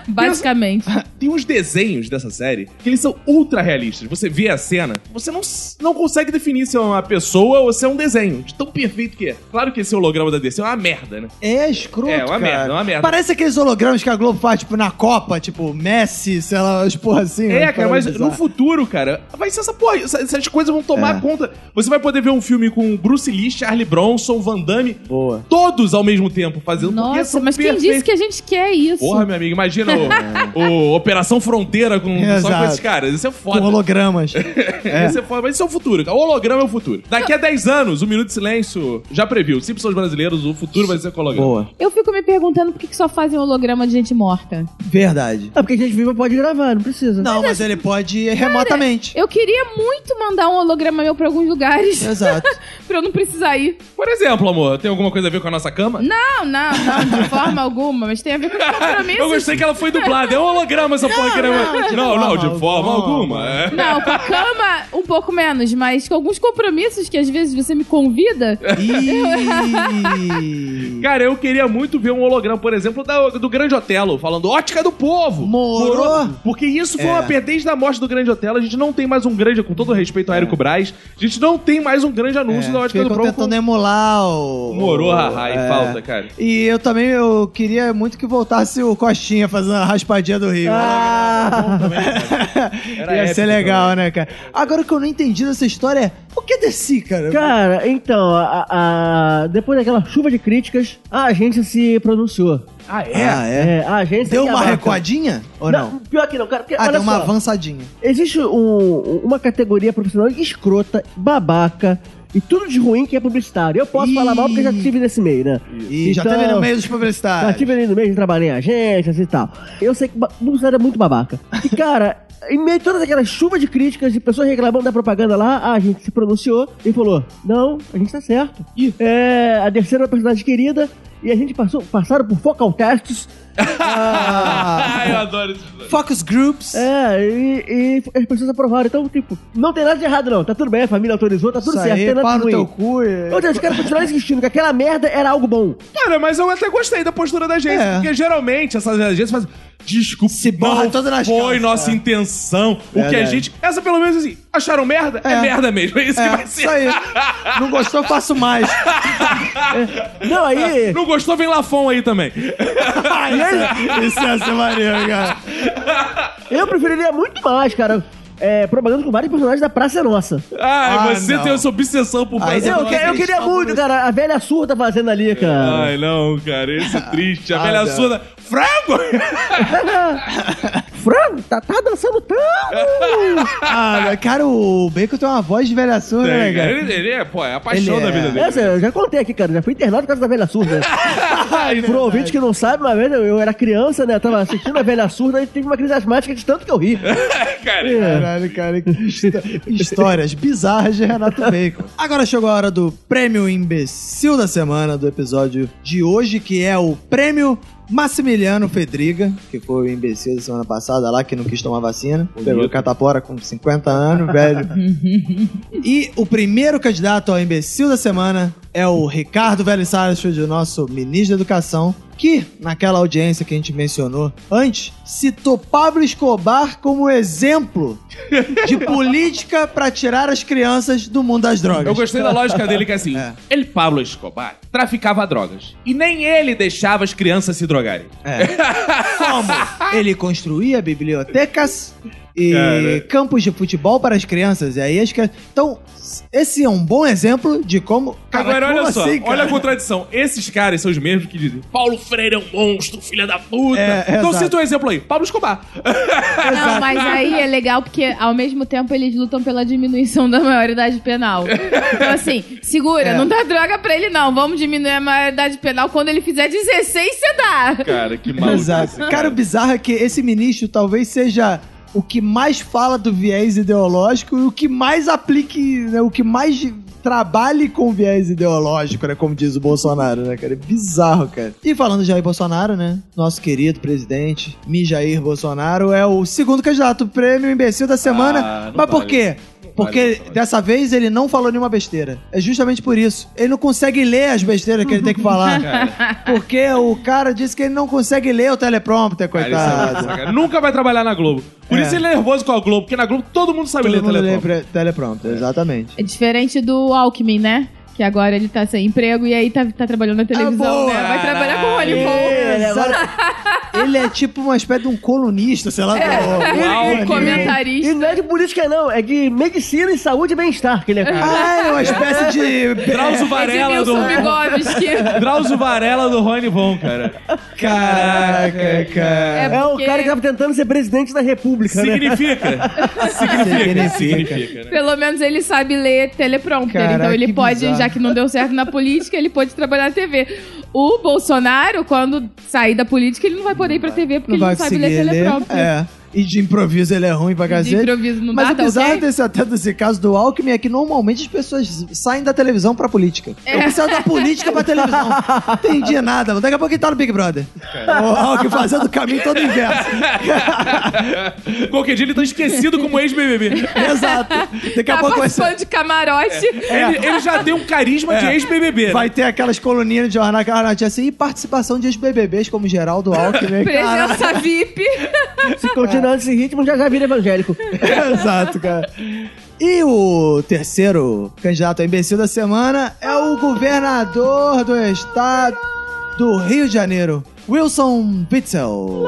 Speaker 3: Basicamente.
Speaker 4: tem uns desenhos dessa série que eles são ultra realistas. Você vê a cena, você não, s- não consegue definir se é uma pessoa ou se é um desenho. De tão perfeito que é. Claro que esse holograma da DC é uma merda, né?
Speaker 2: É escroto,
Speaker 4: É, uma
Speaker 2: cara.
Speaker 4: merda, uma merda.
Speaker 2: Parece aqueles hologramas que a Globo faz, tipo, na Copa, tipo, Messi, sei lá, as porra assim.
Speaker 4: É,
Speaker 2: umas
Speaker 4: cara,
Speaker 2: paradas
Speaker 4: mas
Speaker 2: bizarras.
Speaker 4: no futuro, cara, vai ser essa porra. essa- Essas coisas vão tomar
Speaker 2: É.
Speaker 4: conta. Você vai poder ver um filme com Bruce Lee, Charlie Bronson, Van Damme,
Speaker 2: Boa.
Speaker 4: todos ao mesmo tempo fazendo. porque
Speaker 3: Nossa,
Speaker 4: são
Speaker 3: mas quem
Speaker 4: perfeitos.
Speaker 3: disse que a gente quer isso?
Speaker 4: é Porra, meu amigo, imagina o, o Operação Fronteira com, só
Speaker 2: É. Exato.
Speaker 4: com esses caras. Isso é
Speaker 2: Com
Speaker 4: foda.
Speaker 2: hologramas. é.
Speaker 4: Isso é foda, mas isso é o futuro, cara. O holograma é o futuro. Daqui a 10 anos, o Minuto de Silêncio já previu. Simpsons brasileiros, o futuro vai ser com holograma.
Speaker 2: Boa.
Speaker 3: Eu fico me perguntando por que que só fazem holograma de gente morta.
Speaker 2: Verdade.
Speaker 5: É porque a gente viva pode gravar, não precisa.
Speaker 2: Não, mas ele pode ir remotamente.
Speaker 3: Eu queria muito mandar um holograma meu pra alguns lugares,
Speaker 2: Exato.
Speaker 3: pra eu não precisar ir.
Speaker 4: Por exemplo, amor, tem alguma coisa a ver com a nossa cama?
Speaker 3: Não, não, não, de forma alguma, mas tem a ver com os
Speaker 4: Eu
Speaker 3: compromissos.
Speaker 4: gostei que ela foi dublada. É um holograma essa porra aqui, né? mano? Não, não, de forma alguma. É.
Speaker 3: Não, com a cama, um pouco menos, mas com alguns compromissos que às vezes você me convida.
Speaker 2: Ih.
Speaker 4: Cara, eu queria muito ver um holograma, por exemplo, da- do Grande Otelo, falando ótica do povo.
Speaker 2: Moro.
Speaker 4: Porque isso foi
Speaker 2: É.
Speaker 4: uma perda desde a morte do Grande Otelo. A gente não tem mais um grande, com todo respeito ao Érico Braz, a gente não tem mais um grande anúncio da
Speaker 2: É,
Speaker 4: ótica do
Speaker 2: ficam
Speaker 4: povo.
Speaker 2: tentando emular o...
Speaker 4: um Morou,
Speaker 2: o-
Speaker 4: haha, e
Speaker 2: é.
Speaker 4: falta, cara.
Speaker 2: E eu também eu queria muito que voltasse o Costinha fazendo a raspadinha do Rio.
Speaker 5: Ah,
Speaker 4: Era
Speaker 2: Ia ser
Speaker 4: épico,
Speaker 2: legal, né, cara? Agora o que eu não entendi dessa história é por que desci, cara?
Speaker 5: cara, então, a- a- depois daquela chuva de críticas, a agência se pronunciou.
Speaker 4: Ah, é?
Speaker 2: Ah, é.
Speaker 5: a agência.
Speaker 2: Deu
Speaker 5: e a
Speaker 2: uma
Speaker 5: marca.
Speaker 2: recuadinha? Ou não?
Speaker 5: não? Pior que não, cara. Porque,
Speaker 2: Ah,
Speaker 5: olha
Speaker 2: deu uma
Speaker 5: só.
Speaker 2: avançadinha.
Speaker 5: Existe um- uma categoria profissional escrota, babaca e tudo de ruim que é publicitário. Eu posso
Speaker 2: Ih.
Speaker 5: falar mal porque eu já estive nesse meio, né?
Speaker 2: E já
Speaker 5: Então, tá tipo-
Speaker 2: teve no meio dos
Speaker 5: Já
Speaker 2: publicitários.
Speaker 5: estive ali no meio, já trabalhei em agências é e tal. Eu sei que ba- publicitário é muito babaca. E, cara, em meio a todas aquelas chuvas de críticas de pessoas reclamando da propaganda lá, a gente se pronunciou e falou: não, a gente tá certo. É, a terceira é uma personagem querida e a gente passou, passaram por focal tests.
Speaker 4: Ah, eu adoro isso.
Speaker 2: Focus groups.
Speaker 5: É, e, e as pessoas aprovaram. Então, tipo, não tem nada de errado, não. Tá tudo bem, a família autorizou, tá tudo
Speaker 2: Isso
Speaker 5: certo.
Speaker 2: aí,
Speaker 5: tem nada
Speaker 2: pá
Speaker 5: de
Speaker 2: no
Speaker 5: ruim.
Speaker 2: teu cu. é-
Speaker 5: Ou seja, os caras continuaram insistindo que aquela merda era algo bom.
Speaker 4: Cara, mas eu até gostei da postura da agência,
Speaker 2: É.
Speaker 4: porque geralmente essas agências fazem. Desculpa,
Speaker 2: Se borra
Speaker 4: não
Speaker 2: toda nas
Speaker 4: foi
Speaker 2: calças." É.
Speaker 4: nossa intenção. O que a
Speaker 2: Verdade.
Speaker 4: gente. Essa, pelo menos, assim, acharam merda? É,
Speaker 2: É.
Speaker 4: merda mesmo. É isso que
Speaker 2: É,
Speaker 4: vai ser.
Speaker 2: isso aí. Não gostou, faço mais.
Speaker 5: Não, aí.
Speaker 4: Não gostou, vem Lafon aí também.
Speaker 2: Isso é ser maneiro, cara.
Speaker 5: Eu preferiria muito mais, cara. É, propaganda com vários personagens da Praça é Nossa.
Speaker 4: Ai,
Speaker 2: Ah,
Speaker 4: você
Speaker 2: não.
Speaker 4: tem essa obsessão por
Speaker 2: Aí
Speaker 4: fazer.
Speaker 5: Eu,
Speaker 2: Nossa,
Speaker 5: que- eu
Speaker 2: gente,
Speaker 5: queria
Speaker 2: tá
Speaker 5: muito,
Speaker 2: bonito.
Speaker 5: cara. A velha surda fazendo ali, cara.
Speaker 4: Ai, não, cara, esse é triste. A
Speaker 2: Ah,
Speaker 4: velha
Speaker 2: não.
Speaker 4: surda. Frango!
Speaker 5: Frango, tá, tá dançando tanto.
Speaker 2: Ah, cara, o Bacon tem uma voz de velha surda, né,
Speaker 4: Ele,
Speaker 2: cara?
Speaker 4: ele, é, pô, é a paixão
Speaker 2: Ele
Speaker 4: da
Speaker 2: é.
Speaker 4: vida dele.
Speaker 5: Essa, eu já contei aqui, cara. Já fui internado por causa da velha surda.
Speaker 2: é
Speaker 5: Pro ouvinte que não sabe, uma vez eu eu era criança, né? Tava assistindo a velha surda e tive uma crise asmática de tanto que eu ri.
Speaker 4: cara.
Speaker 5: É.
Speaker 2: Caralho, cara, que histó- histórias bizarras de Renato Bacon. Agora chegou a hora do prêmio imbecil da semana do episódio de hoje, que é o prêmio Massimiliano Fedriga, que foi o imbecil da semana passada lá, que não quis tomar vacina. Pegou catapora com 50 anos, velho. e o primeiro candidato ao imbecil da semana é o Ricardo Velho Salles, o nosso ministro da Educação, que, naquela audiência que a gente mencionou antes, citou Pablo Escobar como exemplo de política pra tirar as crianças do mundo das drogas.
Speaker 4: Eu gostei da lógica dele, que é assim:
Speaker 2: É.
Speaker 4: ele, Pablo Escobar, traficava drogas. E nem ele deixava as crianças se drogarem.
Speaker 2: É. Como? Ele construía bibliotecas e
Speaker 4: Cara.
Speaker 2: campos de futebol para as crianças. E aí as crianças... Então, esse é um bom exemplo de como... Cara,
Speaker 4: Agora,
Speaker 2: como
Speaker 4: olha só,
Speaker 2: assim, cara?
Speaker 4: olha a contradição. Esses caras são os mesmos que dizem: Paulo Freire é um monstro, filha da puta.
Speaker 2: É, é,
Speaker 4: então
Speaker 2: exato.
Speaker 4: cita um exemplo aí: Pablo Escobar.
Speaker 3: Não, mas aí é legal porque ao mesmo tempo eles lutam pela diminuição da maioridade penal. Então, assim, segura,
Speaker 2: É.
Speaker 3: não dá droga pra ele, não. Vamos diminuir a maioridade penal. Quando ele fizer 16, você dá.
Speaker 4: Cara, que maluco.
Speaker 2: Exato.
Speaker 4: esse
Speaker 2: Cara, o bizarro é que esse ministro talvez seja o que mais fala do viés ideológico e o que mais aplique, né, o que mais trabalhe com viés ideológico, né, como diz o Bolsonaro, né, cara? É bizarro, cara. E falando de Jair Bolsonaro, né, nosso querido presidente, Mi Jair Bolsonaro, é o segundo candidato ao prêmio imbecil da semana.
Speaker 4: Ah, não
Speaker 2: Mas por
Speaker 4: vale.
Speaker 2: quê? Porque
Speaker 4: Bolsonaro.
Speaker 2: dessa vez ele não falou nenhuma besteira. É justamente por isso. Ele não consegue ler as besteiras que ele tem que falar. Porque o cara disse que ele não consegue ler o teleprompter,
Speaker 4: Cara, isso é muito
Speaker 2: coitado.
Speaker 4: sacanagem. Nunca vai trabalhar na Globo. Por
Speaker 2: É.
Speaker 4: isso ele é nervoso com a Globo, porque na Globo todo mundo sabe ler
Speaker 2: Todo mundo lê
Speaker 4: telefone.
Speaker 2: pre- teleprompter, exatamente.
Speaker 3: É diferente do Alckmin, né? Que agora ele tá sem emprego e aí tá, tá trabalhando na televisão,
Speaker 2: Ah, boa, É.
Speaker 3: né? Vai trabalhar com Hollywood.
Speaker 5: Ele agora-
Speaker 2: Ele é tipo uma espécie de um colunista, sei lá. do-
Speaker 4: Uau,
Speaker 5: E
Speaker 3: Comentarista.
Speaker 5: não é de política, não. É de medicina e saúde e bem-estar que ele é. cara.
Speaker 2: Ah, é uma espécie de...
Speaker 3: É,
Speaker 4: Drauzio Varela do.
Speaker 3: Edmilson Bigovski.
Speaker 4: Drauzio Varela do Rony Von, cara.
Speaker 2: Caraca, cara.
Speaker 5: É o
Speaker 3: porque-
Speaker 5: cara que tava tentando ser presidente da república, né?
Speaker 4: Significa. Significa. Significa, né?
Speaker 3: Pelo menos ele sabe ler teleprompter.
Speaker 2: Caraca,
Speaker 3: então ele
Speaker 2: que
Speaker 3: pode,
Speaker 2: bizarro.
Speaker 3: já que não deu certo na política, ele pode trabalhar na TV. O Bolsonaro, quando sair da política, ele não vai poder ir pra TV
Speaker 2: Não
Speaker 3: porque ele
Speaker 2: vai
Speaker 3: não sabe
Speaker 2: conseguir
Speaker 3: ler
Speaker 2: ler.
Speaker 3: teleprompter.
Speaker 2: É. E de improviso ele é ruim pra
Speaker 3: De
Speaker 2: cacete.
Speaker 3: improviso não
Speaker 2: Mas
Speaker 3: dá,
Speaker 2: o bizarro
Speaker 3: tá ok?
Speaker 2: desse, até desse caso do Alckmin é que normalmente as pessoas saem da televisão pra política.
Speaker 3: É.
Speaker 2: Eu preciso da política pra televisão. Entendi nada. mano. Daqui a pouco ele tá no Big Brother. O Alckmin fazendo o caminho todo inverso.
Speaker 4: Qualquer dia ele tá esquecido como ex-BBB.
Speaker 2: Exato. Daqui a
Speaker 3: Tá
Speaker 2: pouco vai, ser-
Speaker 3: participando de camarote.
Speaker 4: Ele, ele já tem um carisma de
Speaker 2: É.
Speaker 4: ex-BBB. né?
Speaker 2: vai ter aquelas coluninhas de jornal que ela tinha assim, e participação de ex-BBBs como Geraldo Alckmin. É. Cara.
Speaker 3: Presença VIP.
Speaker 5: Se continuar nesse ritmo, já já vira evangélico.
Speaker 2: Exato, cara. E o terceiro candidato a imbecil da semana é o governador do estado do Rio de Janeiro, Wilson Witzel.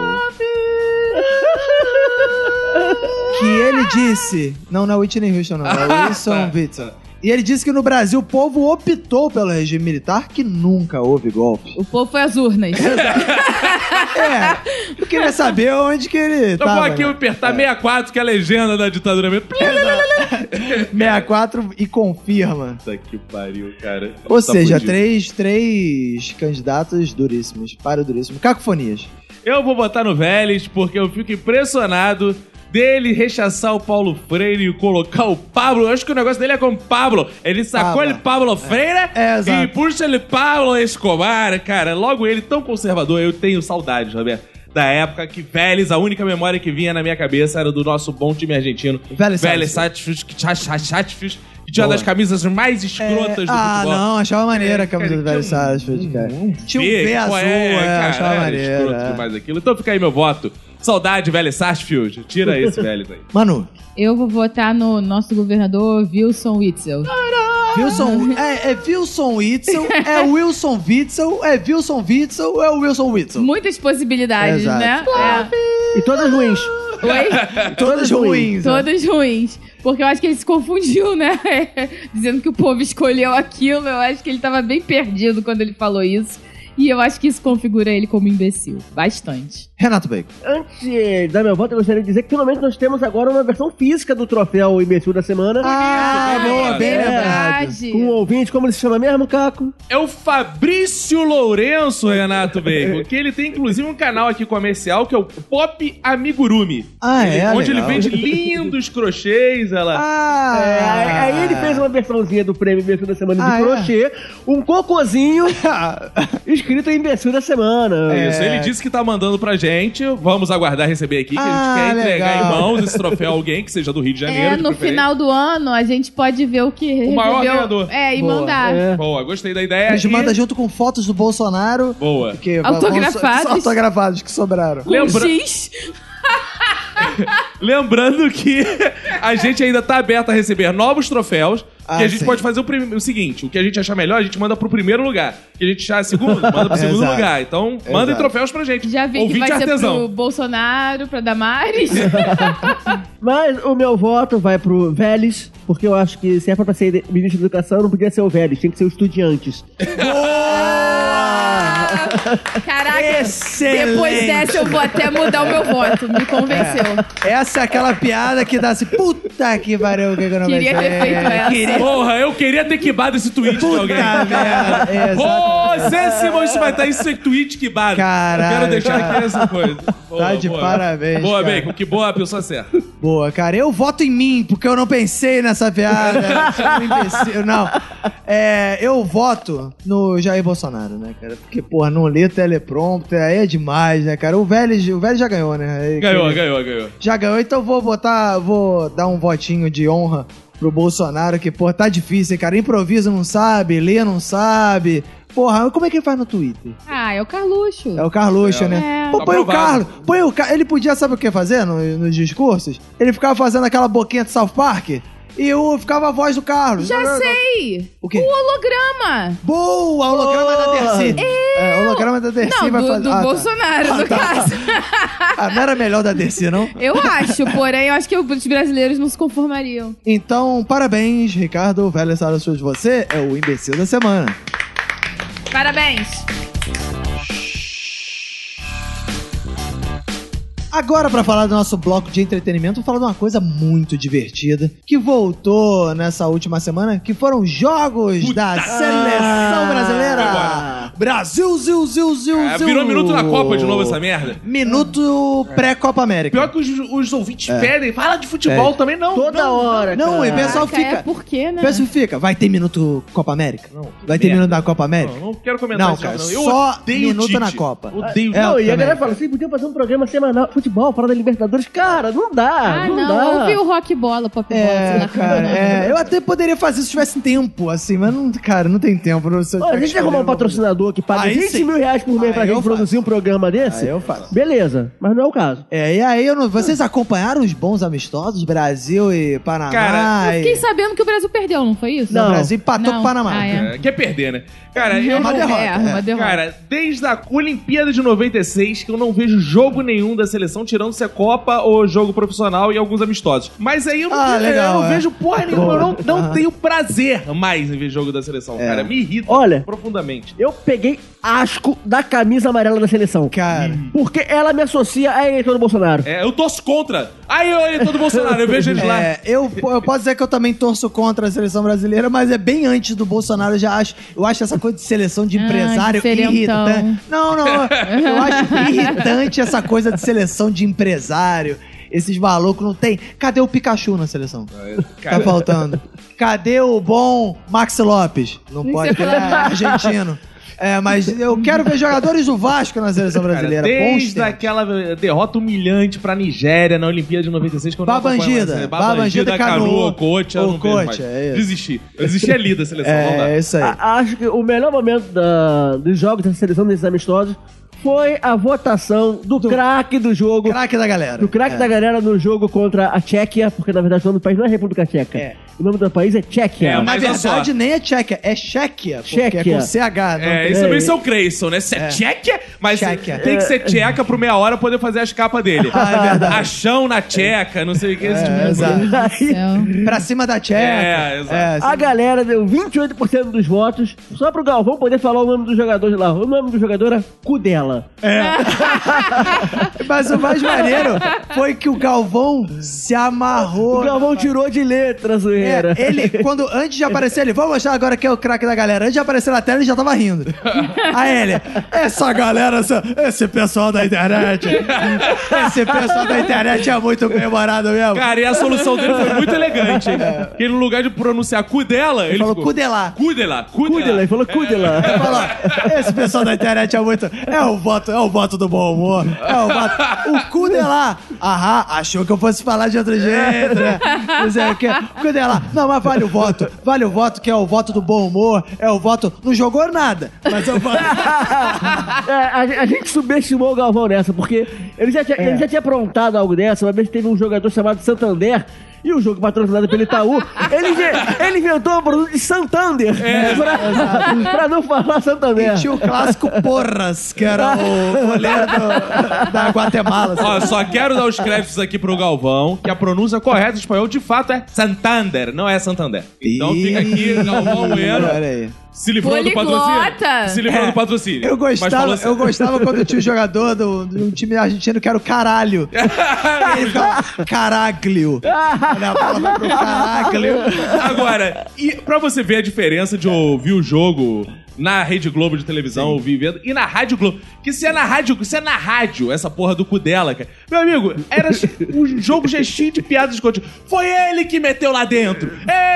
Speaker 2: Que ele disse. Não, não é Whitney Houston, não. É Wilson Witzel. E ele disse que no Brasil o povo optou pelo regime militar, que nunca houve golpe.
Speaker 3: O povo foi às urnas.
Speaker 2: É, eu queria saber onde que ele
Speaker 4: Eu
Speaker 2: tava.
Speaker 4: vou aqui
Speaker 2: né?
Speaker 4: apertar 64, que é a legenda da ditadura mesmo.
Speaker 2: 64 e confirma.
Speaker 4: Puta que pariu, cara.
Speaker 2: Ou
Speaker 4: Tá
Speaker 2: seja,
Speaker 4: fudido.
Speaker 2: três, três candidatos duríssimos, para o duríssimo. Cacofonias.
Speaker 4: Eu vou botar no Vélez porque eu fico impressionado dele rechaçar o Paulo Freire e colocar o Pablo. Eu acho que o negócio dele é com o Pablo. Ele sacou
Speaker 2: Pablo.
Speaker 4: ele Pablo Freire
Speaker 2: É, exato.
Speaker 4: e puxa ele Pablo Escobar. Cara, logo ele tão conservador, eu tenho saudades, Roberto. Da época que Vélez, a única memória que vinha na minha cabeça era do nosso bom time argentino.
Speaker 2: Vélez
Speaker 4: Vélez
Speaker 2: Sarsfield.
Speaker 4: Sarsfield, que tcha- tcha- Sarsfield, que tinha uma
Speaker 2: Boa.
Speaker 4: das camisas mais escrotas É, do
Speaker 2: ah,
Speaker 4: futebol.
Speaker 2: não, achava maneira a camisa
Speaker 4: Cara,
Speaker 2: do velho
Speaker 4: tinha um-
Speaker 2: Sarsfield, cara. Tinha um
Speaker 4: Vê,
Speaker 2: V azul,
Speaker 4: qual
Speaker 2: é, achava
Speaker 4: era
Speaker 2: maneiro.
Speaker 4: escroto
Speaker 2: é.
Speaker 4: demais aquilo. Então fica aí meu voto. Saudade, velho Sarsfield. Tira esse velho aí.
Speaker 2: Manu,
Speaker 3: Eu vou votar no nosso governador Wilson Witzel.
Speaker 2: Wilson, é, é Wilson Witzel, é Wilson Witzel, é Wilson Witzel ou é o Wilson Witzel?
Speaker 3: Muitas possibilidades,
Speaker 2: Exato.
Speaker 3: né?
Speaker 5: E todas ruins.
Speaker 3: É. Oi?
Speaker 2: Todas ruins. né?
Speaker 3: Todas ruins. Porque eu acho que ele se confundiu, né? Dizendo que o povo escolheu aquilo. Eu acho que ele tava bem perdido quando ele falou isso. E eu acho que isso configura ele como imbecil. Bastante.
Speaker 2: Renato Bacon.
Speaker 5: Antes de dar minha volta, eu gostaria de dizer que finalmente nós temos agora uma versão física do troféu imbecil da semana. É,
Speaker 2: Ah,
Speaker 4: bonito,
Speaker 2: boa,
Speaker 4: cara.
Speaker 2: bem lembrado.
Speaker 3: é Verdade.
Speaker 5: Com um ouvinte, como ele se chama mesmo, Caco?
Speaker 4: É o Fabrício Lourenço, Renato Bacon, que ele tem inclusive um canal aqui comercial que é o Pop Amigurumi.
Speaker 2: Ah, é?
Speaker 4: onde
Speaker 2: legal.
Speaker 4: ele vende lindos crochês, ela.
Speaker 2: Ah,
Speaker 5: É, aí ele fez uma versãozinha do prêmio Imbecil da Semana
Speaker 2: Ah,
Speaker 5: de
Speaker 2: é?
Speaker 5: crochê, um cocôzinho escrito em Imbecil da Semana.
Speaker 4: Isso,
Speaker 2: é.
Speaker 4: ele disse que tá mandando pra gente. Vamos aguardar receber aqui, que
Speaker 2: Ah,
Speaker 4: a gente quer entregar
Speaker 2: legal.
Speaker 4: em mãos esse troféu a alguém que seja do Rio de Janeiro.
Speaker 3: É,
Speaker 4: de
Speaker 3: no
Speaker 4: preferência.
Speaker 3: final do ano a gente pode ver o que
Speaker 4: O maior
Speaker 3: recebeu-
Speaker 4: ganhador.
Speaker 3: É, e
Speaker 2: Boa.
Speaker 3: mandar.
Speaker 5: É.
Speaker 4: Boa, gostei da ideia.
Speaker 2: A gente
Speaker 4: E-
Speaker 2: manda junto com fotos do Bolsonaro.
Speaker 4: Boa.
Speaker 2: Que
Speaker 3: Autografadas.
Speaker 2: Só autografados que sobraram.
Speaker 3: Com
Speaker 4: Lembra-
Speaker 3: X.
Speaker 4: Lembrando que a gente ainda tá aberto a receber novos troféus.
Speaker 2: Ah,
Speaker 4: que a gente
Speaker 2: sim.
Speaker 4: pode fazer o, prim- o seguinte: o que a gente achar melhor, a gente manda pro primeiro lugar. O que a gente achar segundo, manda pro segundo
Speaker 2: É, Exato.
Speaker 4: lugar. Então, mandem
Speaker 2: Exato.
Speaker 4: troféus pra gente.
Speaker 3: Já vi que
Speaker 4: Ouvinte
Speaker 3: vai ser pro
Speaker 4: artesão.
Speaker 3: Bolsonaro, pra Damares.
Speaker 5: Mas o meu voto vai pro Vélez, porque eu acho que se é pra ser ministro da Educação, não podia ser o Vélez, tinha que ser o Estudiantes.
Speaker 3: Caraca.
Speaker 2: Excelente.
Speaker 3: Depois Ah, dessa eu vou até mudar o meu voto. Me convenceu.
Speaker 2: Essa é aquela piada que dá assim, puta que pariu, o que que eu não
Speaker 3: Queria ter
Speaker 2: pensei?
Speaker 3: feito essa.
Speaker 2: Queria-
Speaker 4: Porra, eu queria ter quebado esse tweet de
Speaker 2: Puta
Speaker 4: alguém.
Speaker 2: merda. É, exato.
Speaker 4: Ô, Zé Simão, isso vai estar isso é tweet que bada.
Speaker 2: Caralho,
Speaker 4: Quero deixar
Speaker 2: cara. Tá
Speaker 4: aqui essa coisa.
Speaker 2: de parabéns,
Speaker 4: Boa,
Speaker 2: cara.
Speaker 4: Bacon, que boa a pessoa certa.
Speaker 2: Boa, cara. Eu voto em mim, porque eu não pensei nessa piada. Eu sou um imbecil. Não. É, eu voto no Jair Bolsonaro, né, cara? Porque, porra, não lê teleprompter, aí é demais, né, cara? O velho, o velho já ganhou, né? Ele-
Speaker 4: Ganhou, ganhou, ganhou.
Speaker 2: Já ganhou, então vou botar, vou dar um votinho de honra pro Bolsonaro, que, porra, tá difícil, hein, cara? Improvisa, não sabe, lê, não sabe. Porra, como é que ele faz no Twitter?
Speaker 3: Ah, é o Carlucho.
Speaker 2: É o Carluxo,
Speaker 4: É.
Speaker 2: né?
Speaker 3: É.
Speaker 2: Pô, põe o
Speaker 4: Aprovado.
Speaker 2: Carlos. Põe o Car... Ele podia, sabe o que fazer no- nos discursos? Ele ficava fazendo aquela boquinha de South Park e eu ficava a voz do Carlos.
Speaker 3: Já sei!
Speaker 2: O quê?
Speaker 3: O holograma!
Speaker 2: Boa! O holograma da Dercy. É, o holograma da Dercy
Speaker 3: não,
Speaker 2: vai
Speaker 3: do,
Speaker 2: fazer.
Speaker 3: do
Speaker 2: Ah, tá.
Speaker 3: Bolsonaro, no caso.
Speaker 2: Ah, não era melhor da Dercy, não?
Speaker 3: Eu acho, porém, eu acho que os brasileiros não se conformariam.
Speaker 2: Então, parabéns, Ricardo Velho Sarassus. Você é o imbecil da semana.
Speaker 3: Parabéns!
Speaker 2: Agora, pra falar do nosso bloco de entretenimento, vou falar de uma coisa muito divertida que voltou nessa última semana, que foram jogos da seleção brasileira. Brasil, zil, zil, zil,
Speaker 4: Ah,
Speaker 2: zil.
Speaker 4: virou minuto na Copa de novo essa merda.
Speaker 2: Minuto pré-Copa América.
Speaker 4: Pior que os, os ouvintes pedem, fala de futebol
Speaker 2: É.
Speaker 4: também, não.
Speaker 5: Toda
Speaker 4: não,
Speaker 5: hora,
Speaker 2: Não,
Speaker 5: cara.
Speaker 2: e pessoal
Speaker 3: Caraca, É
Speaker 2: fica.
Speaker 3: porque, né?
Speaker 2: Pessoal fica, vai ter minuto Copa América?
Speaker 4: Não,
Speaker 2: Vai ter
Speaker 4: merda.
Speaker 2: minuto da Copa
Speaker 4: Não,
Speaker 2: América?
Speaker 4: não quero comentar
Speaker 2: Não,
Speaker 4: isso,
Speaker 2: cara,
Speaker 4: não. Eu
Speaker 2: só
Speaker 4: odeio o
Speaker 2: minuto
Speaker 4: Tite.
Speaker 2: na Copa.
Speaker 4: Odeio.
Speaker 2: É,
Speaker 5: não, e a
Speaker 2: também.
Speaker 5: galera fala assim, podia fazer um programa semanal, futebol, parada Libertadores. Cara, não dá,
Speaker 3: Ah,
Speaker 5: não,
Speaker 3: não,
Speaker 5: dá.
Speaker 3: ouvi o rock bola, pop bola. sei
Speaker 2: É,
Speaker 3: lá como é o
Speaker 2: cara,
Speaker 3: nome.
Speaker 2: é, eu até poderia fazer se tivesse tempo, assim, mas não, cara, não tem tempo. não sei-
Speaker 5: Ó, a gente vai arrumar um patrocinador que paga
Speaker 2: Aí
Speaker 5: 20
Speaker 2: sim.
Speaker 5: mil reais por mês pra
Speaker 2: Aí eu
Speaker 5: gente produzir
Speaker 2: faço.
Speaker 5: um programa desse?
Speaker 2: Aí eu faço.
Speaker 5: Beleza, mas não é o caso.
Speaker 2: É, e aí, eu não- vocês acompanharam os bons amistosos? Brasil e Panamá?
Speaker 4: Cara, então.
Speaker 2: e-
Speaker 3: Fiquei sabendo que o Brasil perdeu, não foi isso?
Speaker 2: Não,
Speaker 5: Não.
Speaker 2: o Brasil empatou
Speaker 3: Não.
Speaker 2: com o Panamá.
Speaker 3: Ah, é.
Speaker 4: É, quer perder, né? Cara,
Speaker 3: É
Speaker 4: eu
Speaker 3: uma
Speaker 4: não...
Speaker 3: derrota.
Speaker 2: é.
Speaker 3: É, uma derrota.
Speaker 4: Cara, desde a Olimpíada de 96 que eu não vejo jogo nenhum da seleção, tirando se é Copa ou jogo profissional e alguns amistosos. Mas aí eu não,
Speaker 2: Ah,
Speaker 4: eu
Speaker 2: legal,
Speaker 4: não
Speaker 2: é.
Speaker 4: vejo porra nenhuma, eu não, não
Speaker 2: Ah.
Speaker 4: tenho prazer mais em ver jogo da seleção,
Speaker 2: É.
Speaker 4: cara. Me irrita
Speaker 5: Olha.
Speaker 4: profundamente.
Speaker 5: Eu peguei asco da camisa amarela da seleção.
Speaker 2: Cara,
Speaker 5: Porque ela me associa a eleitor do Bolsonaro.
Speaker 4: É, eu torço contra. Aí eu olho todo Bolsonaro, eu vejo eles lá.
Speaker 2: é, eu, eu posso dizer que eu também torço contra a seleção brasileira, mas é bem antes do Bolsonaro, eu já acho. Eu acho essa coisa de seleção de
Speaker 3: Ah,
Speaker 2: empresário
Speaker 3: diferentão.
Speaker 2: irritante. Não, não, eu acho irritante essa coisa de seleção de empresário. Esses malucos não tem. Cadê o Pikachu na seleção?
Speaker 4: Cara,
Speaker 2: Tá faltando. Cadê o bom Maxi Lopes? Não pode, porque ele é argentino. É, mas eu quero ver jogadores do Vasco na seleção
Speaker 4: cara,
Speaker 2: brasileira. Bons
Speaker 4: desde
Speaker 2: tempos.
Speaker 4: aquela derrota humilhante pra Nigéria na Olimpíada de 96, quando
Speaker 2: Babangida, Babangida, Canoa,
Speaker 4: Ococha, eu não vejo mais.
Speaker 2: Ococha, é isso.
Speaker 4: Desisti. Eu desisti ali da seleção, não dá.
Speaker 2: É, é isso aí.
Speaker 5: A- acho que o melhor momento da- dos jogos da seleção desses amistosos foi a votação do, craque do jogo.
Speaker 2: Craque da galera.
Speaker 5: Do craque
Speaker 2: É.
Speaker 5: da galera no jogo contra a Tchequia, porque na verdade o nome do país não é República Tcheca.
Speaker 2: É.
Speaker 5: O nome do país é Tchequia.
Speaker 4: É,
Speaker 2: Na
Speaker 4: Mas olha
Speaker 2: verdade, nem é Tchequia, é Tchequia. Porque é
Speaker 5: Tchequia.
Speaker 2: com CH. não
Speaker 4: É,
Speaker 2: tem-
Speaker 4: isso também
Speaker 5: é.
Speaker 4: são Creyson, né? Se é, tcheca, mas
Speaker 2: Tcheca.
Speaker 4: tem que ser tcheca pro meia hora poder fazer as capas dele.
Speaker 2: Ah, é verdade.
Speaker 4: Achão na tcheca, não sei o que. esse tipo de
Speaker 2: É,
Speaker 4: coisa.
Speaker 2: exato.
Speaker 5: Aí,
Speaker 3: Então,
Speaker 2: Pra cima da Tcheca.
Speaker 4: É, exato.
Speaker 5: a galera deu 28% dos votos só pro Galvão poder falar o nome do jogador de lá. O nome do jogador é era Cudela.
Speaker 2: Mas o mais maneiro foi que o Galvão se amarrou.
Speaker 5: O Galvão tirou de letras, o
Speaker 2: É,
Speaker 5: Herrera.
Speaker 2: ele, quando antes de aparecer, ele, vamos mostrar agora que é o craque da galera. Antes de aparecer na tela, ele já tava rindo. Aí ele, essa galera, essa- esse pessoal da internet, esse pessoal da internet é muito bem-humorado mesmo.
Speaker 4: Cara, e a solução dele foi muito elegante, hein? Porque no lugar de pronunciar cu dela,
Speaker 2: É.
Speaker 4: ele,
Speaker 2: ele falou,
Speaker 4: ficou,
Speaker 2: cudelá.
Speaker 4: Cudela,
Speaker 5: Cudela,
Speaker 4: cudela.
Speaker 5: ele falou Cudela.
Speaker 2: Ele falou, esse pessoal da internet é muito. É o voto, é o voto do bom humor. É o voto. O Cudelá. Ahá, achou que eu fosse falar de outro jeito, né? Não sei o quê. O Cudelá. Não, mas vale o voto. Vale o voto, que é o voto do bom humor. É o voto. Não jogou nada. Mas é o voto.
Speaker 5: É, a, a gente subestimou o Galvão nessa, porque ele já,
Speaker 2: É.
Speaker 5: tinha, ele já tinha aprontado algo dessa. Uma vez teve um jogador chamado Santander. E o jogo patrocinado pelo Itaú, ele, inve- ele inventou um produto de Santander
Speaker 4: É,
Speaker 5: pra, pra não falar Santander.
Speaker 2: E tinha o clássico Porras, que era o goleiro do- da Guatemala. assim.
Speaker 4: Ó, só quero dar os créditos aqui pro Galvão, que a pronúncia correta em espanhol de fato é Santander, não é Santander. Então fica aqui, Galvão Bueno,
Speaker 2: Olha aí.
Speaker 4: se livrou do patrocínio.
Speaker 3: Poliglota.
Speaker 4: Se livrou do patrocínio.
Speaker 2: É, Eu
Speaker 4: Mas falou
Speaker 2: gostava,
Speaker 4: assim,
Speaker 2: eu gostava quando tinha o jogador do- de um time argentino que era o caralho. Ele ficava caraglio. Olha a bola vai pro caraglio.
Speaker 4: Ah, Agora, e pra você ver a diferença de ouvir o jogo na Rede Globo de televisão, ouvir vendo, e na Rádio Globo. Que se é na Rádio, se é na rádio, essa porra do cu dela, cara. Meu amigo, era um jogo já cheio de piadas de conteúdo. Foi ele que meteu lá dentro.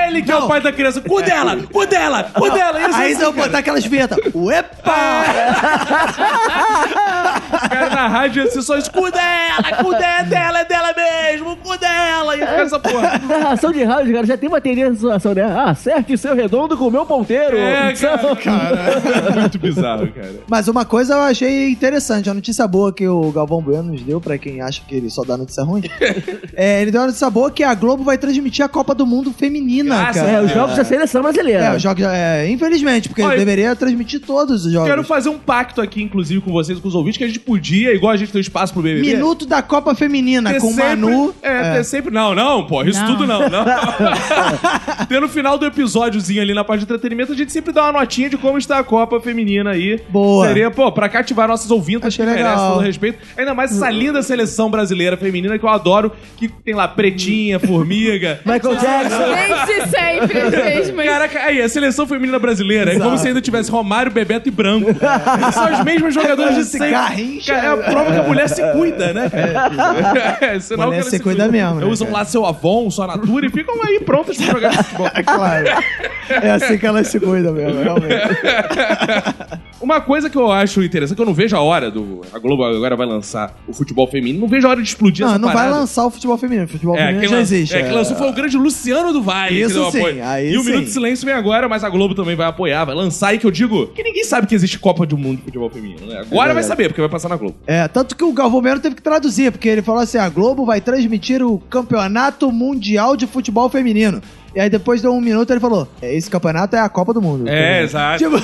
Speaker 4: Ele que é o
Speaker 2: Não.
Speaker 4: pai da criança. Cu dela, cu dela, cu dela. Isso,
Speaker 2: Aí
Speaker 4: isso,
Speaker 2: eu
Speaker 4: é assim, cara. É.
Speaker 2: botar aquelas vinhetas. Uepa!
Speaker 4: assim, cara na rádio ia ser só isso. Cu dela, cu dela, dela, é dela mesmo, cu dela. E fica essa porra.
Speaker 5: Narração de rádio, cara, já tem uma tendência de situação, né? Ah, acerte seu redondo com o meu ponteiro.
Speaker 4: É, cara,
Speaker 5: Então,
Speaker 4: cara. Muito bizarro, cara.
Speaker 2: Mas uma coisa eu achei interessante, a notícia boa que o Galvão Bueno nos deu, pra quem acha que ele só dá notícia ruim. É, ele deu uma notícia boa que a Globo vai transmitir a Copa do Mundo feminina,
Speaker 4: Graças
Speaker 2: cara.
Speaker 5: É, os jogos da seleção brasileira.
Speaker 2: É, os jogos, é, infelizmente, porque
Speaker 4: Olha,
Speaker 2: deveria transmitir todos os jogos.
Speaker 4: Quero fazer um pacto aqui, inclusive, com vocês, com os ouvintes, que a gente podia, igual a gente tem espaço pro BBB.
Speaker 2: Minuto da Copa Feminina
Speaker 4: ter
Speaker 2: com
Speaker 4: sempre-
Speaker 2: Manu.
Speaker 4: É, ter sempre. Não, não, pô, isso
Speaker 3: Não.
Speaker 4: tudo não, não. ter no final do episódiozinho ali na parte de entretenimento, a gente sempre dá uma notinha de como está a Copa Feminina aí.
Speaker 2: Boa.
Speaker 4: Seria, pô, pra cativar nossas ouvintas
Speaker 2: Achei
Speaker 4: que merecem
Speaker 2: legal.
Speaker 4: todo o respeito. Ainda mais essa linda seleção brasileira feminina que eu adoro, que tem lá pretinha, formiga.
Speaker 5: Michael Jackson.
Speaker 3: desde sempre as mesmas.
Speaker 4: Caraca, aí, a seleção feminina brasileira é como se ainda tivesse Romário, Bebeto e Branco. São os mesmos jogadores de
Speaker 2: Esse
Speaker 4: sempre.
Speaker 2: Garrincha.
Speaker 4: Cara, É a prova que a mulher se cuida, né? cara? É, sinal
Speaker 2: Mulher
Speaker 4: que ela
Speaker 2: se cuida mesmo, né,
Speaker 4: Usam
Speaker 2: cara?
Speaker 4: lá seu um Avon, sua Natura e ficam aí prontas pra jogar futebol.
Speaker 2: É claro. É assim que ela se cuida mesmo, realmente.
Speaker 4: Uma coisa que eu acho interessante, que eu não vejo a hora do... A Globo agora vai lançar o futebol feminino. Não vejo a hora de explodir
Speaker 2: Não,
Speaker 4: essa
Speaker 2: não vai
Speaker 4: parada.
Speaker 2: lançar o futebol feminino. O futebol
Speaker 4: É,
Speaker 2: feminino
Speaker 4: quem
Speaker 2: já
Speaker 4: lan-
Speaker 2: existe.
Speaker 4: é, quem lançou foi o grande Luciano do Vale. que
Speaker 2: Isso
Speaker 4: deu
Speaker 2: sim,
Speaker 4: apoio.
Speaker 2: aí
Speaker 4: e o
Speaker 2: sim.
Speaker 4: Minuto de Silêncio vem agora, mas a Globo também vai apoiar, vai lançar. E que eu digo que ninguém sabe que existe Copa do Mundo de futebol feminino, né? Agora
Speaker 2: É
Speaker 4: vai
Speaker 2: verdade.
Speaker 4: saber, porque vai passar na Globo.
Speaker 2: É, tanto que o Galvão Bueno teve que traduzir, porque ele falou assim: a Globo vai transmitir o Campeonato Mundial de Futebol Feminino. E aí depois deu um minuto ele falou: é, esse campeonato é a Copa do Mundo.
Speaker 4: É, exato.
Speaker 2: Tipo,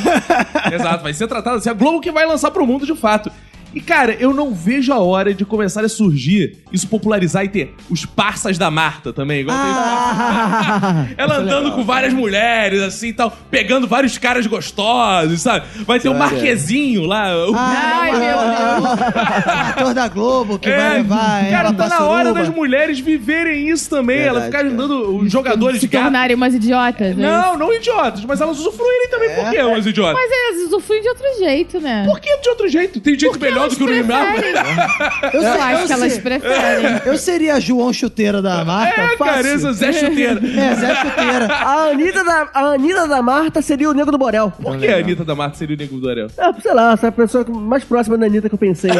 Speaker 4: Exato, vai ser tratado assim. A Globo que vai lançar pro mundo de fato. E, cara, eu não vejo a hora de começar a surgir, isso popularizar e ter os parças da Marta também, igual tem
Speaker 5: Ah,
Speaker 4: Ela andando com várias mulheres, assim e tal, pegando vários caras gostosos, sabe? Vai ter o Marquezinho lá. o-
Speaker 3: Ai, meu Deus.
Speaker 2: ator da Globo que
Speaker 4: É,
Speaker 2: vai levar. é,
Speaker 4: cara,
Speaker 2: uma
Speaker 4: tá na hora
Speaker 2: passaruba.
Speaker 4: das mulheres viverem isso também.
Speaker 2: Verdade,
Speaker 4: ela ficar
Speaker 2: cara.
Speaker 4: ajudando os jogadores
Speaker 3: Se
Speaker 4: de gato.
Speaker 3: tornarem umas idiotas. né?
Speaker 4: Não, não idiotas, mas elas usufruírem também. Por que umas idiotas?
Speaker 3: Mas elas usufruem de outro jeito, né?
Speaker 4: É. Por que de outro jeito? Tem jeito
Speaker 3: Porque
Speaker 4: melhor melhor do que o Mimar.
Speaker 2: Eu,
Speaker 3: Eu acho
Speaker 2: eu
Speaker 3: que elas
Speaker 2: se-
Speaker 3: preferem.
Speaker 2: Eu seria João Chuteira da Marta?
Speaker 4: É,
Speaker 2: tá fácil.
Speaker 4: cara, esse é Zé Chuteira.
Speaker 2: É, Zé Chuteira.
Speaker 5: A Anitta, da, a Anitta da Marta seria o Nego do Borel.
Speaker 4: Por que a Anitta da Marta seria o Nego do Arel?
Speaker 5: Ah, sei lá, essa pessoa mais próxima da Anitta que eu pensei.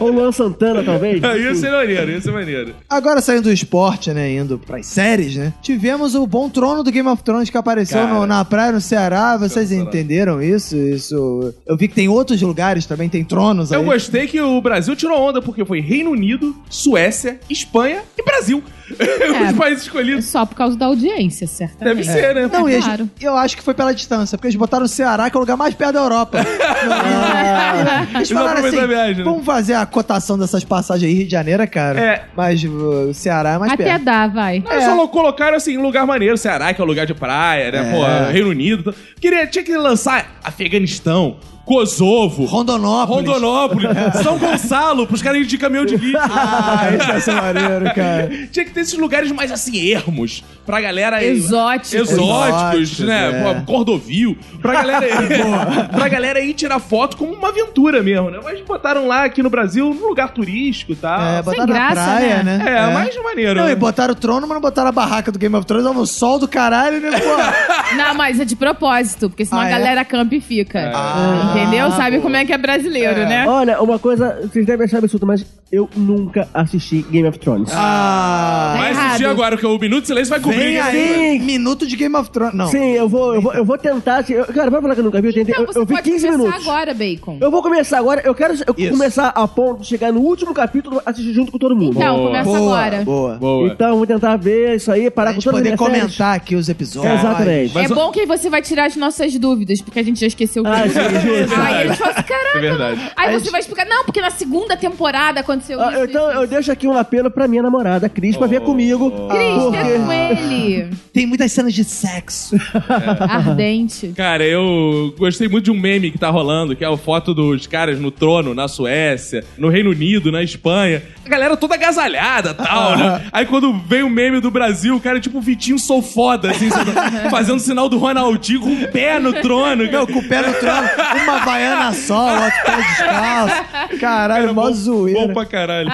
Speaker 5: Ou Luan Santana, talvez.
Speaker 4: Ia ser é maneiro, ia ser maneiro.
Speaker 2: Agora saindo do esporte, né? Indo pras séries, né? Tivemos o bom trono do Game of Thrones que apareceu
Speaker 4: Cara.
Speaker 2: no- na praia no Ceará. Vocês
Speaker 4: Sensacional.
Speaker 2: entenderam isso? Isso. Eu vi que tem outros lugares também, tem tronos
Speaker 4: Eu
Speaker 2: aí.
Speaker 4: gostei que o Brasil tirou onda, porque foi Reino Unido, Suécia, Espanha e Brasil.
Speaker 2: É.
Speaker 4: Os países escolhidos.
Speaker 3: Só por causa da audiência, certamente.
Speaker 4: Deve ser, né?
Speaker 2: Não, e eles-
Speaker 3: Claro.
Speaker 2: eu acho que foi pela distância, porque eles botaram o Ceará, que é o lugar mais perto da Europa. eles
Speaker 4: Eles
Speaker 2: falaram assim,
Speaker 4: aproveitam a viagem, né?
Speaker 2: vamos fazer a cotação dessas passagens aí, Rio de Janeiro, é caro.
Speaker 4: É.
Speaker 2: Mas uh, o Ceará é mais
Speaker 3: Até
Speaker 2: perto.
Speaker 3: dá, vai.
Speaker 4: Não, Ah, Só colocaram assim, um lugar maneiro, Ceará, que é um lugar de praia, né?
Speaker 2: É.
Speaker 4: Pô, Reino Unido. Queria, tinha que lançar Afeganistão, Kosovo,
Speaker 2: Rondonópolis.
Speaker 4: Rondonópolis, São Gonçalo, pros caras irem de caminhão de lixo.
Speaker 2: É. Ah, isso vai ser maneiro, cara.
Speaker 4: Tinha que ter esses lugares mais assim, ermos, pra galera.
Speaker 3: Exótico.
Speaker 4: Exóticos, né?
Speaker 2: é.
Speaker 4: Pô, Cordovil. Pra galera, Boa. pra galera ir tirar foto como uma aventura mesmo, né? Mas botaram lá aqui no Brasil, num lugar turístico e tal.
Speaker 2: É,
Speaker 4: É,
Speaker 2: botaram
Speaker 3: graça,
Speaker 2: na praia, né?
Speaker 3: né?
Speaker 4: mais maneiro.
Speaker 2: Não, e
Speaker 4: né?
Speaker 2: botaram o trono, mas não botaram a barraca do Game of Thrones. Olha, o sol do caralho, né? Pô.
Speaker 3: Não, mas é de propósito, porque senão
Speaker 2: Ah,
Speaker 3: a
Speaker 2: é?
Speaker 3: galera campa e fica.
Speaker 2: Ah,
Speaker 3: entendeu? Sabe
Speaker 2: boa.
Speaker 3: como é que é brasileiro, né?
Speaker 5: Olha, uma coisa, vocês devem achar absurdo, mas eu nunca assisti Game of Thrones.
Speaker 2: Ah,
Speaker 3: Tá
Speaker 4: Vai assistir
Speaker 3: errado.
Speaker 4: agora, que é o Minuto de Silêncio vai cobrir.
Speaker 2: vem
Speaker 4: isso.
Speaker 2: aí, minuto de Game of Thrones. Não.
Speaker 5: Sim, eu vou, eu vou, eu vou tentar. assim, eu- cara, vai falar que eu nunca vi, eu tentei.
Speaker 3: Não,
Speaker 5: eu,
Speaker 3: você
Speaker 5: eu vi
Speaker 3: pode
Speaker 5: 15
Speaker 3: começar
Speaker 5: minutos.
Speaker 3: agora, Bacon.
Speaker 5: Eu vou começar agora, eu quero eu
Speaker 2: Isso.
Speaker 5: começar a ponto de chegar no último capítulo assistir junto com todo mundo.
Speaker 3: Então,
Speaker 4: Boa.
Speaker 3: começa
Speaker 2: boa,
Speaker 3: agora.
Speaker 2: boa.
Speaker 4: Boa.
Speaker 5: Então, eu vou tentar ver isso aí,
Speaker 2: Pra
Speaker 5: parar com
Speaker 2: gente
Speaker 5: todas as
Speaker 2: poder
Speaker 5: minhas séries.
Speaker 2: comentar aqui os episódios.
Speaker 5: Exatamente.
Speaker 4: Mas
Speaker 3: é
Speaker 4: o-
Speaker 3: bom que você vai tirar as nossas dúvidas, porque a gente já esqueceu
Speaker 5: Ah,
Speaker 3: tudo.
Speaker 5: sim, justo.
Speaker 3: Aí a gente fala assim,
Speaker 4: É
Speaker 3: caraca.
Speaker 4: verdade.
Speaker 3: Aí você vai explicar, não, porque na segunda temporada aconteceu
Speaker 5: Ah,
Speaker 3: isso.
Speaker 5: então,
Speaker 3: isso,
Speaker 5: eu
Speaker 3: isso.
Speaker 5: deixo aqui um apelo pra minha namorada, Cris, pra ver
Speaker 4: Oh.
Speaker 5: comigo.
Speaker 3: Cris,
Speaker 5: porque-
Speaker 3: é com ele.
Speaker 2: Tem muitas cenas de sexo.
Speaker 3: Ardente.
Speaker 4: Cara, eu gostei muito de um meme que tá rolando, que é a foto dos caras no trono, na Suécia, no Reino Unido, na Espanha. A galera toda agasalhada e tal, né? Aí quando vem o meme do Brasil, o cara é tipo o Vitinho Sou Foda, assim, sabe? fazendo sinal do Ronaldinho com o pé no trono. cara.
Speaker 2: Não, com o pé no trono, uma baiana só, o outro pé descalço. Caralho,
Speaker 4: Era
Speaker 2: É mó
Speaker 4: bom- Bom
Speaker 2: zoeira.
Speaker 4: pra caralho.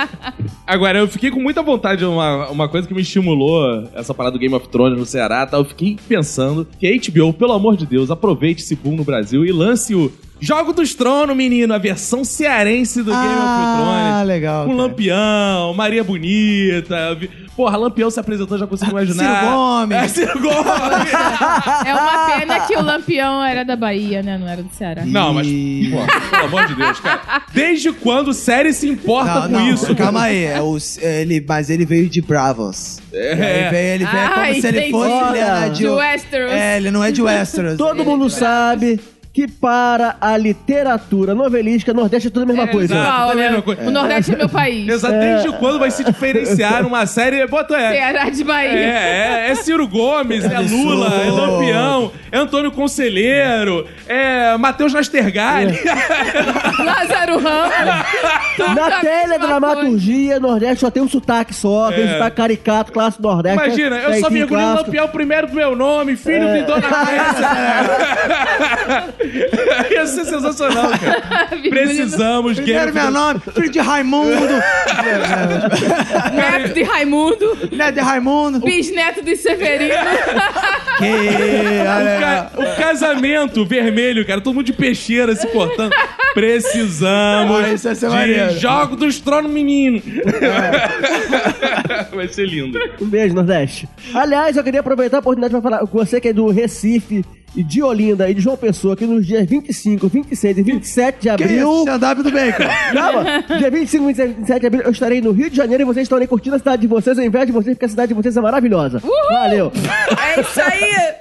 Speaker 4: Agora, eu fiquei com muita vontade, uma, uma coisa que me estimulou, essa parada do Game of Thrones no Ceará e tal. Eu fiquei pensando que a HBO, pelo amor de Deus, aproveite esse boom no Brasil e lance o Jogo dos Tronos, menino, a versão cearense do Game of
Speaker 2: Ah,
Speaker 4: Thrones.
Speaker 2: legal.
Speaker 4: Com
Speaker 2: cara.
Speaker 4: Lampião, Maria Bonita. vi- Porra, Lampião se apresentou, já consigo imaginar.
Speaker 2: Ah, Ciro Gomes.
Speaker 4: É, Ciro Gomes.
Speaker 3: É uma pena que o Lampião era da Bahia, né? Não era do Ceará.
Speaker 4: Não, mas,
Speaker 2: Ih.
Speaker 4: pô, pelo amor de Deus, cara. Desde quando série se importa
Speaker 2: Não,
Speaker 4: com
Speaker 2: não,
Speaker 4: isso?
Speaker 2: Calma aí, é o- ele, mas ele veio de Bravos.
Speaker 4: É.
Speaker 2: Ele veio, ele veio
Speaker 3: Ah,
Speaker 2: como se ele
Speaker 3: entendi.
Speaker 2: fosse ele era de,
Speaker 3: De Westeros.
Speaker 2: É, ele não é de Westeros.
Speaker 5: Todo
Speaker 2: Ele-
Speaker 5: mundo sabe que para a literatura novelística, Nordeste é tudo a mesma coisa.
Speaker 4: exato.
Speaker 3: Igual,
Speaker 4: também
Speaker 3: né?
Speaker 4: não co-
Speaker 3: O Nordeste é meu país.
Speaker 4: Exato, desde quando vai se diferenciar uma série? Bota é.
Speaker 3: Ceará de
Speaker 4: É,
Speaker 3: Bahia.
Speaker 4: é, é Ciro Gomes, é Lula, é Lampião, é Antônio Conselheiro, é Matheus Nastergalli.
Speaker 3: Lázaro Ramos. Tudo a
Speaker 5: Na
Speaker 3: mesma coisa.
Speaker 5: teledramaturgia, Nordeste só tem um sotaque
Speaker 2: É.
Speaker 5: só, tem um sotaque caricato, clássico Nordeste.
Speaker 4: Imagina, eu só
Speaker 5: Jaitinho
Speaker 4: mergulhei no
Speaker 5: clássico.
Speaker 4: Lampião primeiro do meu nome, filho de Dona Clécia. Ia ser sensacional, cara. Precisamos,
Speaker 2: Primeiro meu
Speaker 4: Game of
Speaker 2: nome, filho de Raimundo.
Speaker 3: Neto de Raimundo.
Speaker 2: né, de Raimundo.
Speaker 3: Bisneto de Severino.
Speaker 2: Que,
Speaker 4: O,
Speaker 2: olha.
Speaker 4: ca- o casamento vermelho, cara, todo mundo de peixeira se cortando. Precisamos
Speaker 2: Ah, isso ia ser maneiro.
Speaker 4: de Jogo dos Tronos Menino. Vai ser lindo.
Speaker 5: Um beijo, Nordeste. Aliás, eu queria aproveitar a oportunidade pra falar com você que é do Recife, e de Olinda e de João Pessoa, que nos dias 25, 26 e 27 de
Speaker 2: Que isso,
Speaker 5: abril.
Speaker 2: stand-up do Bacon.
Speaker 5: Calma! Dia 25, 27 27 de abril eu estarei no Rio de Janeiro e vocês estarem curtindo a cidade de vocês ao invés de vocês, porque a cidade de vocês é maravilhosa. Valeu!
Speaker 3: É isso aí.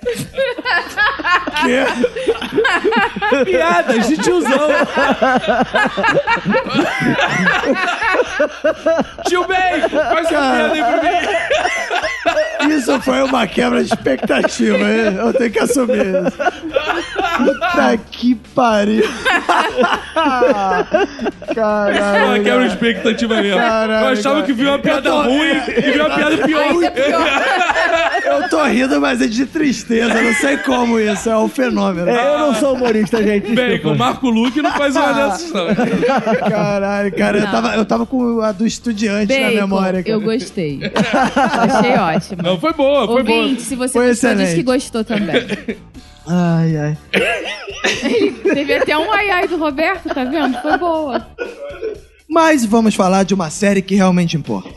Speaker 4: Piadas de tiozão. Tio Bacon, faz uma piada aí pra mim.
Speaker 2: Isso foi uma quebra de expectativa, hein? eu tenho que assumir isso. Puta que pariu.
Speaker 4: Pô,
Speaker 2: Caralho.
Speaker 4: quebra de expectativa mesmo.
Speaker 2: Caralho,
Speaker 4: eu achava
Speaker 2: cara.
Speaker 4: que viu uma piada ruim e viu uma piada pior.
Speaker 3: Ainda pior.
Speaker 2: Eu Eu tô rindo, mas é de tristeza. Não sei como isso. É um fenômeno.
Speaker 5: É, eu não sou humorista, gente.
Speaker 4: Bem,
Speaker 5: desculpa.
Speaker 4: com o Marco Luque não faz uma
Speaker 2: Tá.
Speaker 4: dessas, não.
Speaker 2: Caralho, cara. Eu
Speaker 3: Não.
Speaker 2: tava, eu tava com a do estudiante na
Speaker 3: Bacon,
Speaker 2: memória. Cara.
Speaker 3: eu gostei. Achei ótimo.
Speaker 4: Não, foi boa, foi boa.
Speaker 3: Ouvinte, se você
Speaker 2: Foi
Speaker 3: gostou, diz
Speaker 2: excelente.
Speaker 3: que gostou também.
Speaker 2: Ai, ai.
Speaker 3: Teve até um ai ai do Roberto, tá vendo? Foi boa.
Speaker 2: Mas vamos falar de uma série que realmente importa.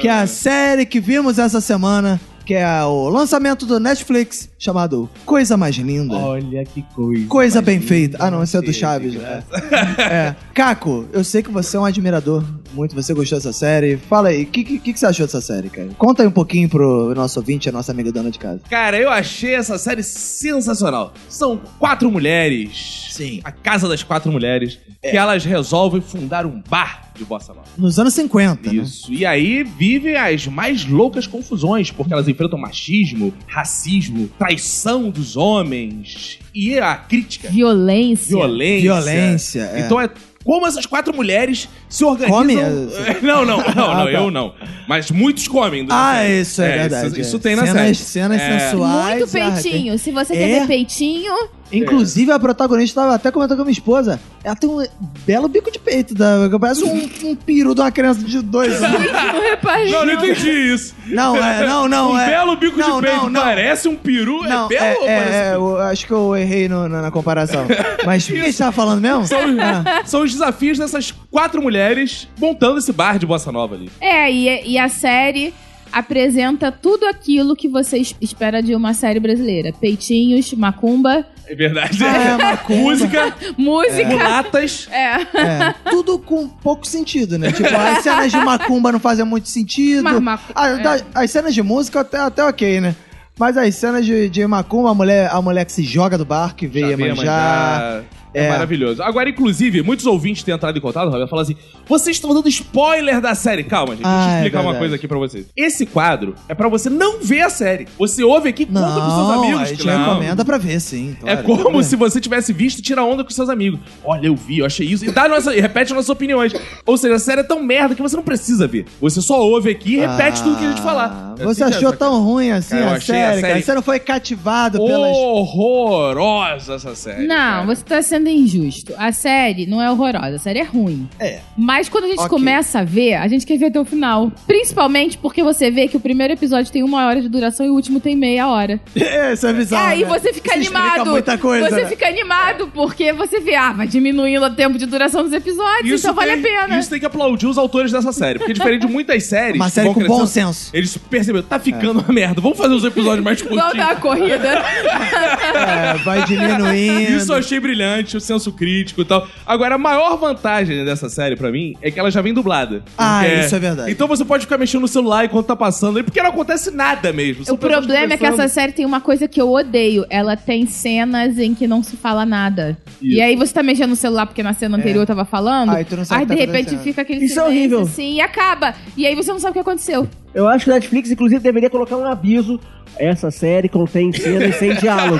Speaker 2: Que é a série que vimos essa semana, que é o lançamento do Netflix, chamado Coisa Mais Linda.
Speaker 5: Olha que coisa.
Speaker 2: Coisa bem
Speaker 5: linda.
Speaker 2: feita. Ah, não, esse é do Chaves. né? É. Caco, eu sei que você é um admirador muito, você gostou dessa série. Fala aí, o que, que, que você achou dessa série, cara? Conta aí um pouquinho pro nosso ouvinte, a nossa amiga dona de casa.
Speaker 4: Cara, eu achei essa série sensacional. São quatro mulheres.
Speaker 2: Sim. É.
Speaker 4: A casa das quatro mulheres. Que elas resolvem fundar um bar de bossa nova.
Speaker 2: Nos anos 50. né?
Speaker 4: Isso. E aí vivem as mais loucas confusões, porque elas enfrentam machismo, racismo, traição dos homens e a crítica.
Speaker 3: Violência.
Speaker 4: Violência.
Speaker 2: Violência. é.
Speaker 4: Então é como essas quatro mulheres se organizam.
Speaker 2: Comem?
Speaker 4: Não, não, não, não,
Speaker 2: Ah, tá.
Speaker 4: eu não. Mas muitos comem.
Speaker 2: Ah, isso é, verdade.
Speaker 4: Isso,
Speaker 2: é.
Speaker 4: isso tem na
Speaker 2: cenas,
Speaker 4: série.
Speaker 2: Cenas
Speaker 4: É.
Speaker 2: sensuais.
Speaker 3: Muito
Speaker 2: ah, tem-
Speaker 3: peitinho. Se você
Speaker 2: É?
Speaker 3: quer ver peitinho,
Speaker 2: Inclusive, a protagonista tava até comentando com a minha esposa. Ela tem um belo bico de peito. Da, parece um, um peru de uma criança de dois anos.
Speaker 3: eu reparei.
Speaker 4: Não, não entendi isso.
Speaker 2: Não, é, não, não.
Speaker 4: um
Speaker 2: é.
Speaker 4: belo bico
Speaker 2: não,
Speaker 4: de peito.
Speaker 2: não, não.
Speaker 4: Parece um peru?
Speaker 2: Não,
Speaker 4: é belo ou
Speaker 2: é, é,
Speaker 4: parece um
Speaker 2: é,
Speaker 4: peru?
Speaker 2: eu acho que eu errei no- na, na comparação. Mas o que a gente tava falando mesmo? É.
Speaker 4: São os desafios dessas quatro mulheres montando esse bar de bossa nova ali.
Speaker 3: É, e, e a série apresenta tudo aquilo que você es- espera de uma série brasileira: peitinhos, macumba,
Speaker 4: É verdade.
Speaker 2: É, macumba.
Speaker 4: Música, é.
Speaker 3: música.
Speaker 4: mulatas.
Speaker 3: É.
Speaker 2: É, tudo com pouco sentido, né? Tipo, as cenas de macumba não fazem muito sentido.
Speaker 3: Mas macu-
Speaker 2: A-
Speaker 3: é.
Speaker 2: da- as cenas de música até, até ok, né? Mas as cenas de, de macumba, a mulher, a mulher que se joga do barco e veio
Speaker 4: Chaveia,
Speaker 2: manjar.
Speaker 4: manjar. É,
Speaker 2: É.
Speaker 4: maravilhoso. Agora, inclusive, muitos ouvintes têm entrado em contato, Roberto, falam assim: vocês estão dando spoiler da série. Calma, gente, deixa
Speaker 2: Ah,
Speaker 4: eu
Speaker 2: é
Speaker 4: explicar uma
Speaker 2: verdade.
Speaker 4: coisa aqui pra vocês. Esse quadro é pra você não ver a série. Você ouve aqui e conta pros seus
Speaker 2: Não,
Speaker 4: amigos.
Speaker 2: a gente
Speaker 4: Não.
Speaker 2: recomenda pra ver, sim.
Speaker 4: É
Speaker 2: claro.
Speaker 4: como se você tivesse visto tirar onda com seus amigos. Olha, eu vi, eu achei isso. E dá nossa, e repete nossas opiniões. Ou seja, a série é tão merda que você não precisa ver. Você só ouve aqui e repete
Speaker 2: Ah,
Speaker 4: tudo que a gente falar. É
Speaker 2: Você
Speaker 4: assim,
Speaker 2: achou
Speaker 4: essa-
Speaker 2: tão ruim assim
Speaker 4: Cara, eu
Speaker 2: a
Speaker 4: achei a
Speaker 2: série, cara?
Speaker 4: série-
Speaker 2: Você não foi cativado pelas...
Speaker 4: horrorosa essa série?
Speaker 3: Não,
Speaker 4: cara.
Speaker 3: você tá sendo injusto. A série não é horrorosa, a série é ruim.
Speaker 2: É.
Speaker 3: Mas quando a gente
Speaker 2: Ok.
Speaker 3: começa a ver, a gente quer ver até o final. Principalmente porque você vê que o primeiro episódio tem uma hora de duração e o último tem meia hora.
Speaker 2: É, isso é bizarro.
Speaker 3: Aí
Speaker 2: né?
Speaker 3: você fica
Speaker 2: Isso explica
Speaker 3: animado.
Speaker 2: muita coisa,
Speaker 3: você
Speaker 2: né?
Speaker 3: fica animado porque você vê, ah, vai diminuindo o tempo de duração dos episódios, então vale a
Speaker 4: tem-
Speaker 3: pena.
Speaker 4: Isso tem que aplaudir os autores dessa série. Porque diferente de muitas séries.
Speaker 2: Uma
Speaker 4: que
Speaker 2: série
Speaker 4: vão
Speaker 2: com bom
Speaker 4: crescendo,
Speaker 2: senso.
Speaker 4: Eles perceberam, tá ficando uma merda. Vamos fazer os episódios mais
Speaker 3: Igual dar
Speaker 4: curtinhos.
Speaker 3: uma corrida.
Speaker 2: É, vai diminuindo.
Speaker 4: Isso eu achei brilhante, o senso crítico e tal. Agora, a maior vantagem dessa série pra mim é que ela já vem dublada.
Speaker 2: Ah,
Speaker 4: Porque-
Speaker 2: isso é verdade.
Speaker 4: Então você pode ficar mexendo no celular enquanto tá passando aí, porque não acontece nada mesmo. São
Speaker 3: O
Speaker 4: pessoas
Speaker 3: problema é que
Speaker 4: conversando.
Speaker 3: essa série tem uma coisa que eu odeio. Ela tem cenas em que não se fala nada.
Speaker 4: Isso.
Speaker 3: E aí você tá mexendo no celular porque na cena anterior eu tava falando.
Speaker 2: Aí É. tu não sabe o
Speaker 3: aí
Speaker 2: que
Speaker 3: de
Speaker 2: tá
Speaker 3: repente
Speaker 2: acontecendo.
Speaker 3: fica aquele
Speaker 5: Isso é
Speaker 3: silêncio
Speaker 5: horrível.
Speaker 3: assim e acaba. E aí você não sabe o que aconteceu.
Speaker 5: Eu acho que a Netflix, inclusive, deveria colocar um aviso. Essa série contém cenas sem diálogo.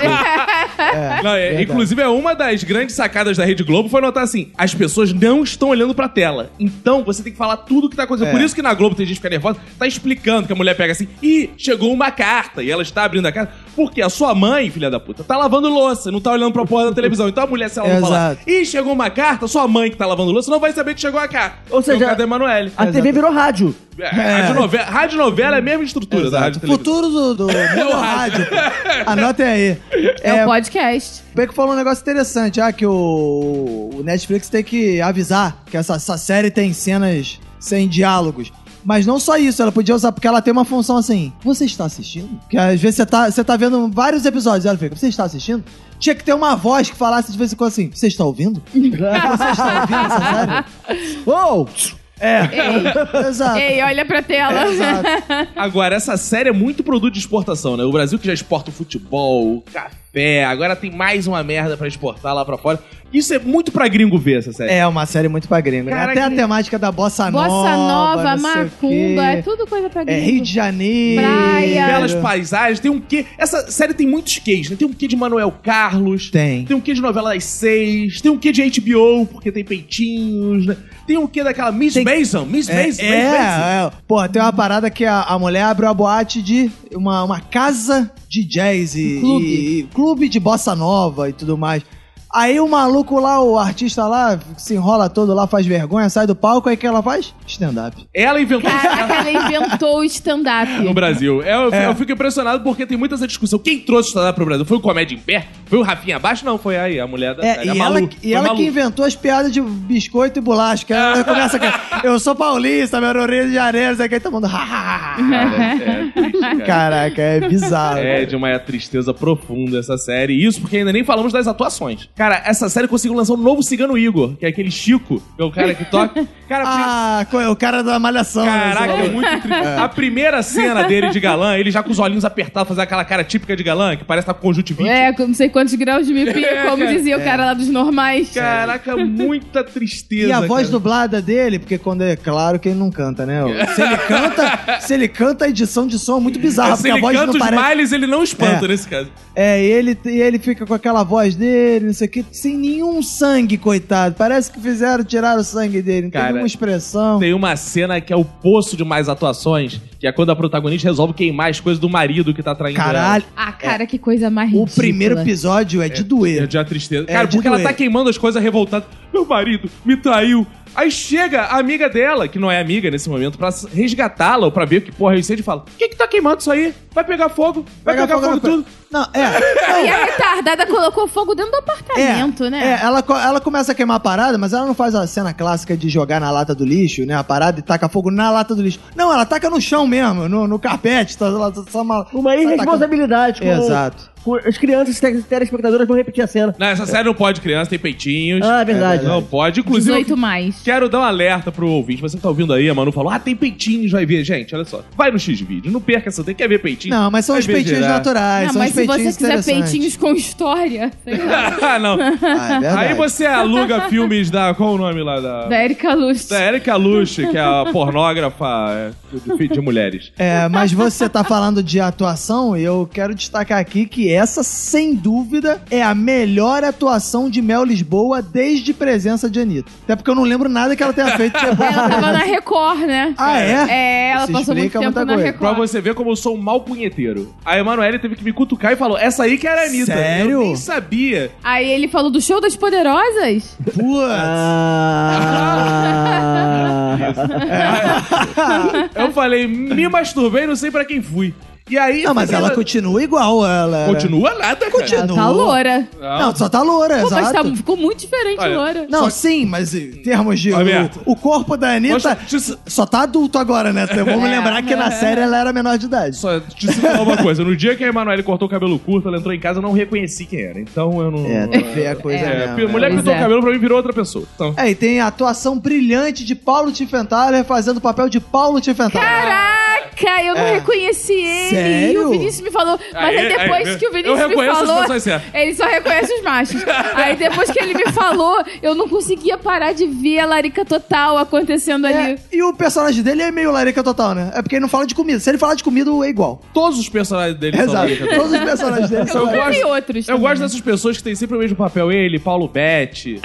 Speaker 2: É,
Speaker 4: Não, é,
Speaker 2: verdade.
Speaker 4: inclusive, é uma das grandes sacadas da Rede Globo foi notar assim: as pessoas não estão olhando pra tela. Então você tem que falar tudo o que tá acontecendo.
Speaker 2: É.
Speaker 4: Por isso que na Globo tem gente que fica nervosa, tá explicando que a mulher pega assim, e chegou uma carta, e ela está abrindo a carta. Porque a sua mãe, filha da puta, tá lavando louça, não tá olhando pra porra da televisão. Então a mulher, se ela não falar,
Speaker 2: Exato.
Speaker 4: e chegou uma carta, sua mãe que tá lavando louça não vai saber que chegou a carta.
Speaker 5: Ou
Speaker 4: é
Speaker 5: seja,
Speaker 4: o caso da Emanuele.
Speaker 5: A TV virou rádio.
Speaker 4: É, Rádio novela, rádio novela é a mesma estrutura da rádio e
Speaker 2: Exato.
Speaker 4: televisão.
Speaker 2: Futuro do, do mundo rádio. Anotem aí.
Speaker 3: É,
Speaker 2: É,
Speaker 3: um podcast.
Speaker 2: o Beco falou um negócio interessante, ah, que o, o Netflix tem que avisar que essa, essa série tem cenas sem diálogos. Mas não só isso, ela podia usar, porque ela tem uma função assim, você está assistindo? Que às vezes você tá, você tá vendo vários episódios, ela fica, você está assistindo? Tinha que ter uma voz que falasse de vez em quando assim, você está ouvindo? Você está ouvindo essa série?
Speaker 5: Uou!
Speaker 3: Ei,
Speaker 2: Exato.
Speaker 3: ei, olha pra tela.
Speaker 2: Exato.
Speaker 4: Agora, essa série é muito produto de exportação, né? O Brasil que já exporta o futebol, o café, agora tem mais uma merda pra exportar lá pra fora. Isso é muito pra gringo ver essa série.
Speaker 2: É uma série muito pra gringo. né?
Speaker 4: Cara,
Speaker 2: Até a
Speaker 4: que-
Speaker 2: temática da Bossa Nova.
Speaker 3: Bossa nova,
Speaker 2: não sei o
Speaker 3: macumba,
Speaker 2: quê.
Speaker 3: é tudo coisa pra
Speaker 2: É
Speaker 3: gringo.
Speaker 2: Rio de Janeiro.
Speaker 3: Praia.
Speaker 4: Belas paisagens, tem um quê. Essa série tem muitos quês, né? Tem um quê de Manuel Carlos,
Speaker 2: Tem.
Speaker 4: tem um quê de novela das seis, tem um quê de HBO, porque tem peitinhos, né? Tem um quê daquela Miss Mason, Miss
Speaker 2: É,
Speaker 4: Mason, Miss Mason.
Speaker 2: é, é. Porra, tem uma parada que a, a mulher abre uma boate de uma, uma casa de jazz e
Speaker 3: Clube.
Speaker 2: e- e Um clube de bossa nova e tudo mais. Aí o maluco lá, o artista lá, se enrola todo lá, faz vergonha, sai do palco, aí o que ela faz? Stand-up.
Speaker 4: Ela inventou
Speaker 3: Caraca, ela inventou o stand-up.
Speaker 2: Um
Speaker 4: no Brasil. É, eu, eu fico impressionado porque tem muita essa discussão. Quem trouxe o stand-up pro Brasil? Foi o Comédia em Pé? Foi o Rafinha Abaixo? Não, foi aí, a mulher da
Speaker 2: É,
Speaker 4: série,
Speaker 2: e
Speaker 4: a
Speaker 2: ela,
Speaker 4: Malu.
Speaker 2: e
Speaker 4: Foi
Speaker 2: ela
Speaker 4: Malu.
Speaker 2: que inventou as piadas de biscoito e bolacha. Que ela começa com, eu sou paulista, meu Rio de Janeiro, isso que aí todo mundo... "Ha, ha, ha, ha."
Speaker 4: É, é triste, cara.
Speaker 2: Caraca, é bizarro.
Speaker 4: É de uma tristeza profunda essa série. E Isso porque ainda nem falamos das atuações. Cara, essa série conseguiu lançar um novo cigano Igor, que é aquele Chico, que é o cara que toca. Cara, pri-
Speaker 2: Ah, co- o cara da malhação. né,
Speaker 4: caraca,
Speaker 2: esse
Speaker 4: é
Speaker 2: maluco.
Speaker 4: muito triste. A primeira cena dele de galã, ele já com os olhinhos apertados, fazendo aquela cara típica de galã, que parece que tá com conjuntivite.
Speaker 3: É, com não sei quantos graus de mipinho, como
Speaker 2: É.
Speaker 3: dizia o cara lá dos normais.
Speaker 4: Caraca, muita tristeza.
Speaker 2: E a voz
Speaker 4: cara.
Speaker 2: dublada dele, porque quando é claro que ele não canta, né? Se ele canta, se ele canta, a edição de som é muito bizarra,
Speaker 4: Se
Speaker 2: porque a
Speaker 4: ele
Speaker 2: voz
Speaker 4: canta
Speaker 2: não
Speaker 4: os
Speaker 2: parece.
Speaker 4: males, ele não espanta
Speaker 2: É.
Speaker 4: nesse caso.
Speaker 2: É, e ele, e ele fica com aquela voz dele, não sei o que, sem nenhum sangue, coitado. Parece que fizeram tirar o sangue dele, não tem
Speaker 4: Cara,
Speaker 2: nenhuma expressão.
Speaker 4: Tem uma cena que é o poço de mais atuações, que é quando a protagonista resolve queimar as coisas do marido que tá traindo ela.
Speaker 2: Caralho,
Speaker 3: Ah, cara, que coisa mais
Speaker 2: o
Speaker 3: ridícula.
Speaker 2: primeiro episódio é de
Speaker 4: É
Speaker 2: doer.
Speaker 4: de uma tristeza.
Speaker 2: É
Speaker 4: Cara,
Speaker 2: de
Speaker 4: porque ela
Speaker 2: doer.
Speaker 4: tá queimando as coisas revoltada. Meu marido me traiu. Aí chega a amiga dela, que não é amiga nesse momento, pra resgatá-la ou pra ver o que porra é incêndio e fala: Quem que tá queimando isso aí? Vai pegar fogo, vai pegar, fogo,
Speaker 2: na co-
Speaker 4: tudo.
Speaker 2: Não, é. não,
Speaker 3: E a retardada colocou fogo dentro do apartamento, né?
Speaker 2: É, ela, co- ela começa a queimar a parada, mas ela não faz a cena clássica de jogar na lata do lixo, né? A parada e taca fogo na lata do lixo. Não, ela taca no chão mesmo, no, no carpete. Tá, ela, tá, só uma,
Speaker 5: Uma
Speaker 2: só
Speaker 5: irresponsabilidade.
Speaker 2: tacando. Exato.
Speaker 5: Com, com as crianças te- telespectadoras vão repetir a cena.
Speaker 4: Não, essa série não pode, criança, tem peitinhos.
Speaker 5: Ah, é verdade.
Speaker 4: não pode. Inclusive,
Speaker 3: 18 mais.
Speaker 4: Quero dar um alerta pro ouvinte. Você que tá ouvindo aí, a Manu falou: Ah, tem peitinhos, vai ver. Gente, olha só. Vai no X-Vídeo, não perca essa. Tem quer ver peitinho?
Speaker 2: Não, mas são
Speaker 4: Vai
Speaker 2: os peitinhos
Speaker 4: beijar.
Speaker 2: naturais,
Speaker 3: Não,
Speaker 2: ah, são
Speaker 3: mas
Speaker 2: os
Speaker 3: se você
Speaker 2: peitinhos
Speaker 3: quiser
Speaker 2: interessantes.
Speaker 3: peitinhos com história, sei lá,
Speaker 4: ah, não.
Speaker 2: Ah, é verdade.
Speaker 4: Aí você aluga filmes da. Qual o nome lá da.
Speaker 3: da Erika Lust.
Speaker 4: Da Erika Luche, que é a pornógrafa é, de, de mulheres.
Speaker 2: É, mas você tá falando de atuação e eu quero destacar aqui que essa, sem dúvida, é a melhor atuação de Mel Lisboa desde presença de Anitta. Até porque eu não lembro nada que ela tenha feito tipo, depois.
Speaker 3: Ela tava na Record, né?
Speaker 2: Ah, é?
Speaker 3: É, ela
Speaker 2: Isso
Speaker 3: passou muito
Speaker 2: explica
Speaker 3: tempo
Speaker 2: muita
Speaker 3: na
Speaker 2: coisa.
Speaker 4: Pra
Speaker 3: Record.
Speaker 4: você ver como eu sou um mau punheteiro. A Emanuele teve que me cutucar e falou: essa aí que era a Anitta.
Speaker 2: Sério?
Speaker 4: Eu nem sabia.
Speaker 3: Aí ele falou do show das poderosas.
Speaker 2: Putz.
Speaker 5: Ah,
Speaker 4: Eu falei, me masturbei, não sei pra quem fui. E aí.
Speaker 2: Não, mas ela continua igual, ela. era-
Speaker 4: continua nada,
Speaker 2: Continua.
Speaker 4: cara.
Speaker 3: Ela tá loura.
Speaker 2: Não, só tá loura,
Speaker 3: Pô, mas
Speaker 2: exato.
Speaker 3: tá, ficou muito diferente
Speaker 4: Olha,
Speaker 3: loura.
Speaker 2: Não, sim, mas em termos de.
Speaker 4: Roberto.
Speaker 2: O, o corpo da Anitta
Speaker 4: Mostra- isso-
Speaker 2: só tá adulto agora, né? Vamos
Speaker 3: É.
Speaker 2: lembrar que na série ela era menor de idade.
Speaker 4: Só te falar uma coisa. No dia que a Emanuele cortou o cabelo curto, ela entrou em casa, eu não reconheci quem era. Então eu não.
Speaker 2: É, tá feia a coisa
Speaker 4: É,
Speaker 2: mesmo.
Speaker 4: mulher que
Speaker 3: Pois
Speaker 4: cortou
Speaker 3: é.
Speaker 4: o cabelo pra mim virou outra pessoa. Então.
Speaker 2: É, e tem a atuação brilhante de Paulo Tiffenthaler fazendo o papel de Paulo Tiffenthaler.
Speaker 3: Caraca, eu não
Speaker 2: É.
Speaker 3: reconheci ele.
Speaker 2: Sério?
Speaker 3: E o Vinícius me falou. Mas aí,
Speaker 4: Aí,
Speaker 3: depois
Speaker 4: aí,
Speaker 3: que o
Speaker 4: eu
Speaker 3: Vinícius me
Speaker 4: reconheço as
Speaker 3: falou.
Speaker 4: pessoas certas.
Speaker 3: Ele só reconhece os machos. aí depois que ele me falou, eu não conseguia parar de ver a larica total acontecendo ali.
Speaker 2: É, e o personagem dele é meio larica total, né? É porque ele não fala de comida. Se ele falar de comida, é igual.
Speaker 4: Todos os personagens dele são
Speaker 2: Exato.
Speaker 4: Erika.
Speaker 2: Todos os personagens dele são
Speaker 4: Eu
Speaker 2: laricas.
Speaker 3: Eu vi
Speaker 4: gosto-
Speaker 3: outros.
Speaker 4: Eu
Speaker 3: também.
Speaker 4: gosto dessas pessoas que têm sempre o mesmo papel. Ele, Paulo Betti,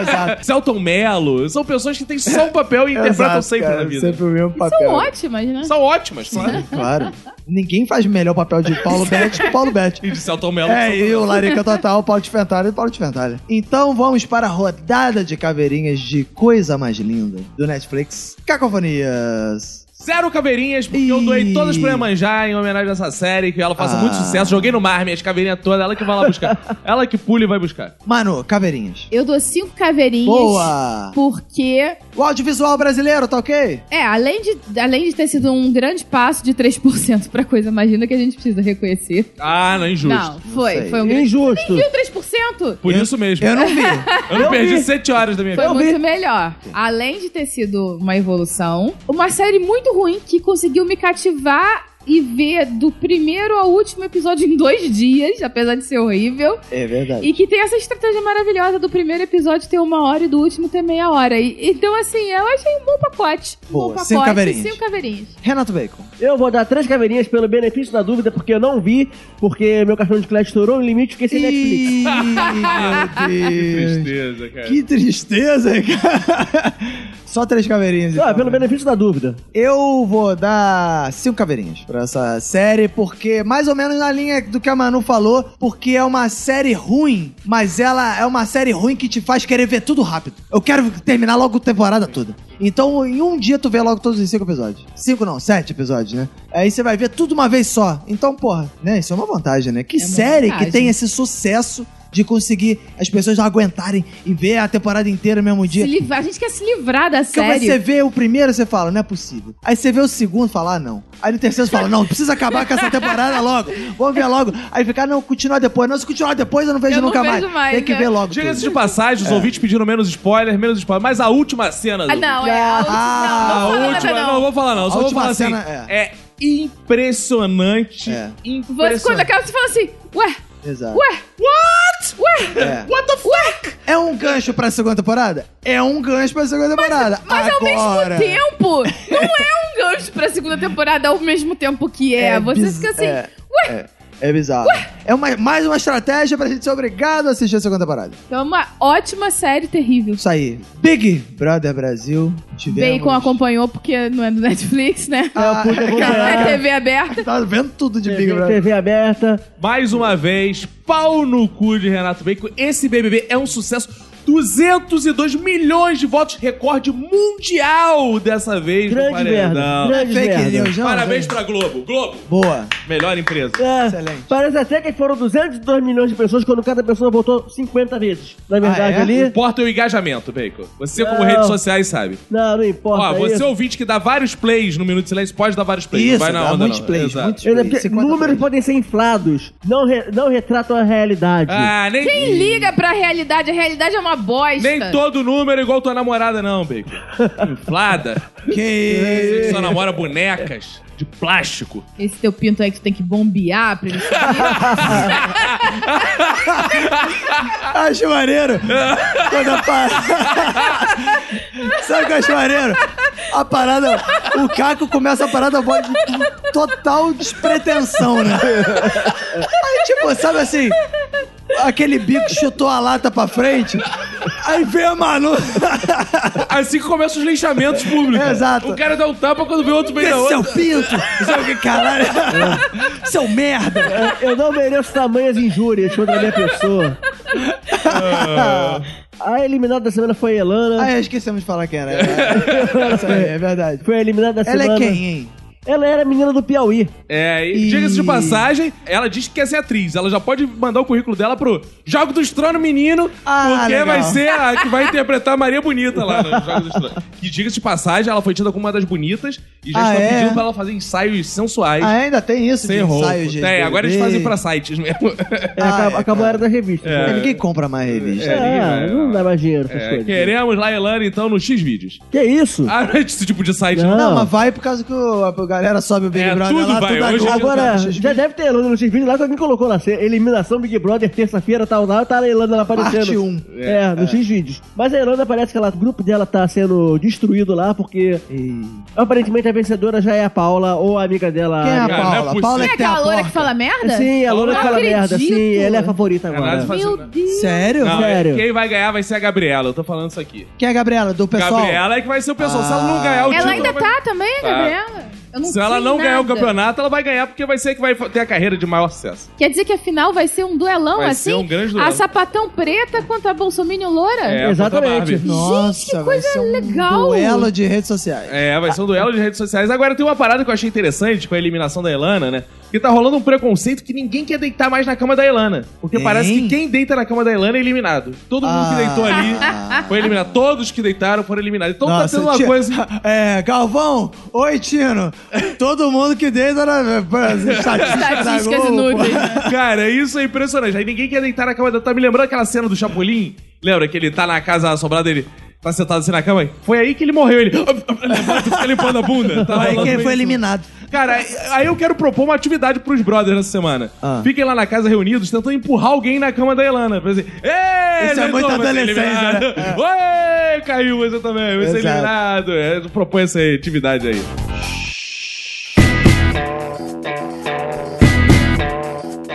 Speaker 2: Exato.
Speaker 4: Celton Mello. São pessoas que têm só um papel e interpretam
Speaker 2: Exato,
Speaker 4: sempre
Speaker 2: cara,
Speaker 4: na vida.
Speaker 2: Sempre o mesmo
Speaker 3: São
Speaker 2: papel.
Speaker 3: ótimas, né?
Speaker 4: São ótimas, claro.
Speaker 2: Claro. Ninguém faz melhor papel de Paulo Betti que Paulo Betti.
Speaker 4: E de Celton Mello.
Speaker 2: É, e o Larica Total, Paulo de Fentalha e Paulo de Fentalha. Então vamos para a rodada de caveirinhas de Coisa Mais Linda, do Netflix. Cacofonias.
Speaker 4: Zero caveirinhas, porque eu doei
Speaker 2: Ih.
Speaker 4: todas pra Iemanjá em homenagem a essa série, que ela faça
Speaker 2: Ah.
Speaker 4: muito sucesso. Joguei no mar minhas caveirinhas todas, ela que vai lá buscar. ela que pula e vai buscar.
Speaker 2: Manu, caveirinhas.
Speaker 3: Eu dou cinco caveirinhas.
Speaker 2: Boa!
Speaker 3: Porque
Speaker 2: O audiovisual brasileiro, tá ok?
Speaker 3: É, além de, além de ter sido um grande passo de 3% pra coisa mais linda que a gente precisa reconhecer.
Speaker 4: Ah, não, é injusto.
Speaker 3: Não, foi.
Speaker 2: sei.
Speaker 3: foi um grande.
Speaker 5: injusto.
Speaker 3: Viu 3%?
Speaker 4: Por isso mesmo.
Speaker 2: Eu não vi.
Speaker 4: Eu não perdi sete horas da minha
Speaker 3: Foi
Speaker 4: vida.
Speaker 3: muito melhor. Além de ter sido uma evolução, uma série muito ruim que conseguiu me cativar e ver do primeiro ao último episódio em dois dias, apesar de ser horrível.
Speaker 2: É verdade.
Speaker 3: E que tem essa estratégia maravilhosa do primeiro episódio ter uma hora e do último ter meia hora. E- então, assim, eu achei um bom pacote. Um
Speaker 2: Boa,
Speaker 3: bom pacote,
Speaker 2: sem caveirinhas.
Speaker 3: sem caveirinhas.
Speaker 2: Renato Bacon.
Speaker 5: Eu vou dar três caveirinhas pelo benefício da dúvida, porque eu não vi, porque meu cartão de crédito estourou no limite, fiquei sem Netflix.
Speaker 2: Ih, meu
Speaker 4: Que
Speaker 2: Deus.
Speaker 4: tristeza, cara.
Speaker 2: Que tristeza, cara. Só três caveirinhas.
Speaker 5: Ah,
Speaker 2: então,
Speaker 5: pelo
Speaker 2: né?
Speaker 5: benefício da dúvida.
Speaker 2: Eu vou dar cinco caveirinhas pra essa série, porque mais ou menos na linha do que a Manu falou, porque é uma série ruim, mas ela é uma série ruim que te faz querer ver tudo rápido. Eu quero terminar logo a temporada toda. Então, em um dia tu vê logo todos os cinco episódios. Cinco não, sete episódios, né? Aí você vai ver tudo uma vez só. Então, porra, né? Isso é uma vantagem, né? Que
Speaker 3: É uma
Speaker 2: série que
Speaker 3: vantagem.
Speaker 2: tem esse sucesso de conseguir as pessoas não aguentarem e ver a temporada inteira no mesmo dia.
Speaker 3: Se livrar- a gente quer se livrar da
Speaker 2: Porque
Speaker 3: série.
Speaker 2: você vê o primeiro, você fala, não é possível. Aí você vê o segundo, fala, ah, não. Aí no terceiro, você fala, não, precisa acabar com essa temporada logo. Vamos ver logo. Aí fica, ah, não, continuar depois. Não, se continuar depois, eu não vejo
Speaker 3: Eu não
Speaker 2: nunca
Speaker 3: vejo mais,
Speaker 2: Tem que
Speaker 3: né?
Speaker 2: ver logo.
Speaker 4: Chega
Speaker 2: tudo.
Speaker 4: de passagem, os
Speaker 2: É.
Speaker 4: ouvintes pediram menos spoiler, menos spoiler. Mas a última cena.
Speaker 3: Ah,
Speaker 4: do-
Speaker 3: não, é. A última,
Speaker 2: Ah,
Speaker 4: A
Speaker 3: não, não fala
Speaker 4: última.
Speaker 3: nada,
Speaker 4: Não, vou falar não. Só vou
Speaker 2: última
Speaker 4: falar assim.
Speaker 2: cena,
Speaker 4: É, impressionante.
Speaker 2: É.
Speaker 3: Você, quando
Speaker 4: Impressionante.
Speaker 3: acaba, você fala assim, ué,
Speaker 2: Exato.
Speaker 3: ué, what? Ué,
Speaker 2: É.
Speaker 3: what the fuck?
Speaker 2: É um gancho pra segunda temporada? É um gancho pra segunda temporada.
Speaker 3: Mas
Speaker 2: Agora...
Speaker 3: ao mesmo tempo, não é um gancho pra segunda temporada ao mesmo tempo que é. você
Speaker 2: biz-
Speaker 3: fica assim,
Speaker 2: é,
Speaker 3: ué.
Speaker 2: É, é bizarro. É uma- mais uma estratégia pra gente ser obrigado a assistir a segunda temporada.
Speaker 3: Então é uma ótima série terrível.
Speaker 2: Isso aí. Big Brother Brasil. Tivemos...
Speaker 3: Bacon acompanhou porque não é do Netflix, né?
Speaker 2: Ah, puta,
Speaker 5: eu vou
Speaker 3: Não é
Speaker 5: ganhar.
Speaker 3: TV aberta.
Speaker 2: tá vendo tudo de Big
Speaker 5: TV,
Speaker 2: Brother.
Speaker 5: TV aberta.
Speaker 4: Mais uma vez, pau no cu de Renato Bacon. Esse BBB é um sucesso. 202 milhões de votos, recorde mundial dessa vez. no
Speaker 5: Grande
Speaker 4: Paredão.
Speaker 5: merda. Grande
Speaker 2: Fake
Speaker 5: merda.
Speaker 2: news, não,
Speaker 4: Parabéns
Speaker 2: gente.
Speaker 4: pra Globo. Globo,
Speaker 2: Boa.
Speaker 4: melhor empresa.
Speaker 5: É,
Speaker 2: Excelente.
Speaker 5: Parece até que foram 202 milhões de pessoas quando cada pessoa votou 50 vezes. Na verdade,
Speaker 2: Ah, é?
Speaker 5: ali.
Speaker 4: Importa o engajamento, Bacon. Você, como
Speaker 5: Não.
Speaker 4: redes sociais, sabe.
Speaker 5: Não, não importa.
Speaker 4: Ó,
Speaker 5: é
Speaker 4: você
Speaker 5: isso.
Speaker 4: ouvinte que dá vários plays no Minuto de Silêncio, pode dar vários plays.
Speaker 2: Isso,
Speaker 4: não vai na
Speaker 2: dá
Speaker 4: onda,
Speaker 2: muitos
Speaker 4: não.
Speaker 2: plays,
Speaker 4: Exato.
Speaker 2: muitos
Speaker 5: É, né,
Speaker 2: plays,
Speaker 5: porque
Speaker 2: 50
Speaker 5: números podem ser inflados, não, re- não retratam a realidade.
Speaker 4: Ah, nem,
Speaker 3: Quem liga pra realidade? A realidade é uma bosta.
Speaker 4: nem todo número é igual tua namorada, não, Bacon. Inflada.
Speaker 2: Que
Speaker 4: Você que
Speaker 2: isso?
Speaker 4: só namora bonecas de plástico.
Speaker 3: Esse teu pinto aí que tu tem que bombear pra ele é sair.
Speaker 2: é Acho maneiro. Quando a parada... Sabe o que eu acho maneiro? A parada... O Caco começa a parada boa de total despretensão, né? Aí, tipo, sabe assim... Aquele bico chutou a lata pra frente. Aí vem a Manu...
Speaker 4: Assim que começam os linchamentos públicos.
Speaker 2: É, Exato.
Speaker 4: O cara dá um tapa quando vê outro bem na
Speaker 2: Esse é seu
Speaker 4: outra.
Speaker 2: pinto! Sabe o que é? caralho? Seu merda!
Speaker 5: Eu não mereço tamanhas injúrias contra a minha pessoa. a eliminada da semana foi a Elana.
Speaker 2: Ah, esquecemos de falar quem era. Isso aí, é verdade.
Speaker 5: Foi a eliminada da
Speaker 2: Ela
Speaker 5: semana.
Speaker 2: é quem, hein?
Speaker 5: Ela era a menina do Piauí.
Speaker 4: É, e
Speaker 2: Ih.
Speaker 4: diga-se de passagem, ela diz que quer ser atriz. Ela já pode mandar o currículo dela pro Jogo dos Tronos Menino,
Speaker 2: Ah,
Speaker 4: porque
Speaker 2: legal.
Speaker 4: vai ser a que vai interpretar a Maria Bonita lá no Jogo dos Tronos. Que diga-se de passagem, ela foi tida como uma das bonitas e já
Speaker 2: Ah,
Speaker 4: estão
Speaker 2: é?
Speaker 4: pedindo pra ela fazer ensaios sensuais.
Speaker 2: Ah, ainda tem isso
Speaker 4: Sem
Speaker 2: de
Speaker 4: roupa.
Speaker 2: ensaio, gente.
Speaker 4: Tem, É, agora eles fazem pra sites mesmo.
Speaker 5: É,
Speaker 2: Ah,
Speaker 5: acab-
Speaker 2: é,
Speaker 5: acabou a era da revista.
Speaker 4: É.
Speaker 2: É, ninguém compra mais revista.
Speaker 5: É,
Speaker 4: É,
Speaker 5: não dá mais dinheiro pra essas
Speaker 4: É,
Speaker 5: coisas.
Speaker 4: queremos lá, Elana, então, no X-Vídeos.
Speaker 5: Que isso?
Speaker 4: Ah, não é esse tipo de site, não.
Speaker 5: Não.
Speaker 2: Não, mas vai por causa que o- a galera sobe o Big
Speaker 4: É,
Speaker 2: Brother
Speaker 4: tudo
Speaker 2: lá,
Speaker 4: vai.
Speaker 2: tudo
Speaker 4: Hoje- tá
Speaker 2: agora. é
Speaker 5: Agora, já deve ter Elana no X-Video lá que alguém colocou lá. se- Eliminação Big Brother, terça-feira, tal, tal, tá a Elana lá aparecendo.
Speaker 2: Parte 1.
Speaker 5: É, nos X-Vídeos. Mas a Elana parece que ela, o grupo dela tá sendo destruído lá, porque aparentemente a vencedora já é a Paula ou a amiga dela.
Speaker 2: Quem é a
Speaker 4: Cara, não é
Speaker 2: Paula?
Speaker 4: possível.
Speaker 2: Paula
Speaker 3: Não
Speaker 2: é
Speaker 3: é
Speaker 2: que tem a
Speaker 3: aquela loura
Speaker 2: porta.
Speaker 3: que fala merda?
Speaker 5: Sim, a Lona
Speaker 3: Não
Speaker 5: fala
Speaker 3: acredito.
Speaker 5: merda. Sim, ela é a favorita agora.
Speaker 4: Caralho, faz-
Speaker 3: Meu Deus.
Speaker 2: Sério?
Speaker 4: Não, é
Speaker 5: Sério?
Speaker 4: Quem vai ganhar vai ser a Gabriela, eu tô falando isso aqui.
Speaker 2: Quem é a Gabriela? Do pessoal?
Speaker 4: Gabriela é que vai ser o pessoal. Se ela não
Speaker 2: Ah.
Speaker 4: ganhar o
Speaker 3: Ela
Speaker 4: título.
Speaker 3: ainda
Speaker 4: vai-
Speaker 3: tá também, a
Speaker 4: Tá.
Speaker 3: Gabriela? Eu não
Speaker 4: Se ela
Speaker 3: sei
Speaker 4: não ganhar o
Speaker 3: nada.
Speaker 4: campeonato, ela vai ganhar porque vai ser a que vai ter a carreira de maior sucesso.
Speaker 3: Quer dizer que a final vai ser um duelão
Speaker 4: Vai
Speaker 3: assim?
Speaker 4: ser um grande duelo.
Speaker 3: A sapatão preta contra a Bolsominion loura?
Speaker 4: É, contra
Speaker 5: Exatamente.
Speaker 4: a Barbie.
Speaker 2: Nossa, que
Speaker 3: coisa
Speaker 2: vai ser um
Speaker 3: legal.
Speaker 2: duelo de redes sociais.
Speaker 4: É, vai ser um duelo de redes sociais. Agora tem uma parada que eu achei interessante com a eliminação da Elana, né? Que tá rolando um preconceito que ninguém quer deitar mais na cama da Elana. Porque
Speaker 2: Hein?
Speaker 4: parece que quem deita na cama da Elana é eliminado. Todo mundo que
Speaker 2: Ah.
Speaker 4: deitou ali foi eliminado. Todos que deitaram foram eliminados. Então tá tendo uma
Speaker 2: Ti-
Speaker 4: coisa.
Speaker 2: É, Galvão, oi, Tino. Todo mundo que deita na. Estatísticas
Speaker 3: Estatísticas inúteis. né?
Speaker 4: Cara, isso é impressionante. Aí ninguém quer deitar na cama dela. Tá me lembrando aquela cena do Chapolin? Lembra que ele tá na casa assombrada ele Tá sentado assim na cama? Foi aí que ele morreu. Ele levanta e fica limpando a bunda. Tá
Speaker 2: Aí
Speaker 4: rolando
Speaker 2: quem
Speaker 4: isso.
Speaker 2: foi eliminado.
Speaker 4: Cara, aí- aí eu quero propor uma atividade pros brothers nessa semana.
Speaker 2: Ah.
Speaker 4: Fiquem lá na casa reunidos tentando empurrar alguém na cama da Elana. Pra dizer, Ei,
Speaker 2: Isso é muito adolescência, né?
Speaker 4: adolescente. Oi, caiu você também, você
Speaker 2: Exato.
Speaker 4: é eliminado. É, propõe essa aí, atividade aí.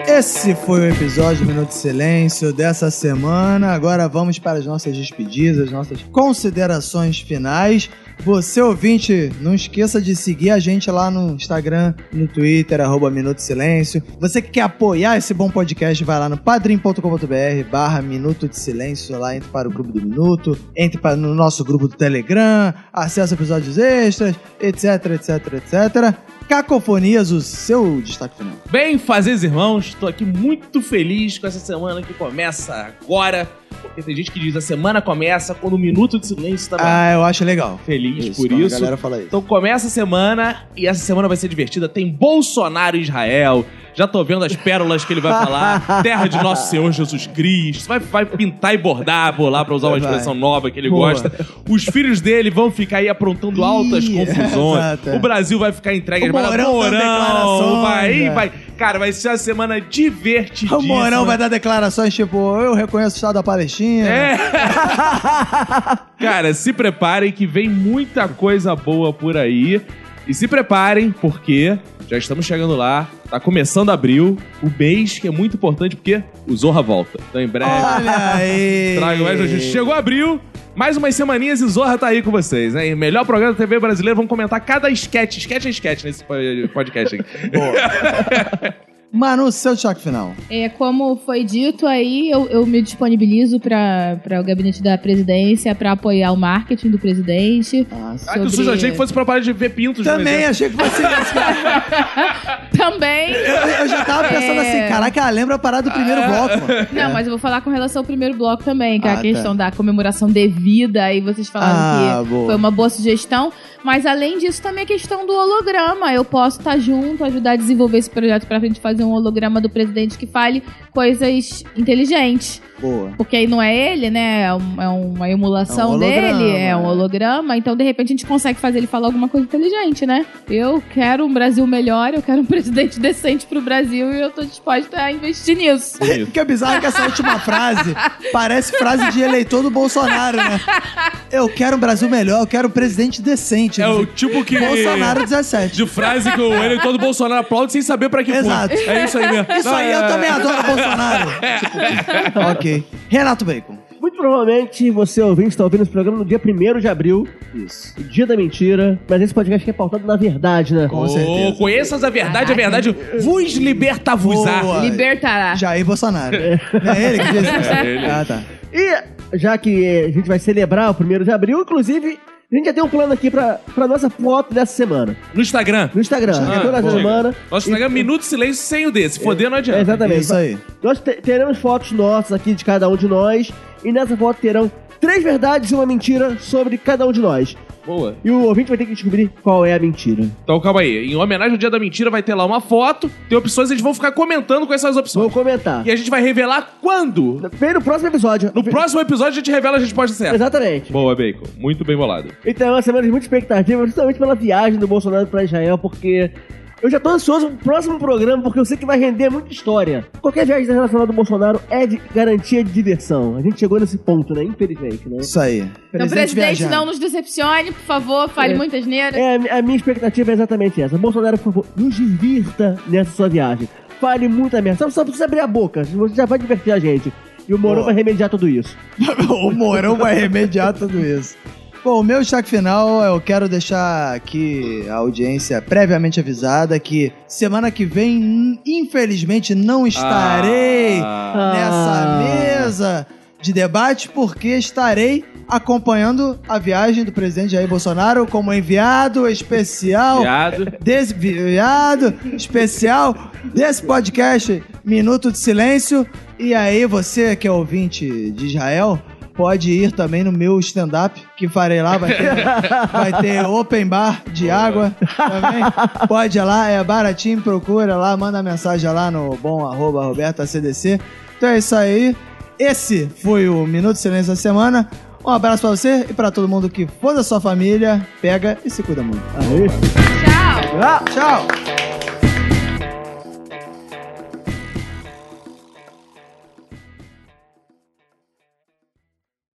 Speaker 2: Esse foi o episódio do Minuto de Silêncio dessa semana. Agora vamos para as nossas despedidas, nossas considerações finais. Você ouvinte, não esqueça de seguir a gente lá no Instagram, no Twitter, arroba Minuto de Silêncio. Você que quer apoiar esse bom podcast, vai lá no padrim.com.br barra Minuto de Silêncio, lá entre para o Clube do Minuto, entre para, no nosso grupo do Telegram, acessa episódios extras, etc, etc, etc. Cacofonias, o seu destaque final.
Speaker 4: Bem, fazeres irmãos, tô aqui muito feliz com essa semana que começa agora. Porque tem gente que diz a semana começa quando o minuto de silêncio também.
Speaker 2: Ah, eu acho legal.
Speaker 4: feliz por
Speaker 2: quando
Speaker 4: isso.
Speaker 2: A galera fala isso.
Speaker 4: Então começa a semana e essa semana vai ser divertida. Tem Bolsonaro em Israel. Já tô vendo as pérolas que ele vai falar. Terra de Nosso Senhor Jesus Cristo. Vai, vai pintar e bordar por lá pra usar uma
Speaker 2: Vai.
Speaker 4: expressão nova que ele
Speaker 2: Boa.
Speaker 4: gosta. Os filhos dele vão ficar aí aprontando altas
Speaker 2: Ih,
Speaker 4: confusões.
Speaker 2: exato, é.
Speaker 4: O Brasil vai ficar entregue.
Speaker 2: O
Speaker 4: às malas.
Speaker 2: Mourão tá dando declarações,
Speaker 4: vai,
Speaker 2: é.
Speaker 4: vai. Cara, vai ser uma semana divertidíssima.
Speaker 2: O Mourão
Speaker 4: né?
Speaker 2: vai dar declarações tipo: eu reconheço o Estado da Palestina.
Speaker 4: É. Cara, se preparem que vem muita coisa boa por aí. E se preparem, porque já estamos chegando lá. Tá começando abril, o mês que é muito importante, porque o Zorra volta. Então em breve,
Speaker 2: Olha aí.
Speaker 4: trago mais um notícias. Chegou abril, mais umas semaninhas e Zorra tá aí com vocês, né? E melhor programa da TV brasileira, vamos comentar cada esquete, esquete a esquete nesse po- podcast aqui.
Speaker 2: Manu, seu destaque final.
Speaker 3: É, como foi dito aí, eu, eu me disponibilizo para o gabinete da presidência para apoiar o marketing do presidente.
Speaker 4: Ah, que eu
Speaker 3: Sobre-
Speaker 4: sujo, achei que fosse pra parar de ver pintos. por
Speaker 2: Também
Speaker 4: exemplo.
Speaker 2: achei que você.
Speaker 3: Também.
Speaker 2: Eu, eu já tava pensando
Speaker 3: É.
Speaker 2: assim: caraca, lembra a parada do primeiro bloco, mano.
Speaker 3: Não, mas eu vou falar com relação ao primeiro bloco também, que é
Speaker 2: Ah,
Speaker 3: a
Speaker 2: tá.
Speaker 3: questão da comemoração devida, aí vocês falaram
Speaker 2: Ah,
Speaker 3: que
Speaker 2: boa.
Speaker 3: foi uma boa sugestão. Mas além disso, também a questão do holograma. Eu posso estar junto, ajudar a desenvolver esse projeto pra gente fazer um holograma do presidente que fale coisas inteligentes.
Speaker 2: Boa.
Speaker 3: Porque aí não é ele, né? É um- é uma emulação
Speaker 2: É um holograma,
Speaker 3: dele, é um
Speaker 2: é.
Speaker 3: holograma. Então, de repente, a gente consegue fazer ele falar alguma coisa inteligente, né? Eu quero um Brasil melhor, eu quero um presidente decente pro Brasil e eu tô disposta a investir nisso.
Speaker 2: O que é bizarro é que essa última frase parece frase de eleitor do Bolsonaro, né? Eu quero um Brasil melhor, eu quero um presidente decente.
Speaker 4: É o tipo que...
Speaker 2: Bolsonaro 17.
Speaker 4: de frase que o eleitor do Bolsonaro aplaude sem saber pra que
Speaker 2: Exato.
Speaker 4: fundo. É isso aí mesmo.
Speaker 2: Isso aí eu também adoro Bolsonaro. Tipo, ok. Renato Bacon.
Speaker 5: Muito provavelmente você ouvinte está ouvindo esse programa no dia 1 de abril,
Speaker 2: Isso.
Speaker 5: o dia da mentira, mas esse podcast aqui é pautado na verdade, né?
Speaker 2: Com certeza.
Speaker 4: Conheças a verdade, a verdade vos libertavusar.
Speaker 2: Boa.
Speaker 3: Libertará.
Speaker 2: Jair Bolsonaro. Não é ele que diz isso?
Speaker 4: É ele.
Speaker 2: Ah, tá.
Speaker 5: E já que eh, a gente vai celebrar o 1 de abril, inclusive, a gente já tem um plano aqui pra, pra nossa foto dessa semana.
Speaker 4: No Instagram.
Speaker 5: No Instagram,
Speaker 4: Ah,
Speaker 5: é toda
Speaker 4: boa.
Speaker 5: semana.
Speaker 4: Nosso Instagram, é minuto de silêncio sem o D. Se foder, não
Speaker 5: É,
Speaker 4: adianta.
Speaker 5: exatamente.
Speaker 2: Isso aí.
Speaker 5: Nós te- teremos fotos nossas aqui de cada um de nós, e nessa foto terão três verdades e uma mentira sobre cada um de nós.
Speaker 4: Boa.
Speaker 5: E o ouvinte vai ter que descobrir qual é a mentira.
Speaker 4: Então calma aí. Em homenagem ao Dia da Mentira, vai ter lá uma foto, tem opções, eles vão ficar comentando com essas
Speaker 5: Vou
Speaker 4: opções.
Speaker 5: comentar.
Speaker 4: E a gente vai revelar quando?
Speaker 5: Vem no próximo episódio.
Speaker 4: No
Speaker 5: Vem-
Speaker 4: próximo episódio a gente revela a resposta certa.
Speaker 5: Exatamente.
Speaker 4: Boa, Bacon. Muito bem bolado.
Speaker 5: Então é uma semana de muita expectativa, justamente pela viagem do Bolsonaro pra Israel, porque eu já tô ansioso pro próximo programa, porque eu sei que vai render muita história. Qualquer viagem relacionada ao Bolsonaro é de garantia de diversão. A gente chegou nesse ponto, né? Infelizmente, né?
Speaker 2: Isso aí.
Speaker 3: Então, presidente,
Speaker 2: viajante.
Speaker 3: não nos decepcione, por favor, fale
Speaker 5: É.
Speaker 3: muitas neiras.
Speaker 5: É, a mi- a minha expectativa é exatamente essa. Bolsonaro, por favor, nos divirta nessa sua viagem. Fale muita merda. Só, só precisa abrir a boca, você já vai divertir a gente. E o Moro
Speaker 2: Boa.
Speaker 5: vai remediar tudo isso.
Speaker 2: o Mourão vai remediar tudo isso. Bom, o meu destaque final, eu quero deixar aqui a audiência previamente avisada que semana que vem, infelizmente, não estarei
Speaker 4: Ah.
Speaker 2: nessa
Speaker 5: Ah.
Speaker 2: mesa de debate, porque estarei acompanhando a viagem do presidente Jair Bolsonaro como enviado especial
Speaker 4: Obrigado.
Speaker 2: desviado especial desse podcast Minuto de Silêncio. E aí, você que é ouvinte de Israel, pode ir também no meu stand-up que farei lá. Vai ter, vai ter open bar de água também. Pode ir lá, é baratinho, procura lá, manda mensagem lá no bom arroba robertacdc. Então é isso aí. Esse foi o Minuto de Silêncio da semana. Um abraço pra você e pra todo mundo que for da sua família. Pega e se cuida muito.
Speaker 5: Aí.
Speaker 3: Tchau.
Speaker 5: Ah!
Speaker 2: Tchau!